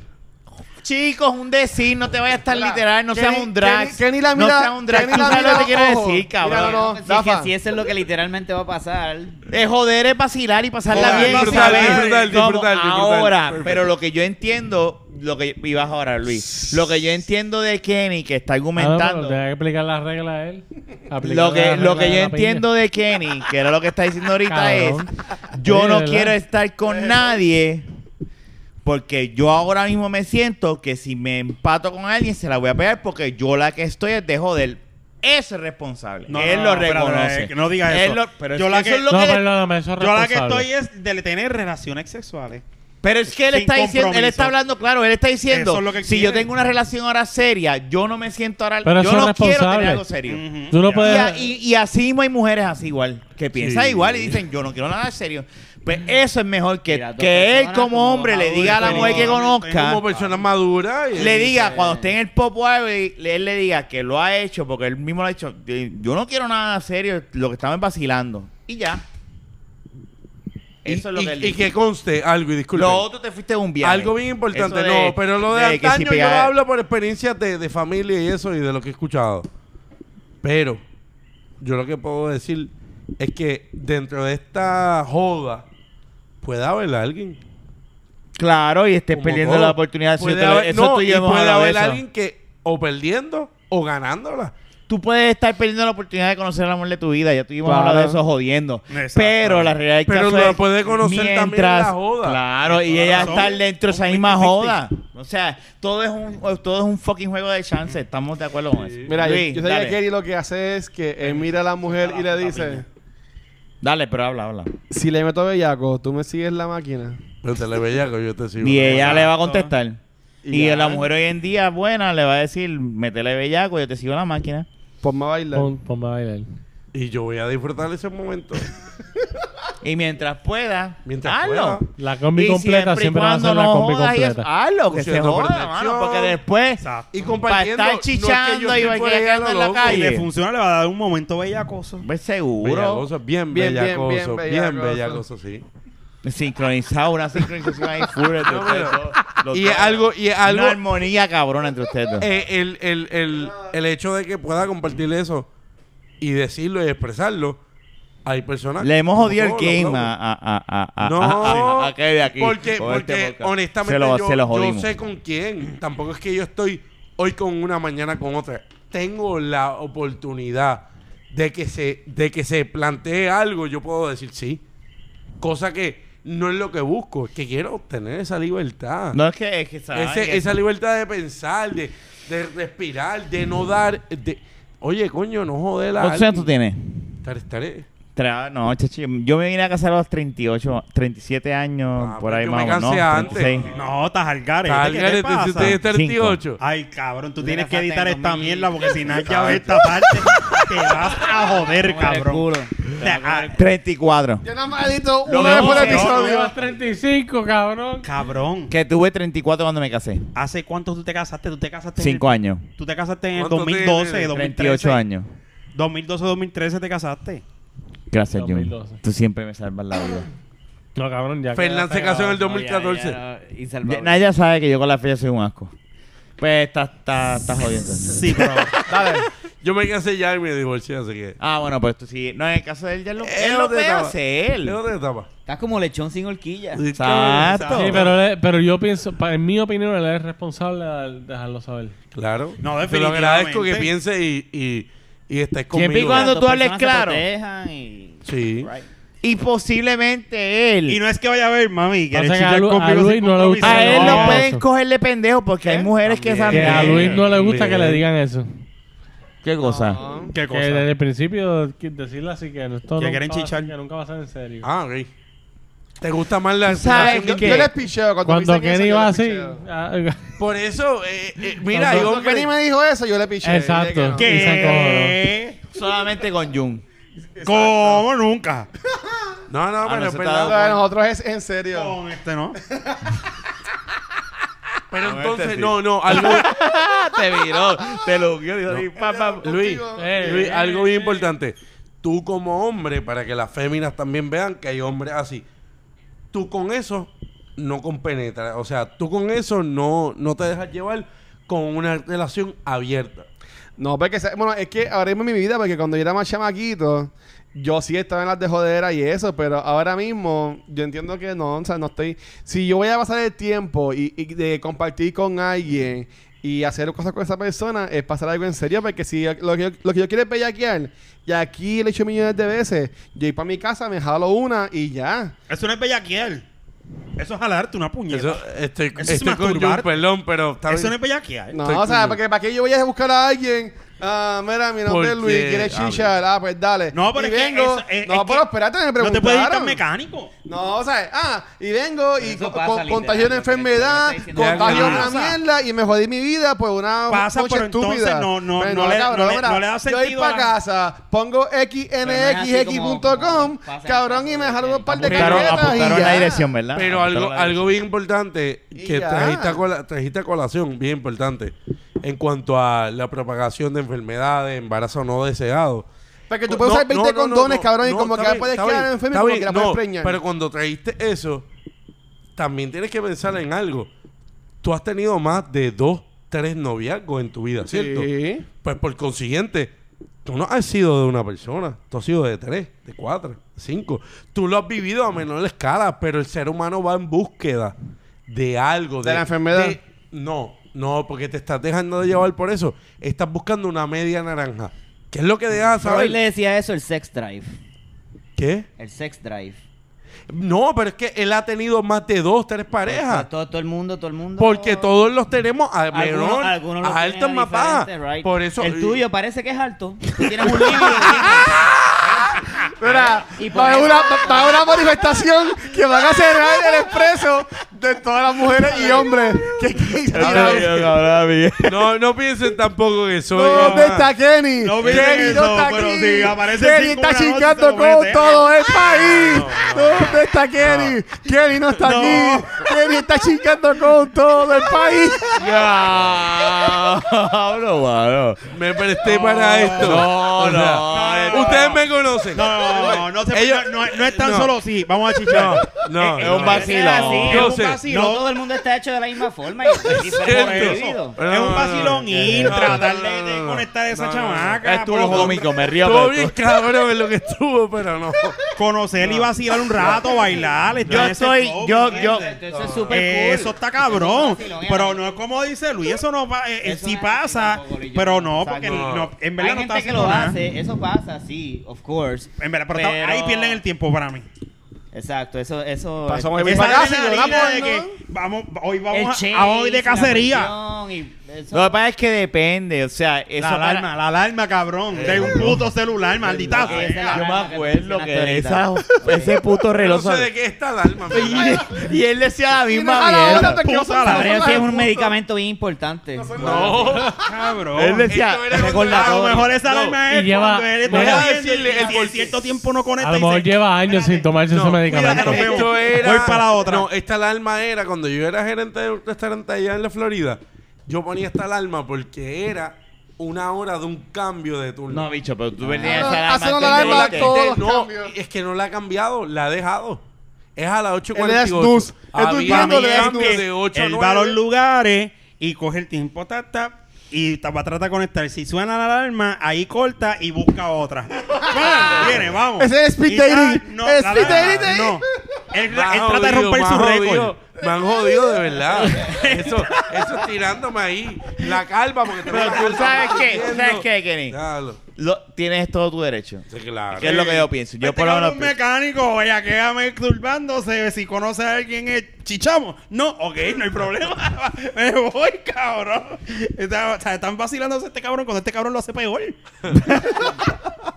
Speaker 6: Chicos, un decir, no te vayas tan literal, no
Speaker 5: que
Speaker 6: seas
Speaker 5: ni-
Speaker 6: un drag.
Speaker 5: que ni- que ni la
Speaker 6: no
Speaker 5: mira-
Speaker 6: seas un drag.
Speaker 5: que ni
Speaker 6: Tú
Speaker 5: la
Speaker 6: sabes lo
Speaker 5: mira,
Speaker 6: que te quiero
Speaker 5: ojo.
Speaker 6: decir, cabrón.
Speaker 5: Mira, no, no.
Speaker 7: Si es
Speaker 5: Rafa.
Speaker 7: que si eso es lo que literalmente va a pasar.
Speaker 6: Es joder, es vacilar y pasarla
Speaker 3: Joder,
Speaker 6: bien.
Speaker 3: disfrutar,
Speaker 6: ¿sabes?
Speaker 3: disfrutar,
Speaker 6: Como
Speaker 3: disfrutar, disfrutar.
Speaker 6: Ahora,
Speaker 3: Perfecto.
Speaker 6: pero lo que yo entiendo, lo que y vas ahora, Luis, lo que yo entiendo de Kenny que está
Speaker 2: Ah, no,
Speaker 6: argumentando,
Speaker 2: pero Te que aplicar las reglas a él. Aplicar
Speaker 6: lo que
Speaker 2: las
Speaker 6: lo
Speaker 2: reglas
Speaker 6: que
Speaker 2: de
Speaker 6: yo
Speaker 2: la
Speaker 6: entiendo de Kenny, que era lo que está diciendo ahorita
Speaker 2: Cabrón.
Speaker 6: es, yo
Speaker 2: Sí,
Speaker 6: no
Speaker 2: ¿verdad?
Speaker 6: quiero estar con nadie. Porque yo ahora mismo me siento que si me empato con alguien se la voy a pegar porque yo la que estoy es de joder. Ese es responsable.
Speaker 4: No,
Speaker 6: él
Speaker 4: no,
Speaker 6: lo
Speaker 4: no, espérate,
Speaker 6: reconoce.
Speaker 4: eh, no digas
Speaker 6: Él
Speaker 4: eso.
Speaker 6: lo- pero es
Speaker 4: Yo
Speaker 6: que
Speaker 4: la
Speaker 6: eso
Speaker 4: que-
Speaker 6: es lo
Speaker 2: piña. No,
Speaker 6: que-
Speaker 2: perdóname, eso es
Speaker 4: Yo la que
Speaker 2: responsable.
Speaker 4: estoy es de tener relaciones sexuales.
Speaker 6: Pero es que él
Speaker 4: Sin
Speaker 6: está diciendo, él
Speaker 4: compromiso.
Speaker 6: está hablando, claro, él está diciendo,
Speaker 4: Eso es lo que él
Speaker 6: si yo
Speaker 4: quiere.
Speaker 6: tengo una relación ahora seria, yo no me siento ahora,
Speaker 2: Pero
Speaker 6: yo
Speaker 2: eso es
Speaker 6: no quiero tener
Speaker 2: responsable.
Speaker 6: algo serio.
Speaker 4: Ujú.
Speaker 2: Tú no
Speaker 4: Ya.
Speaker 6: Y,
Speaker 2: puedes-
Speaker 6: a- y- y así mismo hay mujeres así igual, que piensan
Speaker 3: Sí.
Speaker 6: igual y dicen, yo no quiero nada serio. Pues eso es mejor que,
Speaker 7: Mira, dos
Speaker 6: que él
Speaker 7: personas
Speaker 6: como
Speaker 7: como
Speaker 6: hombre le
Speaker 7: maduros,
Speaker 6: diga a la mujer que
Speaker 4: definitivamente,
Speaker 6: conozca,
Speaker 3: Como persona madura. y-
Speaker 6: le diga,
Speaker 7: Sí.
Speaker 6: cuando esté en el pop él le diga que lo ha hecho, porque él mismo lo ha hecho, yo no quiero nada serio, lo que estaban vacilando. Y ya.
Speaker 3: y-
Speaker 6: Eso es lo
Speaker 3: y-
Speaker 6: que él
Speaker 3: y
Speaker 6: dice.
Speaker 3: que conste algo, y disculpe.
Speaker 6: Lo otro te fuiste de un viaje.
Speaker 3: Algo bien importante,
Speaker 6: Eso de-
Speaker 3: no, pero lo de,
Speaker 6: que
Speaker 3: antaño
Speaker 6: si
Speaker 3: yo
Speaker 6: pega-
Speaker 3: hablo por experiencias de, de familia y eso y de lo que he escuchado. Pero yo lo que puedo decir es que dentro de esta joda puede haber alguien.
Speaker 6: Claro, y estés
Speaker 3: como
Speaker 6: perdiendo
Speaker 3: todo.
Speaker 6: la oportunidad. si
Speaker 3: Puede
Speaker 6: yo te lo-
Speaker 3: haber-
Speaker 6: eso
Speaker 3: no,
Speaker 6: tú y
Speaker 3: y
Speaker 6: yo hemos
Speaker 3: puede
Speaker 6: hablado de
Speaker 3: haber
Speaker 6: eso.
Speaker 3: alguien que o perdiendo o ganándola.
Speaker 6: tú puedes estar perdiendo la oportunidad de conocer el amor de tu vida. Ya tuvimos
Speaker 5: Claro.
Speaker 6: hablado de eso jodiendo.
Speaker 4: Exacto.
Speaker 6: Pero la realidad del
Speaker 3: Pero
Speaker 6: caso
Speaker 3: lo
Speaker 6: es,
Speaker 3: puede conocer también en la joda.
Speaker 6: Claro, y
Speaker 4: Tienes
Speaker 6: ella
Speaker 4: razón.
Speaker 6: estar dentro de esa
Speaker 4: Un
Speaker 6: misma
Speaker 4: 50-50.
Speaker 6: joda. O sea, todo es un todo es un fucking juego de chance. Estamos de acuerdo con eso.
Speaker 5: Mira, yo-
Speaker 6: Luis,
Speaker 5: yo, sé que
Speaker 6: dale.
Speaker 5: Kerry lo que hace es que él mira a la mujer y le dice:
Speaker 6: Dale, pero habla, habla.
Speaker 5: Si le meto bellaco, tú me sigues la máquina.
Speaker 3: Pero te le veía que yo te sigo.
Speaker 6: Y ella le va a
Speaker 4: Exacto.
Speaker 6: contestar.
Speaker 5: Y
Speaker 6: Y,
Speaker 5: ya.
Speaker 6: la mujer hoy en día buena le va a decir, métele bellaco, yo te sigo en la máquina.
Speaker 5: Ponme a bailar.
Speaker 2: Pon- ponme a bailar.
Speaker 3: Y yo voy a disfrutar ese momento.
Speaker 6: Y mientras pueda,
Speaker 3: Mientras
Speaker 6: hazlo.
Speaker 3: pueda.
Speaker 2: La combi
Speaker 6: Y
Speaker 2: completa
Speaker 6: y
Speaker 2: siempre va a
Speaker 6: cuando
Speaker 2: ser la
Speaker 6: no
Speaker 2: combi
Speaker 6: jodas y Ah, eso,
Speaker 2: completa.
Speaker 6: Hazlo, que se
Speaker 3: Usando
Speaker 6: joda,
Speaker 3: protección.
Speaker 6: mano, porque después
Speaker 4: Exacto.
Speaker 3: Y compartiendo.
Speaker 6: Pa' estar chichando y bellaqueando en la
Speaker 4: Y
Speaker 6: calle.
Speaker 4: le funciona, le va a dar un momento bellacoso.
Speaker 6: ves pues, seguro.
Speaker 3: Bellacoso, bien
Speaker 5: Bien, bien,
Speaker 3: bellacoso. Bien,
Speaker 5: bien
Speaker 3: bellacoso.
Speaker 5: bellacoso.
Speaker 3: sí.
Speaker 6: Sincronizado, una sincronización ahí full entre
Speaker 3: No,
Speaker 6: ustedes
Speaker 3: pero-
Speaker 6: dos. Los
Speaker 3: Ah, Y
Speaker 6: dos.
Speaker 3: es algo, y es algo
Speaker 6: Una armonía cabrona entre ustedes dos.
Speaker 3: eh, el, el, el, el hecho de que pueda compartir eso y decirlo y expresado, hay personas
Speaker 6: Le hemos
Speaker 3: como
Speaker 6: jodido el
Speaker 3: todos,
Speaker 6: game
Speaker 3: loco.
Speaker 6: a, a, a, a, a-
Speaker 3: No,
Speaker 6: a- a- a Kevin ah, aquí.
Speaker 3: porque,
Speaker 6: con este
Speaker 3: porque
Speaker 6: podcast.
Speaker 3: honestamente
Speaker 6: se lo,
Speaker 3: yo,
Speaker 6: se lo
Speaker 3: yo
Speaker 6: jodimos.
Speaker 3: sé con quién. Tampoco es que yo estoy hoy con una, mañana con otra. Tengo la oportunidad de que se, de que se plantee algo, yo puedo decir sí. Cosa que no es lo que busco, es que quiero obtener esa libertad.
Speaker 6: No es que, es que ¿sabes?
Speaker 3: Ese- esa libertad de pensar, de, de respirar, de no dar. de- Oye, coño, no joder a
Speaker 6: ¿Cuántos años tú
Speaker 3: alguien.
Speaker 6: tienes?
Speaker 3: Estaré- estaré.
Speaker 6: Tra- No, chachi, yo me vine a casar a los 38, 37 años,
Speaker 3: Ah,
Speaker 6: por
Speaker 3: pues
Speaker 6: ahí
Speaker 3: yo
Speaker 6: más o
Speaker 3: me
Speaker 6: menos.
Speaker 3: cansé
Speaker 6: No,
Speaker 3: antes.
Speaker 6: 36.
Speaker 4: No, estás al gare.
Speaker 3: Tal
Speaker 4: ¿Qué
Speaker 3: vez
Speaker 4: te
Speaker 3: te-
Speaker 4: pasa?
Speaker 3: te- te- 38.
Speaker 4: Ay, cabrón, tú
Speaker 6: Tú
Speaker 4: tienes
Speaker 6: te
Speaker 4: que
Speaker 6: casaste
Speaker 4: editar
Speaker 6: en
Speaker 4: esta
Speaker 6: 2000.
Speaker 4: mierda porque si Naya ve esta parte, te vas a joder,
Speaker 7: Como en el
Speaker 4: cabrón.
Speaker 7: culo.
Speaker 4: Te- ah,
Speaker 6: 34.
Speaker 5: Yo nada más edito
Speaker 4: Lo
Speaker 5: una vez
Speaker 4: vemos,
Speaker 5: por
Speaker 4: ¿no?
Speaker 5: episodio.
Speaker 2: Llevas 35, cabrón.
Speaker 4: Cabrón,
Speaker 6: Que tuve 34 cuando me casé.
Speaker 4: ¿hace cuánto tú te casaste? ¿Tú te casaste? en el-
Speaker 6: 5 años.
Speaker 4: Tú te casaste en el
Speaker 3: ¿Cuánto
Speaker 4: 2012,
Speaker 3: tiene?
Speaker 6: 38
Speaker 4: 2013.
Speaker 6: años.
Speaker 4: 2012-2013 te casaste.
Speaker 6: Gracias, Jun.
Speaker 2: 2012.
Speaker 6: Tú siempre me salvas la vida.
Speaker 2: No, cabrón, ya.
Speaker 3: Fernan se casó en el
Speaker 7: No, ya, ya
Speaker 3: 2014.
Speaker 7: no, y
Speaker 6: Ya-
Speaker 7: salvable.
Speaker 6: Naya sabe que yo con la fecha soy un asco. Pues estás está, está jodiendo.
Speaker 4: Sí, pero
Speaker 3: Yo me casé ya y me divorcié, así que.
Speaker 6: Ah, bueno, pues tú sí. No, en el caso de él ya lo,
Speaker 3: Es
Speaker 6: él lo
Speaker 3: otra
Speaker 6: puede
Speaker 3: etapa.
Speaker 6: hacer.
Speaker 3: Es otra etapa.
Speaker 7: Estás como lechón sin horquilla.
Speaker 6: Exacto.
Speaker 2: Sí, pero, él es- pero yo pienso, pa- en mi opinión, él es responsable de dejarlo saber.
Speaker 3: Claro.
Speaker 4: No,
Speaker 3: Te lo agradezco que
Speaker 4: definitivamente.
Speaker 3: piense y, y, y estés conmigo.
Speaker 6: Siempre y cuando
Speaker 7: Las
Speaker 6: tú
Speaker 7: dos
Speaker 6: hables
Speaker 7: personas se
Speaker 6: claro.
Speaker 7: protejan y-
Speaker 3: Sí.
Speaker 7: Right.
Speaker 6: Y posiblemente él.
Speaker 4: Y no es que vaya a ver, mami, que
Speaker 2: Pasa
Speaker 4: eres
Speaker 2: que a
Speaker 4: chica
Speaker 2: Lu- a
Speaker 4: conmigo
Speaker 2: Luis
Speaker 4: sin
Speaker 2: no le
Speaker 4: compromiso.
Speaker 2: gusta
Speaker 6: a él
Speaker 2: No,
Speaker 6: lo pueden
Speaker 2: eso.
Speaker 6: cogerle pendejo porque hay mujeres que saben.
Speaker 2: Que a Luis no le gusta
Speaker 3: Bien.
Speaker 2: que le digan eso.
Speaker 6: ¿Qué cosa?
Speaker 4: ¿Qué
Speaker 2: Que
Speaker 4: cosa?
Speaker 2: desde el principio que- decirle así que esto
Speaker 4: Que
Speaker 2: nunca
Speaker 4: quieren
Speaker 2: va a ser-
Speaker 4: chichar.
Speaker 2: que nunca va a ser en serio.
Speaker 3: Ah, ok. ¿Te gusta más la
Speaker 6: sabes
Speaker 5: Yo,
Speaker 3: relación?
Speaker 6: que-
Speaker 5: yo les picheo cuando, me
Speaker 2: Cuando
Speaker 5: dicen eso,
Speaker 2: Kenny
Speaker 5: yo
Speaker 2: va
Speaker 5: les
Speaker 2: así.
Speaker 5: picheo.
Speaker 2: ah,
Speaker 3: Por eso, eh, eh, mira,
Speaker 5: Cuando
Speaker 3: yo
Speaker 5: Kenny me dijo eso, yo le piché.
Speaker 2: Exacto.
Speaker 5: Yo dije que
Speaker 2: Y se
Speaker 4: ¿Qué?
Speaker 6: Solamente con Jun.
Speaker 4: ¿Cómo nunca?
Speaker 3: No, no,
Speaker 6: Ah,
Speaker 3: pero
Speaker 6: no,
Speaker 3: es
Speaker 6: se
Speaker 5: no.
Speaker 3: verdad.
Speaker 5: Lo de nosotros es en serio.
Speaker 4: Con este, ¿no?
Speaker 3: Pero
Speaker 6: este
Speaker 3: entonces,
Speaker 6: sí.
Speaker 3: no, no, algo,
Speaker 6: Ah, te viró. Te lo vio. Dijo, y pa, pa.
Speaker 3: Luis,
Speaker 2: Eh,
Speaker 3: Luis,
Speaker 2: eh,
Speaker 3: algo
Speaker 2: eh.
Speaker 3: bien importante. Tú como hombre, para que las féminas también vean que hay hombres así, tú con eso no compenetras. O sea, tú con eso no, no te dejas llevar con una relación abierta.
Speaker 5: No, porque se- bueno, es que ahora mismo en mi vida, porque cuando yo era más chamaquito, yo sí estaba en las de jodera y eso, pero ahora mismo yo entiendo que no, o sea, no estoy. Si yo voy a pasar el tiempo y, y de compartir con alguien y hacer cosas con esa persona, es pasar algo en serio, porque si yo- lo que yo, lo que yo quiero es bellaquear, y aquí lo he hecho millones de veces, yo ir para mi casa, me jalo una y ya.
Speaker 4: Eso no es bellaquear. Eso es jalarte una puñeta.
Speaker 3: Eso,
Speaker 4: Eso,
Speaker 3: estoy,
Speaker 4: es
Speaker 3: estoy con
Speaker 4: masturbar.
Speaker 3: Jun, perdón, pero está bien.
Speaker 4: no es bellaquear.
Speaker 5: No,
Speaker 3: Estoy
Speaker 5: o sea,
Speaker 3: cool.
Speaker 5: porque para qué yo voy a buscar a alguien. Ah, mira, mi nombre
Speaker 3: Porque-
Speaker 5: es Luis, quieres
Speaker 3: Ah,
Speaker 5: chichar. Ah, pues dale.
Speaker 4: No, pero
Speaker 5: y
Speaker 4: es que
Speaker 5: vengo.
Speaker 4: eso- eh, es-
Speaker 5: no,
Speaker 4: es que
Speaker 5: pero espérate, me
Speaker 4: No
Speaker 5: preguntaron.
Speaker 4: te puedes ir tan mecánico.
Speaker 5: No, o sea, ah, y vengo y
Speaker 7: Eso
Speaker 5: co-
Speaker 7: pasa,
Speaker 5: co-
Speaker 7: literal,
Speaker 5: contagio una
Speaker 7: lo que
Speaker 5: enfermedad,
Speaker 7: te estoy diciendo.
Speaker 5: contagio
Speaker 4: Ya,
Speaker 5: una
Speaker 4: pasa.
Speaker 5: mierda y me jodí mi vida pues una
Speaker 4: Pasa,
Speaker 5: noche
Speaker 4: pero entonces
Speaker 5: estúpida.
Speaker 4: no- no-
Speaker 5: Pero
Speaker 4: no le-
Speaker 5: cabrón,
Speaker 4: no le-
Speaker 5: mira,
Speaker 4: no le da
Speaker 5: Yo
Speaker 4: sentido
Speaker 5: ir
Speaker 4: a
Speaker 5: para
Speaker 4: la-
Speaker 5: casa, pongo
Speaker 7: Pero no es así
Speaker 5: xnxx.com,
Speaker 7: como- como-
Speaker 5: cabrón, y me jalo un par de
Speaker 6: Apuntaron,
Speaker 5: cañetas y
Speaker 6: apuntaron
Speaker 5: ya.
Speaker 6: la dirección, ¿verdad?
Speaker 3: Pero
Speaker 6: Apuntaron
Speaker 3: algo,
Speaker 6: la dirección.
Speaker 3: algo bien importante
Speaker 5: Y
Speaker 3: que
Speaker 5: ya.
Speaker 3: trajiste a, cola- trajiste a colación, bien importante, en cuanto a la propagación de enfermedades, embarazo no deseado.
Speaker 5: Porque tú puedes usar 20 condones, cabrón, y como que puedes quedar enfermo y como que la puedes preñar.
Speaker 3: Pero cuando trajiste eso, también tienes que pensar en algo. Tú has tenido más de dos, tres noviazgos en tu vida, ¿cierto?
Speaker 5: Sí.
Speaker 3: Pues por consiguiente, tú no has sido de una persona, tú has sido de tres, de cuatro, de cinco. Tú lo has vivido a menor escala, pero el ser humano va en búsqueda de algo.
Speaker 5: ¿De la enfermedad?
Speaker 3: no, No, porque te estás dejando de llevar por eso. Estás buscando una media naranja. ¿Qué es lo que dejas
Speaker 7: Hoy
Speaker 3: saber?
Speaker 7: le decía eso el sex drive.
Speaker 3: ¿Qué?
Speaker 7: El sex drive.
Speaker 3: No, pero es que él ha tenido más de dos, tres
Speaker 7: O sea,
Speaker 3: parejas.
Speaker 7: Todo, todo el mundo, todo el mundo.
Speaker 3: Porque todos los tenemos a menor,
Speaker 7: Algunos, algunos lo
Speaker 3: a
Speaker 7: tienen
Speaker 3: altas más
Speaker 7: diferente,
Speaker 3: bajas.
Speaker 7: right.
Speaker 3: Por eso.
Speaker 7: El tuyo parece que es alto. Tú tienes un límite. ¿sí?
Speaker 5: Mira,
Speaker 7: Y por
Speaker 5: va a haber
Speaker 7: eso-
Speaker 5: una, va a haber una manifestación que van a cerrar el expreso de todas las mujeres y hombres. que- que-
Speaker 4: Ah,
Speaker 3: No, no piensen tampoco que soy.
Speaker 5: ¿Dónde
Speaker 3: ajá.
Speaker 5: está Kenny?
Speaker 4: No
Speaker 5: Kenny
Speaker 4: piensen eso, pero si aparece
Speaker 5: Kenny
Speaker 4: cinco Ah, una
Speaker 5: está
Speaker 4: noche,
Speaker 5: chingando
Speaker 4: se lo
Speaker 5: con
Speaker 4: mete.
Speaker 5: todo el país. ¿Dónde está Kenny? Kenny no está
Speaker 4: Ah. No.
Speaker 5: aquí. Kenny está chingando con todo el país.
Speaker 6: Hablo, mano.
Speaker 3: Me presté para esto.
Speaker 6: No,
Speaker 3: O sea,
Speaker 6: no,
Speaker 4: no.
Speaker 3: Ustedes me conocen.
Speaker 4: No, no, no, no, se-
Speaker 3: Ellos-
Speaker 4: no, no, no es tan
Speaker 3: no.
Speaker 4: solo sí, vamos a chichar.
Speaker 3: No,
Speaker 6: Es un
Speaker 3: no.
Speaker 6: vacío.
Speaker 7: Es así,
Speaker 3: Yo
Speaker 7: es
Speaker 3: sé.
Speaker 7: un vacilón. No todo el mundo está hecho de la misma forma. Y es diferente,
Speaker 3: Cierto.
Speaker 7: prohibido.
Speaker 3: Pero
Speaker 4: es
Speaker 3: no,
Speaker 4: un
Speaker 3: no,
Speaker 4: vacilón
Speaker 3: no,
Speaker 4: ir,
Speaker 3: no, no,
Speaker 4: tratar
Speaker 3: no,
Speaker 4: de, de
Speaker 3: no, no.
Speaker 4: conectar a esa
Speaker 3: No, no, no.
Speaker 4: chamaca.
Speaker 6: Estuvo
Speaker 4: por-
Speaker 6: cómico, me río.
Speaker 3: Estuvo
Speaker 6: pero
Speaker 3: bien
Speaker 6: esto-
Speaker 3: cabrón en lo que estuvo, pero no.
Speaker 4: Conocer y vacilar un rato, bailar. estar
Speaker 6: Yo
Speaker 4: en ese
Speaker 6: estoy-
Speaker 4: flow,
Speaker 6: yo-
Speaker 4: ¿me
Speaker 6: yo-
Speaker 4: entiendes?
Speaker 7: Entonces es súper
Speaker 4: Eh,
Speaker 7: cool.
Speaker 4: Eso está cabrón.
Speaker 7: Eso es vacilón,
Speaker 4: Pero
Speaker 7: eh.
Speaker 4: no es como dice Luis, eso no va, eh, eh,
Speaker 7: Eso
Speaker 4: sí
Speaker 7: no es
Speaker 4: pasa,
Speaker 7: así tampoco, Luis, yo
Speaker 4: pero
Speaker 7: creo.
Speaker 4: no,
Speaker 7: Exacto.
Speaker 4: porque
Speaker 3: No.
Speaker 4: no, en verdad
Speaker 7: Hay
Speaker 4: no está
Speaker 7: gente que
Speaker 4: haciendo
Speaker 7: lo
Speaker 4: nada.
Speaker 7: hace, eso pasa, sí, of course.
Speaker 4: En verdad, pero, está-
Speaker 7: Pero-
Speaker 4: ahí pierden el tiempo para mí.
Speaker 7: Exacto, eso, eso.
Speaker 5: Pasó muy
Speaker 7: es-
Speaker 5: bien.
Speaker 4: Esa
Speaker 5: para acá, si lo
Speaker 4: adrenalina
Speaker 5: damos,
Speaker 4: de
Speaker 5: ¿no?
Speaker 4: que vamos, hoy
Speaker 7: el
Speaker 4: vamos
Speaker 7: chase,
Speaker 4: a, a hoy de
Speaker 7: la
Speaker 4: cacería.
Speaker 7: cuestión y eso-
Speaker 6: Lo que pasa es que depende, o sea, eso
Speaker 4: La
Speaker 6: para-
Speaker 4: alarma, la alarma, cabrón. De un puto celular, maldita.
Speaker 7: Esa es la
Speaker 4: sea.
Speaker 6: Yo me
Speaker 7: alarma que
Speaker 6: acuerdo
Speaker 7: mencionaste
Speaker 6: que esa,
Speaker 7: ahorita.
Speaker 6: ese puto reloj.
Speaker 3: No sé de qué está la alma. mira.
Speaker 6: Y, y él decía la misma
Speaker 5: a la hora
Speaker 6: mierda.
Speaker 5: de que
Speaker 4: Puta,
Speaker 5: nosotros-
Speaker 4: la
Speaker 7: Pero
Speaker 4: verdad
Speaker 7: sí es un medicamento bien importante.
Speaker 3: No.
Speaker 4: Cabrón.
Speaker 6: Él decía,
Speaker 3: Esto era
Speaker 4: A lo
Speaker 6: recordatorio.
Speaker 4: mejor esa
Speaker 3: No,
Speaker 4: alarma es
Speaker 2: y lleva-
Speaker 4: cuando él está
Speaker 2: voy a
Speaker 4: bebiendo
Speaker 3: decirle,
Speaker 4: y
Speaker 3: el
Speaker 4: si
Speaker 3: por-
Speaker 4: en cierto tiempo no
Speaker 2: A
Speaker 4: conecta.
Speaker 2: lo
Speaker 4: y
Speaker 2: mejor
Speaker 4: dice,
Speaker 2: lleva años sin tomarse ese medicamento.
Speaker 4: cuídate, nos vemos.
Speaker 3: Esto era.
Speaker 4: Voy para la otra.
Speaker 3: No, esta alarma era cuando yo era gerente de un restaurante allá en la Florida. Yo ponía esta alarma porque era una hora de un cambio de turno.
Speaker 6: No, bicho, pero tú venías
Speaker 5: No,
Speaker 6: esa alarma.
Speaker 5: hace una
Speaker 6: antes de
Speaker 5: alarma
Speaker 6: irte.
Speaker 5: todo- todos los
Speaker 3: no,
Speaker 5: cambios.
Speaker 3: es que no la ha cambiado, la ha dejado. Es a las
Speaker 5: Él le das
Speaker 3: 8.48.
Speaker 5: snooze. Él
Speaker 3: Había
Speaker 5: durmiendo le das
Speaker 3: cambio
Speaker 5: snooze.
Speaker 3: de 8 a
Speaker 4: él va a los
Speaker 3: 9.
Speaker 4: lugares y coge el tiempo tap tap y ta- va a tratar de conectar. Si suena la alarma, ahí corta y busca otra. Va, viene, vamos.
Speaker 5: Ese es speed
Speaker 4: Y tal,
Speaker 5: dating.
Speaker 4: No,
Speaker 5: Es
Speaker 4: la
Speaker 5: speed
Speaker 4: alarma,
Speaker 5: dating.
Speaker 4: No. Él, él
Speaker 3: Me han
Speaker 4: trata de
Speaker 3: jodido,
Speaker 4: romper
Speaker 3: me
Speaker 4: su
Speaker 3: han
Speaker 4: récord.
Speaker 3: jodido, Me han jodido de verdad. Eso, eso es tirándome ahí. La calva, porque tengo
Speaker 6: Pero
Speaker 3: la
Speaker 6: tú
Speaker 3: calva
Speaker 6: sabes qué,
Speaker 3: corriendo.
Speaker 6: ¿sabes qué, Kenny?
Speaker 3: Claro.
Speaker 6: Lo- tienes todo tu derecho.
Speaker 3: Sí, claro.
Speaker 6: ¿Qué es lo que yo pienso? Yo
Speaker 4: Este
Speaker 6: por lo menos.
Speaker 4: cabrón mecánico, vaya, queda masturbándose. Si conoce a alguien, es chichamos. No, ok, no hay problema. Me voy, cabrón. Está- o sea, están vacilándose este cabrón cuando este cabrón lo hace peor.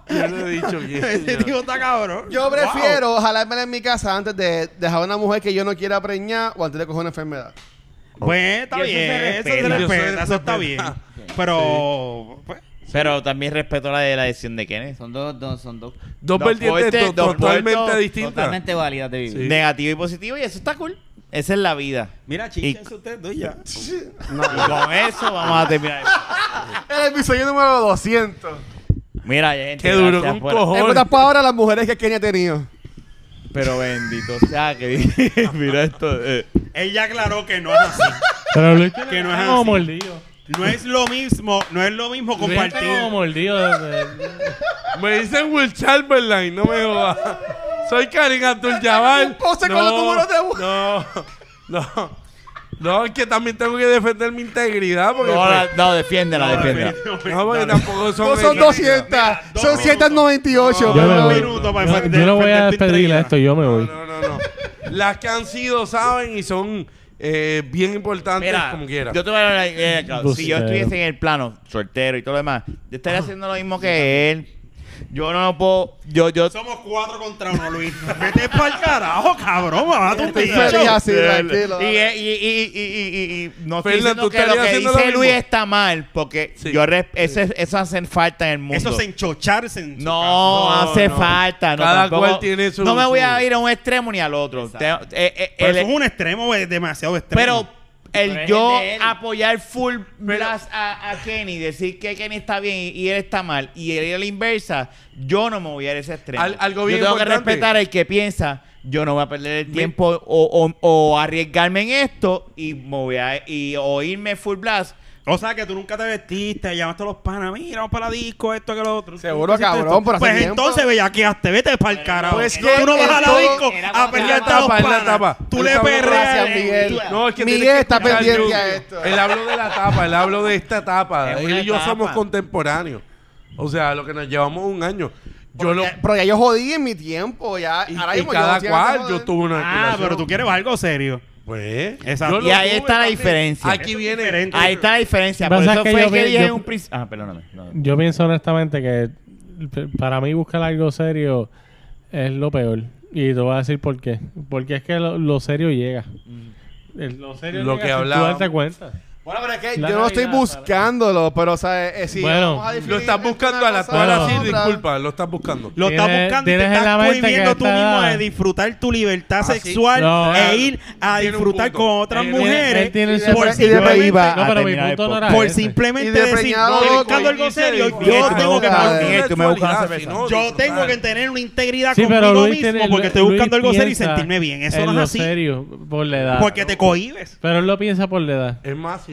Speaker 3: Yo le he dicho
Speaker 4: Este
Speaker 3: que.
Speaker 4: tío está cabrón.
Speaker 5: Yo prefiero jalármela en mi casa antes de dejar a una mujer que yo no quiera preñar o antes de coger una enfermedad.
Speaker 4: Pues está
Speaker 6: Y eso
Speaker 4: bien,
Speaker 6: se
Speaker 4: eso se
Speaker 6: respeta.
Speaker 4: respeta,
Speaker 3: Yo
Speaker 4: eso,
Speaker 3: soy
Speaker 4: está bien.
Speaker 3: respeta.
Speaker 4: Pero, pues,
Speaker 6: Pero también respeto la, la decisión de Kenneth.
Speaker 7: Son dos, dos, son dos
Speaker 3: Dos
Speaker 6: Dos fuertes,
Speaker 3: vertientes to-
Speaker 6: dos
Speaker 3: totalmente
Speaker 6: puertos,
Speaker 3: distintas.
Speaker 7: totalmente válidas de vivir.
Speaker 6: Negativo y positivo, y eso está cool. Esa es la vida.
Speaker 4: mira,
Speaker 6: chíchense
Speaker 4: chicas, ustedes dos ya.
Speaker 6: Y con eso vamos a terminar.
Speaker 5: El episodio número 200.
Speaker 6: Mira, hay gente.
Speaker 3: Qué
Speaker 6: que
Speaker 3: duro,
Speaker 6: hace
Speaker 3: un
Speaker 6: afuera.
Speaker 5: En
Speaker 3: cojón.
Speaker 5: otras palabras, las mujeres que Kenny ha tenido.
Speaker 6: Pero bendito sea que. Mira esto. eh.
Speaker 4: Ella aclaró que no es así.
Speaker 2: Pero Luis tiene
Speaker 4: Que no es
Speaker 2: como
Speaker 4: así.
Speaker 2: mordido.
Speaker 4: No es lo mismo, no es lo mismo
Speaker 2: Luis está como
Speaker 4: compartir.
Speaker 2: mordido. de-
Speaker 3: Me dicen Will Chamberlain, no me jodas. Soy Karim Abdul Jabbar.
Speaker 5: Pose con los números de Will.
Speaker 3: No, no. No, es que también tengo que defender mi integridad. Porque
Speaker 6: No,
Speaker 3: pues,
Speaker 6: la- no, defiéndela, defiéndela.
Speaker 3: No, porque tampoco son.
Speaker 5: No son 200,
Speaker 4: dos
Speaker 5: son
Speaker 4: minutos.
Speaker 5: 198.
Speaker 2: Yo me
Speaker 5: pero-
Speaker 2: voy.
Speaker 4: minuto para
Speaker 2: Yo,
Speaker 4: defender-
Speaker 2: yo no voy a
Speaker 4: defender tu
Speaker 2: despedir
Speaker 4: integridad.
Speaker 2: esto, yo me voy.
Speaker 3: No, no, no. Las que han sido saben y son eh, bien importantes
Speaker 6: Mira,
Speaker 3: como quiera.
Speaker 6: yo te voy a hablar, eh, claro, si yo
Speaker 2: Lucero.
Speaker 6: estuviese en el plano soltero y todo lo demás, yo estaría haciendo lo mismo que él. Yo no puedo, yo, yo,
Speaker 4: Somos cuatro contra uno, Luis. Vete para el carajo, cabrón. Me va a tu
Speaker 6: Este
Speaker 5: Estoy
Speaker 4: bicho.
Speaker 5: feliz así,
Speaker 6: y,
Speaker 5: tranquilo.
Speaker 6: y, y, y, y- y- y- no estoy
Speaker 3: Fernan,
Speaker 6: diciendo
Speaker 3: ¿tú
Speaker 6: que lo
Speaker 3: estarías
Speaker 6: que
Speaker 3: haciendo
Speaker 6: dice
Speaker 3: lo
Speaker 6: Luis
Speaker 3: mismo?
Speaker 6: está mal, porque
Speaker 3: Sí.
Speaker 6: yo res- ese- eso hace falta en el mundo.
Speaker 4: Eso es enchocharse en su casa.
Speaker 6: No,
Speaker 3: No,
Speaker 6: hace
Speaker 3: no.
Speaker 6: falta. No,
Speaker 3: Cada
Speaker 6: tampoco-
Speaker 3: cual tiene su-
Speaker 6: No me voy a
Speaker 3: su-
Speaker 6: ir a un extremo ni al otro. Te- eh, eh,
Speaker 4: Pero
Speaker 6: el-
Speaker 4: eso es un extremo, es demasiado
Speaker 6: pero
Speaker 4: extremo.
Speaker 6: el
Speaker 7: Pero es
Speaker 6: yo
Speaker 7: el de él.
Speaker 6: apoyar full blast a, a Kenny, decir que Kenny está bien y, y él está mal, y él ir a la inversa, yo no me voy a ir a ese extremo.
Speaker 3: Al- algo
Speaker 6: yo
Speaker 3: bien
Speaker 6: tengo que
Speaker 3: importante.
Speaker 6: respetar al que piensa yo no voy a perder el tiempo o, o- o arriesgarme en esto y, me voy a- y o irme full blast.
Speaker 4: O sea, que tú nunca te vestiste, llamaste a los panas, mira, vamos para la disco, esto, que lo otro. Nunca
Speaker 5: Seguro,
Speaker 4: hiciste
Speaker 5: cabrón,
Speaker 4: esto.
Speaker 5: por hace
Speaker 4: Pues
Speaker 5: tiempo.
Speaker 4: entonces bellaqueaste, vete para el carajo.
Speaker 5: Pues
Speaker 4: tú
Speaker 5: que
Speaker 4: no vas a la
Speaker 5: esto-
Speaker 4: disco
Speaker 7: Era
Speaker 4: a
Speaker 7: cuando
Speaker 4: pelearte
Speaker 7: era
Speaker 4: a los
Speaker 3: la etapa,
Speaker 4: panas.
Speaker 3: era la etapa.
Speaker 4: Tú le
Speaker 5: Estamos
Speaker 4: perreas.
Speaker 5: gracias, Miguel.
Speaker 3: No, es que
Speaker 5: Miguel
Speaker 3: tienes que
Speaker 5: está
Speaker 3: escuchar
Speaker 5: pendiente
Speaker 3: Yuyo.
Speaker 5: a esto.
Speaker 3: Él habló de la etapa, él habló de esta etapa.
Speaker 6: Es
Speaker 3: Él
Speaker 6: una
Speaker 3: y yo
Speaker 6: etapa.
Speaker 3: somos contemporáneos. O sea, lo que nos llevamos un año. Yo lo,
Speaker 5: Ya- Pero ya yo jodí en mi tiempo. Ya,
Speaker 3: y,
Speaker 5: ahora
Speaker 3: y
Speaker 5: mismo yo
Speaker 3: cada
Speaker 5: no siento
Speaker 3: cual
Speaker 5: joder.
Speaker 3: yo tuve una
Speaker 4: Ah,
Speaker 3: relación.
Speaker 4: pero tú quieres algo serio.
Speaker 3: Pues,
Speaker 4: Exacto.
Speaker 3: yo lo
Speaker 6: Y ahí
Speaker 3: tuve
Speaker 6: está la
Speaker 3: también.
Speaker 6: diferencia.
Speaker 3: Aquí
Speaker 4: Eso es
Speaker 3: viene.
Speaker 4: diferente.
Speaker 6: Ahí está la diferencia. Por
Speaker 2: Pasa
Speaker 6: eso
Speaker 2: que
Speaker 6: fue
Speaker 2: yo
Speaker 6: que
Speaker 2: vi-
Speaker 6: dije
Speaker 2: yo-
Speaker 6: un principio. Ah, perdóname. No.
Speaker 2: Yo pienso honestamente que p- para mí buscar algo serio es lo peor. Y te voy a decir por qué. Porque es que lo, lo serio llega. El- Lo serio
Speaker 3: Lo
Speaker 2: llega
Speaker 3: que
Speaker 2: sin tú
Speaker 3: hablábamos.
Speaker 2: darte cuenta.
Speaker 5: Bueno, pero es que
Speaker 2: La
Speaker 5: yo no estoy
Speaker 2: realidad,
Speaker 5: buscándolo, pero, o sea, eh, si
Speaker 2: Bueno,
Speaker 5: vamos a definir
Speaker 3: Lo estás
Speaker 5: entre
Speaker 3: buscando
Speaker 5: una
Speaker 3: a la
Speaker 5: cosa y
Speaker 3: cual
Speaker 2: Bueno.
Speaker 3: así,
Speaker 5: otra,
Speaker 3: disculpa, lo estás buscando.
Speaker 4: Lo estás
Speaker 2: Tienes-
Speaker 4: buscando y te
Speaker 2: tienes en la
Speaker 4: estás
Speaker 2: mente que
Speaker 4: cohibiendo tú
Speaker 2: esta
Speaker 4: mismo
Speaker 2: edad-
Speaker 4: de disfrutar tu libertad
Speaker 5: Ah,
Speaker 3: Así.
Speaker 4: sexual
Speaker 2: No,
Speaker 4: e
Speaker 2: él-
Speaker 4: ir a
Speaker 3: tiene un
Speaker 4: disfrutar
Speaker 3: punto.
Speaker 4: con otras
Speaker 3: Él tiene-
Speaker 4: mujeres
Speaker 2: Él tiene
Speaker 5: Y
Speaker 2: ese-
Speaker 5: por-
Speaker 4: por,
Speaker 5: y de
Speaker 4: simplemente-
Speaker 5: iba
Speaker 2: no,
Speaker 6: a
Speaker 2: pero mi
Speaker 6: terminar el
Speaker 2: punto no era
Speaker 6: podcast.
Speaker 4: por
Speaker 2: ese.
Speaker 5: Y
Speaker 4: simplemente
Speaker 5: de
Speaker 4: decir,
Speaker 5: preñado,
Speaker 4: no, estoy buscando
Speaker 5: con
Speaker 4: algo serio y
Speaker 5: Miguel,
Speaker 4: yo
Speaker 5: tú me
Speaker 4: tengo que
Speaker 5: buscas-
Speaker 4: por-
Speaker 6: Miguel, tú me buscas una
Speaker 3: Sexualidad,
Speaker 6: cerveza.
Speaker 3: si no,
Speaker 4: yo
Speaker 3: disfrutar.
Speaker 4: tengo que tener una integridad
Speaker 2: Sí, pero
Speaker 4: conmigo
Speaker 2: Luis
Speaker 4: mismo
Speaker 2: tiene-
Speaker 4: porque estoy
Speaker 2: Luis
Speaker 4: buscando algo serio y
Speaker 2: piensa
Speaker 4: sentirme bien. Eso
Speaker 2: en
Speaker 4: no
Speaker 2: lo
Speaker 4: es así.
Speaker 2: serio por la edad.
Speaker 4: Porque te cohibes.
Speaker 2: Pero él lo piensa por la edad.
Speaker 3: Es más, sí.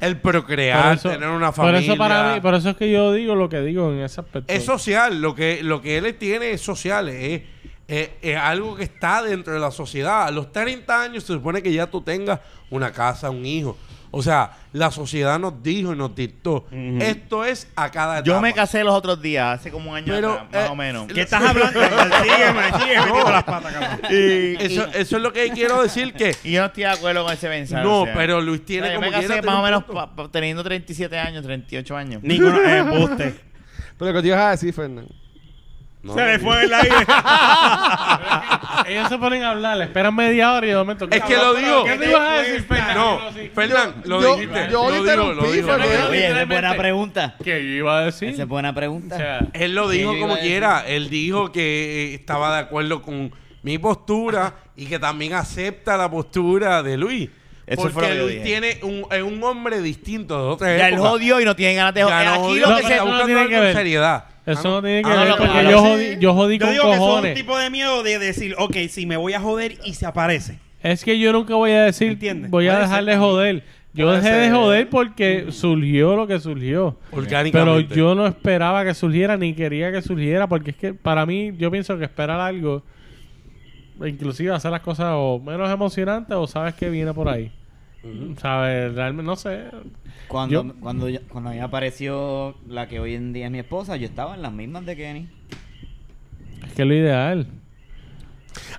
Speaker 3: El
Speaker 2: Por
Speaker 3: procrear,
Speaker 2: eso-
Speaker 3: tener una
Speaker 2: por
Speaker 3: familia.
Speaker 2: eso para mí, por eso es que yo digo lo que digo en ese aspecto.
Speaker 3: Es social, lo que, lo que él tiene es social, es, es- es algo que está dentro de la sociedad. A los 30 años se supone que ya tú tengas una casa, un hijo. O sea, la sociedad nos dijo y nos dictó. Esto es a cada etapa.
Speaker 6: Yo me casé los otros días, hace como un año
Speaker 3: Pero,
Speaker 6: atrás, más
Speaker 3: eh,
Speaker 6: o menos.
Speaker 4: ¿Qué estás hablando? Sígueme, sígueme metiendo las patas, cabrón.
Speaker 6: Y,
Speaker 3: Eso, eso es lo que quiero decir que...
Speaker 6: y yo no estoy de acuerdo con ese mensaje.
Speaker 3: No,
Speaker 6: o sea.
Speaker 3: pero Luis tiene
Speaker 6: Yo
Speaker 3: como
Speaker 6: me
Speaker 3: quiera,
Speaker 6: casé
Speaker 3: tiene
Speaker 6: más o
Speaker 3: un
Speaker 6: menos
Speaker 3: punto.
Speaker 6: pa- pa- teniendo 37 años, 38 años.
Speaker 4: Ninguno es embuste.
Speaker 5: Pero lo que te ibas a decir, Fernando.
Speaker 3: No,
Speaker 4: Se le
Speaker 3: Luis.
Speaker 4: fue el aire.
Speaker 2: Ellos se ponen a hablar, le esperan media hora y de momento.
Speaker 3: Es que lo digo.
Speaker 2: ¿Qué te ibas a decir,
Speaker 3: No,
Speaker 2: Fernando?
Speaker 3: Fernán, lo
Speaker 5: yo-
Speaker 3: dijiste.
Speaker 5: yo
Speaker 3: lo digo,
Speaker 5: interrumpí,
Speaker 3: lo digo.
Speaker 2: Pero
Speaker 5: Fernán.
Speaker 7: Oye, esa es buena
Speaker 2: literalmente-
Speaker 7: pregunta.
Speaker 2: Que yo iba a
Speaker 7: Esa es
Speaker 2: decir.
Speaker 7: buena pregunta.
Speaker 2: O sea,
Speaker 3: Él lo dijo
Speaker 7: yo iba
Speaker 3: como
Speaker 7: a decir.
Speaker 3: quiera. Él dijo que eh, estaba de acuerdo con mi postura y que también acepta la postura de Luis.
Speaker 6: Eso fue lo
Speaker 3: porque
Speaker 6: que yo
Speaker 3: Luis
Speaker 6: dije.
Speaker 3: tiene un, es un hombre distinto de otra
Speaker 6: Ya él
Speaker 3: época.
Speaker 6: jodió y no tiene ganas de joder.
Speaker 3: Ya no
Speaker 6: Aquí
Speaker 3: jodió,
Speaker 6: lo
Speaker 2: No,
Speaker 6: que
Speaker 3: está
Speaker 6: se
Speaker 2: eso no
Speaker 3: buscando
Speaker 2: tiene
Speaker 3: algo
Speaker 2: que ver.
Speaker 3: en seriedad.
Speaker 2: Eso
Speaker 3: Ah,
Speaker 2: no tiene que
Speaker 6: ah,
Speaker 2: ver
Speaker 6: no,
Speaker 2: porque
Speaker 6: claro,
Speaker 2: yo
Speaker 6: sí.
Speaker 2: jodí, yo jodí
Speaker 4: Yo
Speaker 2: con
Speaker 4: digo que
Speaker 2: cojones.
Speaker 4: es un tipo de miedo de decir, ok, si me voy a joder y se aparece.
Speaker 2: Es que yo nunca voy a decir,
Speaker 4: ¿Entiendes?
Speaker 2: voy a
Speaker 4: Puede
Speaker 2: dejar
Speaker 4: ser
Speaker 2: de joder. Yo
Speaker 3: Puede
Speaker 2: dejé de
Speaker 3: ser.
Speaker 2: joder porque surgió lo que surgió. Pero
Speaker 3: Orgánicamente.
Speaker 2: yo no esperaba que surgiera ni quería que surgiera porque es que para mí yo pienso que esperar algo, inclusive hacer las cosas o menos emocionantes o sabes que viene por ahí. ¿Sabes? Realmente no sé.
Speaker 7: Cuando,
Speaker 2: Yo-
Speaker 7: cuando, yo- cuando a mí me apareció la que hoy en día es mi esposa, yo estaba en las mismas de Kenny.
Speaker 2: Es que es lo ideal.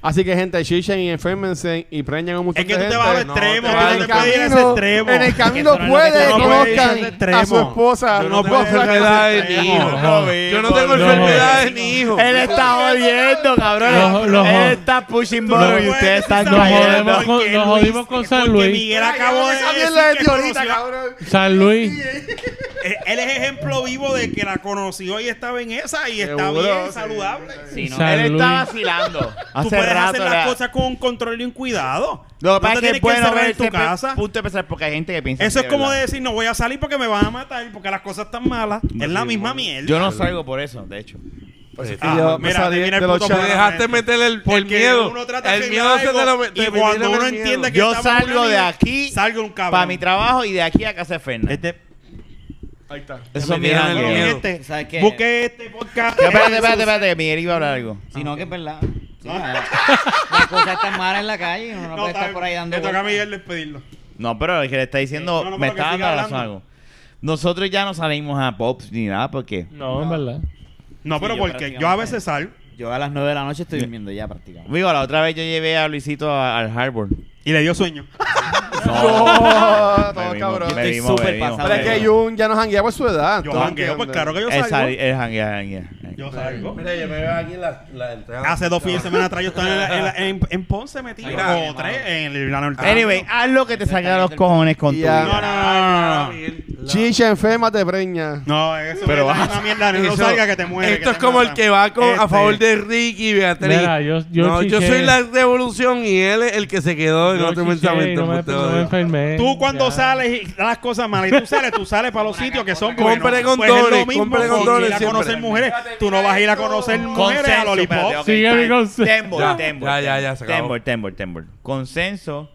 Speaker 5: Así que, gente, chichen y enfermense y preñan a mucha
Speaker 4: Es que
Speaker 5: gente.
Speaker 4: tú te vas a
Speaker 3: no,
Speaker 4: extremo,
Speaker 3: te
Speaker 4: tú
Speaker 3: vas
Speaker 4: no
Speaker 3: al
Speaker 4: te puedes ir a ese extremo.
Speaker 5: en el camino
Speaker 7: Eso no es lo que
Speaker 5: puede
Speaker 7: tú
Speaker 5: que
Speaker 7: no
Speaker 4: puedes ir a ese
Speaker 5: conozcan
Speaker 4: extremo.
Speaker 5: a su esposa.
Speaker 3: Yo no
Speaker 5: puedo
Speaker 3: tengo enfermedades ni hijos. Yo no tengo
Speaker 2: no,
Speaker 3: enfermedades ni hijos.
Speaker 6: Él está jodiendo, cabrón.
Speaker 2: Lo- lo-
Speaker 6: él está pushing button y ustedes están
Speaker 2: Nos jodemos
Speaker 6: cayendo.
Speaker 2: con- nos jodimos con San
Speaker 4: Porque
Speaker 2: Luis.
Speaker 4: Miguel acabó de
Speaker 5: Esa
Speaker 4: decir
Speaker 5: mierda de
Speaker 4: que
Speaker 5: ti ahorita,
Speaker 4: conoció a-
Speaker 5: cabrón.
Speaker 2: San Luis.
Speaker 4: Eh, Él es ejemplo vivo de que la conoció y estaba en esa y está
Speaker 5: Seguro,
Speaker 4: bien,
Speaker 5: sí.
Speaker 4: saludable.
Speaker 7: Sí, no.
Speaker 2: San
Speaker 6: Él
Speaker 2: Luis.
Speaker 6: está vacilando.
Speaker 4: Tú
Speaker 6: Hace
Speaker 4: puedes
Speaker 6: rato
Speaker 4: hacer las
Speaker 6: la-
Speaker 4: cosas con control y un cuidado.
Speaker 6: Lo que pasa
Speaker 4: no te
Speaker 6: es que
Speaker 4: tienes
Speaker 6: es bueno
Speaker 4: encerrar
Speaker 6: ver
Speaker 4: en tu casa.
Speaker 6: Punto de pensar porque hay gente que piensa.
Speaker 4: Eso es
Speaker 6: así,
Speaker 4: como de
Speaker 6: ¿verdad?
Speaker 4: decir, no voy a salir porque me van a matar, porque las cosas están malas. Es la misma mierda.
Speaker 6: Yo no salgo por eso, de hecho.
Speaker 3: Pues,
Speaker 4: Ah,
Speaker 5: yo me
Speaker 4: mira,
Speaker 5: salí
Speaker 4: termina el
Speaker 5: de los
Speaker 4: puto
Speaker 3: Te
Speaker 5: chavos.
Speaker 4: programa. este.
Speaker 3: dejaste meter el, el
Speaker 4: Porque
Speaker 3: miedo.
Speaker 4: uno trata de
Speaker 3: el miedo se
Speaker 4: frenar
Speaker 3: te
Speaker 4: algo
Speaker 3: lo
Speaker 4: y cuando uno entiende que
Speaker 6: Yo
Speaker 4: estamos en
Speaker 6: salgo
Speaker 4: una
Speaker 6: de
Speaker 4: mierda,
Speaker 6: aquí
Speaker 4: salgo un cabrón.
Speaker 6: para mi trabajo y de aquí a casa de Fernández.
Speaker 4: Este,
Speaker 5: Ahí está.
Speaker 6: Eso es mi
Speaker 3: metieron
Speaker 6: jangueo.
Speaker 3: el
Speaker 4: Busquen
Speaker 3: miedo.
Speaker 4: este,
Speaker 7: ¿Sabes qué?
Speaker 4: busquen este podcast.
Speaker 6: Pero Espérate, espérate, espérate. que Miguel iba a hablar algo.
Speaker 7: Si no, que es verdad. Sí, la- Las cosas están malas en la calle. Uno no,
Speaker 4: No, está
Speaker 7: puede estar
Speaker 4: bien.
Speaker 7: por ahí dando
Speaker 4: Le toca a
Speaker 7: vueltas.
Speaker 4: Miguel despedirlo.
Speaker 6: No, pero el que le está diciendo,
Speaker 4: Sí, no, no,
Speaker 6: me
Speaker 4: pero que
Speaker 6: está dando
Speaker 4: siga
Speaker 6: la razón
Speaker 4: hablando.
Speaker 6: algo. Nosotros ya no salimos a Pops ni nada porque...
Speaker 2: No, en verdad.
Speaker 4: No,
Speaker 6: Sí,
Speaker 4: pero
Speaker 6: yo
Speaker 4: porque yo a
Speaker 6: prácticamente-
Speaker 4: veces salgo
Speaker 7: Yo a las 9 de la noche estoy durmiendo ya prácticamente.
Speaker 6: Digo, la otra vez yo llevé a Luisito a- al Harbor.
Speaker 4: y le dio sueño.
Speaker 5: No, todo
Speaker 6: Bebimos,
Speaker 5: cabrón.
Speaker 7: Estoy
Speaker 6: bebimos,
Speaker 7: súper
Speaker 6: bebimos,
Speaker 7: pasado.
Speaker 5: Pero es que
Speaker 6: bebimos.
Speaker 5: Jun ya nos janguea por su edad.
Speaker 4: Yo
Speaker 5: ¿tú
Speaker 4: jangueo, pues
Speaker 5: entiendes?
Speaker 4: claro que yo
Speaker 6: Él
Speaker 4: salgo.
Speaker 6: sali- él janguea, janguea, janguea.
Speaker 4: Yo salgo.
Speaker 3: Mira, yo me veo aquí la, la entrada.
Speaker 4: Hace dos fines de semana atrás yo estaba en, la- en, la- en- en Ponce metido.
Speaker 3: Ahí está.
Speaker 4: O tres en el- la norte. Ah,
Speaker 6: Anyway, haz lo que te
Speaker 7: Eso
Speaker 6: salga
Speaker 7: está
Speaker 6: de los
Speaker 7: bien del-
Speaker 6: cojones con tu
Speaker 5: Ya.
Speaker 4: No, no,
Speaker 6: vida.
Speaker 4: no, no, no, no.
Speaker 2: ¿verdad?
Speaker 5: Chicha enferma te preña.
Speaker 4: No, eso
Speaker 6: Pero
Speaker 4: es
Speaker 6: vas-
Speaker 4: una mierda. No,
Speaker 3: Eso-
Speaker 4: salga que te Este. muere.
Speaker 3: Esto es como el que va con, a favor de Ricky y Beatriz.
Speaker 2: Mira, yo- yo
Speaker 3: no, yo
Speaker 2: chiché.
Speaker 3: soy la revolución y él es el que se quedó en
Speaker 2: Yo
Speaker 3: otro
Speaker 2: chiché y
Speaker 3: pensamiento. pues,
Speaker 2: no me,
Speaker 3: puto.
Speaker 2: no me enfermé.
Speaker 4: Tú cuando
Speaker 2: Ya.
Speaker 4: sales y das las cosas malas y tú sales, tú sales para los sitios que son buenos.
Speaker 3: Compre
Speaker 4: Pues es lo
Speaker 3: condones,
Speaker 4: mismo
Speaker 3: compre
Speaker 4: con
Speaker 3: condones
Speaker 4: ir a
Speaker 3: siempre.
Speaker 4: conocer mujeres. Tú no vas a ir a conocer mujeres a
Speaker 6: Consenso,
Speaker 4: Lollipop.
Speaker 6: espérate, ok,
Speaker 2: Sigue
Speaker 6: time.
Speaker 2: mi consenso.
Speaker 6: Tembol,
Speaker 3: Ya,
Speaker 6: tembol,
Speaker 3: ya, ya,
Speaker 6: tembol,
Speaker 3: ya, se acabó.
Speaker 6: Tembol, tembol, tembol. Consenso.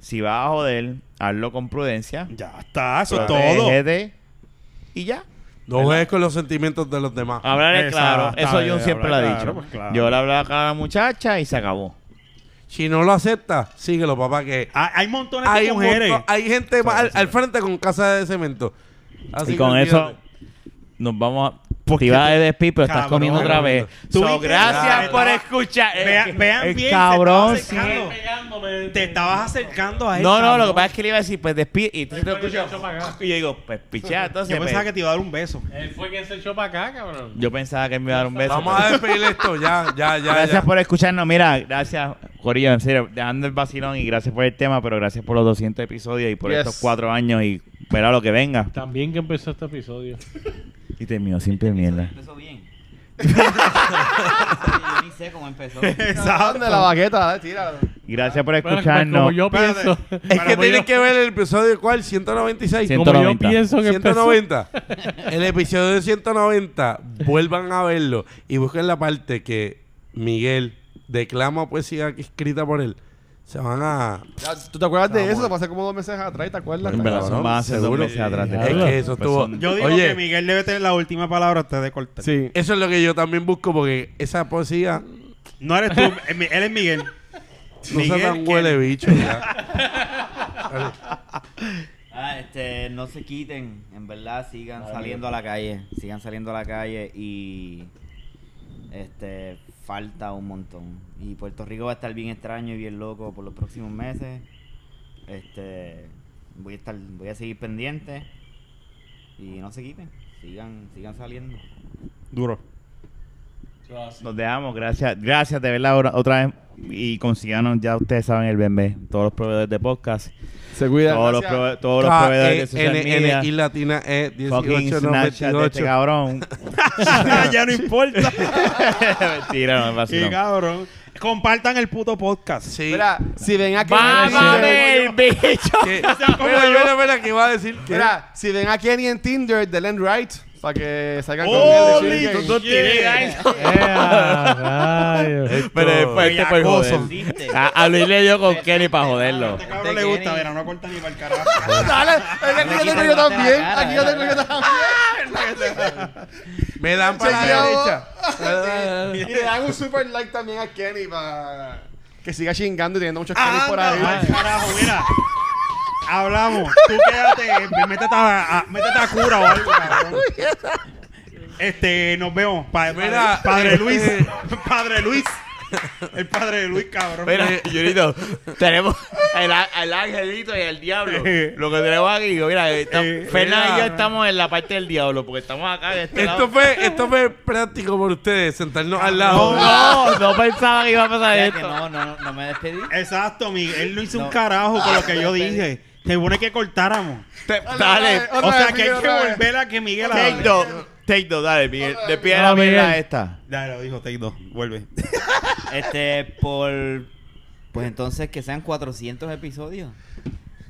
Speaker 6: Si vas a joder, hazlo con prudencia.
Speaker 4: Ya está, eso es todo.
Speaker 6: Protégete. Y ya.
Speaker 3: No juegues con los sentimientos de los demás.
Speaker 2: Ah.
Speaker 6: Hablar es claro.
Speaker 4: Exacto,
Speaker 6: Eso John
Speaker 4: eh,
Speaker 6: siempre lo
Speaker 4: hablar
Speaker 6: ha
Speaker 4: es
Speaker 6: dicho.
Speaker 4: claro, pues claro.
Speaker 6: Yo le hablaba a la muchacha y se acabó.
Speaker 3: Si no lo aceptas, síguelo, papá, que
Speaker 4: Ah, Hay montones
Speaker 3: hay,
Speaker 4: de
Speaker 3: un
Speaker 4: mujeres.
Speaker 3: montón- hay gente más al, al frente con casa de cemento. Así
Speaker 6: y con
Speaker 3: que
Speaker 6: eso
Speaker 3: olvídate.
Speaker 6: nos vamos a... Te iba de despir, pero estás
Speaker 4: Cabrón,
Speaker 6: comiendo otra vez.
Speaker 4: Tú
Speaker 6: So,
Speaker 4: viste-
Speaker 6: gracias
Speaker 4: Claro.
Speaker 6: por escuchar.
Speaker 4: Vean-
Speaker 6: Eh,
Speaker 4: vean
Speaker 6: el
Speaker 4: bien, se
Speaker 6: Cabrón.
Speaker 4: estaba acercando.
Speaker 2: Pegándome.
Speaker 4: Te estabas acercando a él.
Speaker 6: No, no, lo que
Speaker 4: cabrón.
Speaker 6: pasa es que le iba a decir, pues despide. Y tú te escuchas.
Speaker 2: echó para acá.
Speaker 6: Y yo digo, pues pichea, entonces.
Speaker 4: Yo
Speaker 6: pues,
Speaker 4: pensaba que te iba a dar un beso.
Speaker 2: Él fue quien se echó para acá, cabrón.
Speaker 6: Yo pensaba que me iba a dar un beso.
Speaker 3: Vamos a despedir esto, ya, ya, ya.
Speaker 6: gracias
Speaker 3: ya.
Speaker 6: por escucharnos. Mira, gracias, Corillo, en serio, dejando el vacilón y gracias por el tema, pero gracias por los 200 episodios y por
Speaker 5: Yes.
Speaker 6: estos cuatro años y verá lo que venga.
Speaker 2: También que empezó este episodio.
Speaker 6: Y terminó siempre mierda.
Speaker 7: Empezó bien. Yo ni sé cómo empezó.
Speaker 5: ¿Dónde la baqueta? eh, Tíralo.
Speaker 6: Y gracias por
Speaker 2: Bueno, pues,
Speaker 6: escucharnos.
Speaker 2: como yo pienso.
Speaker 3: Es que
Speaker 2: como
Speaker 3: tienes
Speaker 2: yo-
Speaker 3: que ver el episodio cuál, 196.
Speaker 6: Cien-
Speaker 2: Como yo
Speaker 6: 190.
Speaker 2: pienso que empezó.
Speaker 3: 190. El episodio de 190, vuelvan a verlo y busquen la parte que Miguel declama poesía escrita por él. Se van a...
Speaker 5: Ya, ¿Tú te acuerdas de eso? Pasé como dos meses atrás, ¿te acuerdas?
Speaker 6: En verdad, son
Speaker 3: Cabrón,
Speaker 6: más hace dos
Speaker 3: seguro.
Speaker 6: meses atrás.
Speaker 2: Es
Speaker 6: Claro.
Speaker 3: que eso
Speaker 6: Pues
Speaker 3: estuvo-
Speaker 6: son-
Speaker 4: Yo digo
Speaker 3: Oye.
Speaker 4: que Miguel debe tener la última palabra antes de cortar.
Speaker 5: Sí.
Speaker 3: Eso es lo que yo también busco porque esa poesía
Speaker 4: No eres tú, eh, mi- él es Miguel.
Speaker 3: no se
Speaker 4: Miguel,
Speaker 3: tan
Speaker 4: que-
Speaker 3: huele bicho ya.
Speaker 7: Ah, este, no se quiten, en verdad, sigan saliendo a la calle, sigan saliendo a la calle y este falta un montón. Y Puerto Rico va a estar bien extraño y bien loco por los próximos meses. Este, voy a estar, voy a seguir pendiente y no se quiten, sigan, sigan saliendo.
Speaker 4: Duro.
Speaker 6: Nos dejamos, gracias, gracias de verdad ora- otra vez. Y consiganos, ya ustedes saben, el BMB, todos los proveedores de podcast,
Speaker 5: Se cuida.
Speaker 6: todos, los,
Speaker 5: Gracias.
Speaker 6: prove- todos los proveedores
Speaker 3: eh,
Speaker 6: de social media,
Speaker 3: y Latina E
Speaker 6: fucking Snapchat de este
Speaker 3: 18928.
Speaker 6: cabrón.
Speaker 4: ya no importa.
Speaker 6: Mentira, no me
Speaker 4: Qué
Speaker 6: vaciló.
Speaker 4: cabrón. Compartan el puto podcast.
Speaker 3: Sí.
Speaker 5: Mira, si ven a Kenny.
Speaker 6: ¡Vámame el bicho!
Speaker 3: Que- Espera, espera, espera, que iba a decir que...
Speaker 5: Mira, si ven a Kenny en Tinder, denle en right para que salgan con
Speaker 4: Holy
Speaker 5: él. de
Speaker 4: shit.
Speaker 5: chicken.
Speaker 2: ¡Ea, rayos!
Speaker 6: Pero después este fue
Speaker 4: Bellacoso.
Speaker 6: joder. A, a Luis le dio con Kenny para joderlo.
Speaker 4: Este cabrón le gusta, mira, no corta ni para el carajo.
Speaker 5: Dale, es que aquí yo tengo yo también. Aquí yo tengo yo también.
Speaker 3: Me dan para la
Speaker 5: Chequeado.
Speaker 3: derecha.
Speaker 5: Y le dan un super like también a Kenny para que siga chingando y teniendo muchos Kenny
Speaker 4: Anda,
Speaker 5: por ahí.
Speaker 4: mal carajo, mira. Hablamos. Tú quédate, eh, métete a, a- métete a cura o algo, cabrón. Este, nos vemos. Pa- padre-
Speaker 3: Mira,
Speaker 4: padre
Speaker 3: eh,
Speaker 4: Luis.
Speaker 3: eh.
Speaker 4: padre Luis. El padre de Luis, cabrón.
Speaker 6: Mira, Junito, tenemos el, á- el angelito y el diablo. Lo que tenemos aquí, digo, mira,
Speaker 4: Eh,
Speaker 6: estamos, Fernández y yo
Speaker 4: mira.
Speaker 6: estamos en la parte del diablo, porque estamos acá de este
Speaker 3: Esto
Speaker 6: lado.
Speaker 3: fue, esto fue práctico por ustedes, sentarnos al lado.
Speaker 6: No, no pensaba que iba a pasar
Speaker 7: Ya que
Speaker 6: esto.
Speaker 7: no, no, no me despedí.
Speaker 4: Exacto, Miguel. Él no hizo un
Speaker 7: No.
Speaker 4: carajo con lo que yo dije. Se supone que cortáramos.
Speaker 6: Te- dale,
Speaker 5: vez,
Speaker 4: O sea, que
Speaker 5: Miguel,
Speaker 4: hay que
Speaker 5: otra vez.
Speaker 4: volver a que Miguel
Speaker 6: take
Speaker 4: hable.
Speaker 6: dos, take dos, dale, Miguel. Despide la
Speaker 2: No, Miguel.
Speaker 6: mierda esta.
Speaker 4: Dale, lo dijo Take 2. Vuelve.
Speaker 7: Este, por. Pues entonces que sean 400 episodios.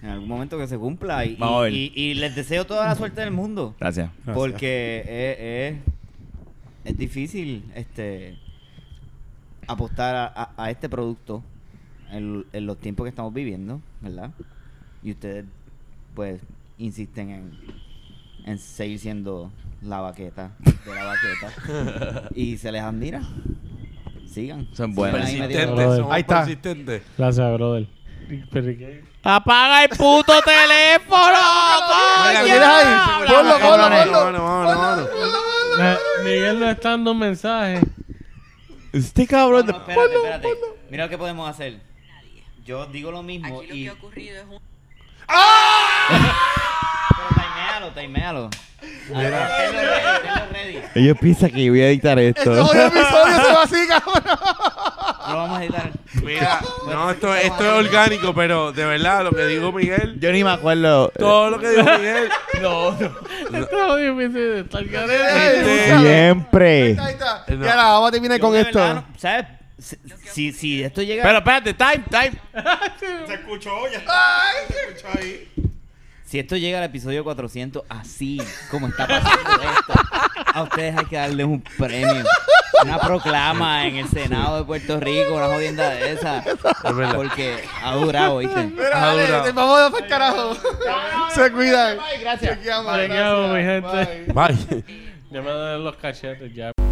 Speaker 7: En algún momento que se cumpla. Y,
Speaker 6: Vamos a ver.
Speaker 7: y- y les deseo toda la suerte del mundo.
Speaker 6: Gracias.
Speaker 7: Porque es, es- es difícil este apostar a, a- a este producto en, en los tiempos que estamos viviendo, ¿verdad? Y ustedes, pues, insisten en, en seguir siendo la baqueta de la baqueta. y se les admira. Sigan.
Speaker 6: Son buenos.
Speaker 7: Sigan ahí metiendo-
Speaker 3: Persistentes, somos
Speaker 5: Ahí está.
Speaker 3: persistentes.
Speaker 2: Gracias, brother. Pero, ¿qué?
Speaker 6: ¡Apaga el puto teléfono!
Speaker 5: Mira,
Speaker 6: coño!
Speaker 5: ¿Lo tienes ahí?
Speaker 6: Hablamos,
Speaker 5: Ponlo, ponlo,
Speaker 6: cabrones.
Speaker 5: ponlo.
Speaker 3: Vámonos, vámonos, vámonos.
Speaker 2: Na- Miguel nos está dando un mensaje.
Speaker 6: Este
Speaker 7: No,
Speaker 6: cabrón.
Speaker 7: no, espérate, espérate. Mira lo que podemos hacer. Yo digo lo mismo
Speaker 1: Aquí lo
Speaker 7: y...
Speaker 1: que ha ocurrido es un...
Speaker 7: Pero taimealo, taimealo. Tenlo ready, tenlo ready.
Speaker 5: Este
Speaker 6: Ellos piensan que yo voy a editar esto.
Speaker 5: Todo el episodio se va así, cabrón.
Speaker 7: No lo vamos a editar.
Speaker 3: Mira, no, esto, esto es orgánico, pero de verdad, lo que digo Miguel,
Speaker 6: Yo ni me acuerdo.
Speaker 3: todo lo que digo Miguel,
Speaker 6: No, no.
Speaker 2: Está muy difícil de estar
Speaker 3: Este-
Speaker 6: Siempre.
Speaker 5: Ahí está.
Speaker 3: No.
Speaker 5: Y ahora vamos a terminar con esto.
Speaker 7: ¿Sabes? Si- Si, si esto llega.
Speaker 6: Pero espérate, time, time.
Speaker 4: Se escuchó ya. Se escuchó ahí.
Speaker 7: Si esto llega al episodio 400, así como está pasando esto, a ustedes hay que darles un premio. Una proclama en el Senado de Puerto Rico, una jodienda de esa.
Speaker 3: verdad.
Speaker 7: Porque ha durado, ¿viste?
Speaker 5: Mira,
Speaker 3: Ah,
Speaker 5: dale,
Speaker 3: dura.
Speaker 5: te vamos a dar carajo. Se cuidan.
Speaker 7: Bye, gracias.
Speaker 5: Chequeamos,
Speaker 2: Chequeamos, mi
Speaker 5: gracias.
Speaker 2: gente.
Speaker 5: Bye.
Speaker 3: bye.
Speaker 2: Ya me dan los cachetes ya.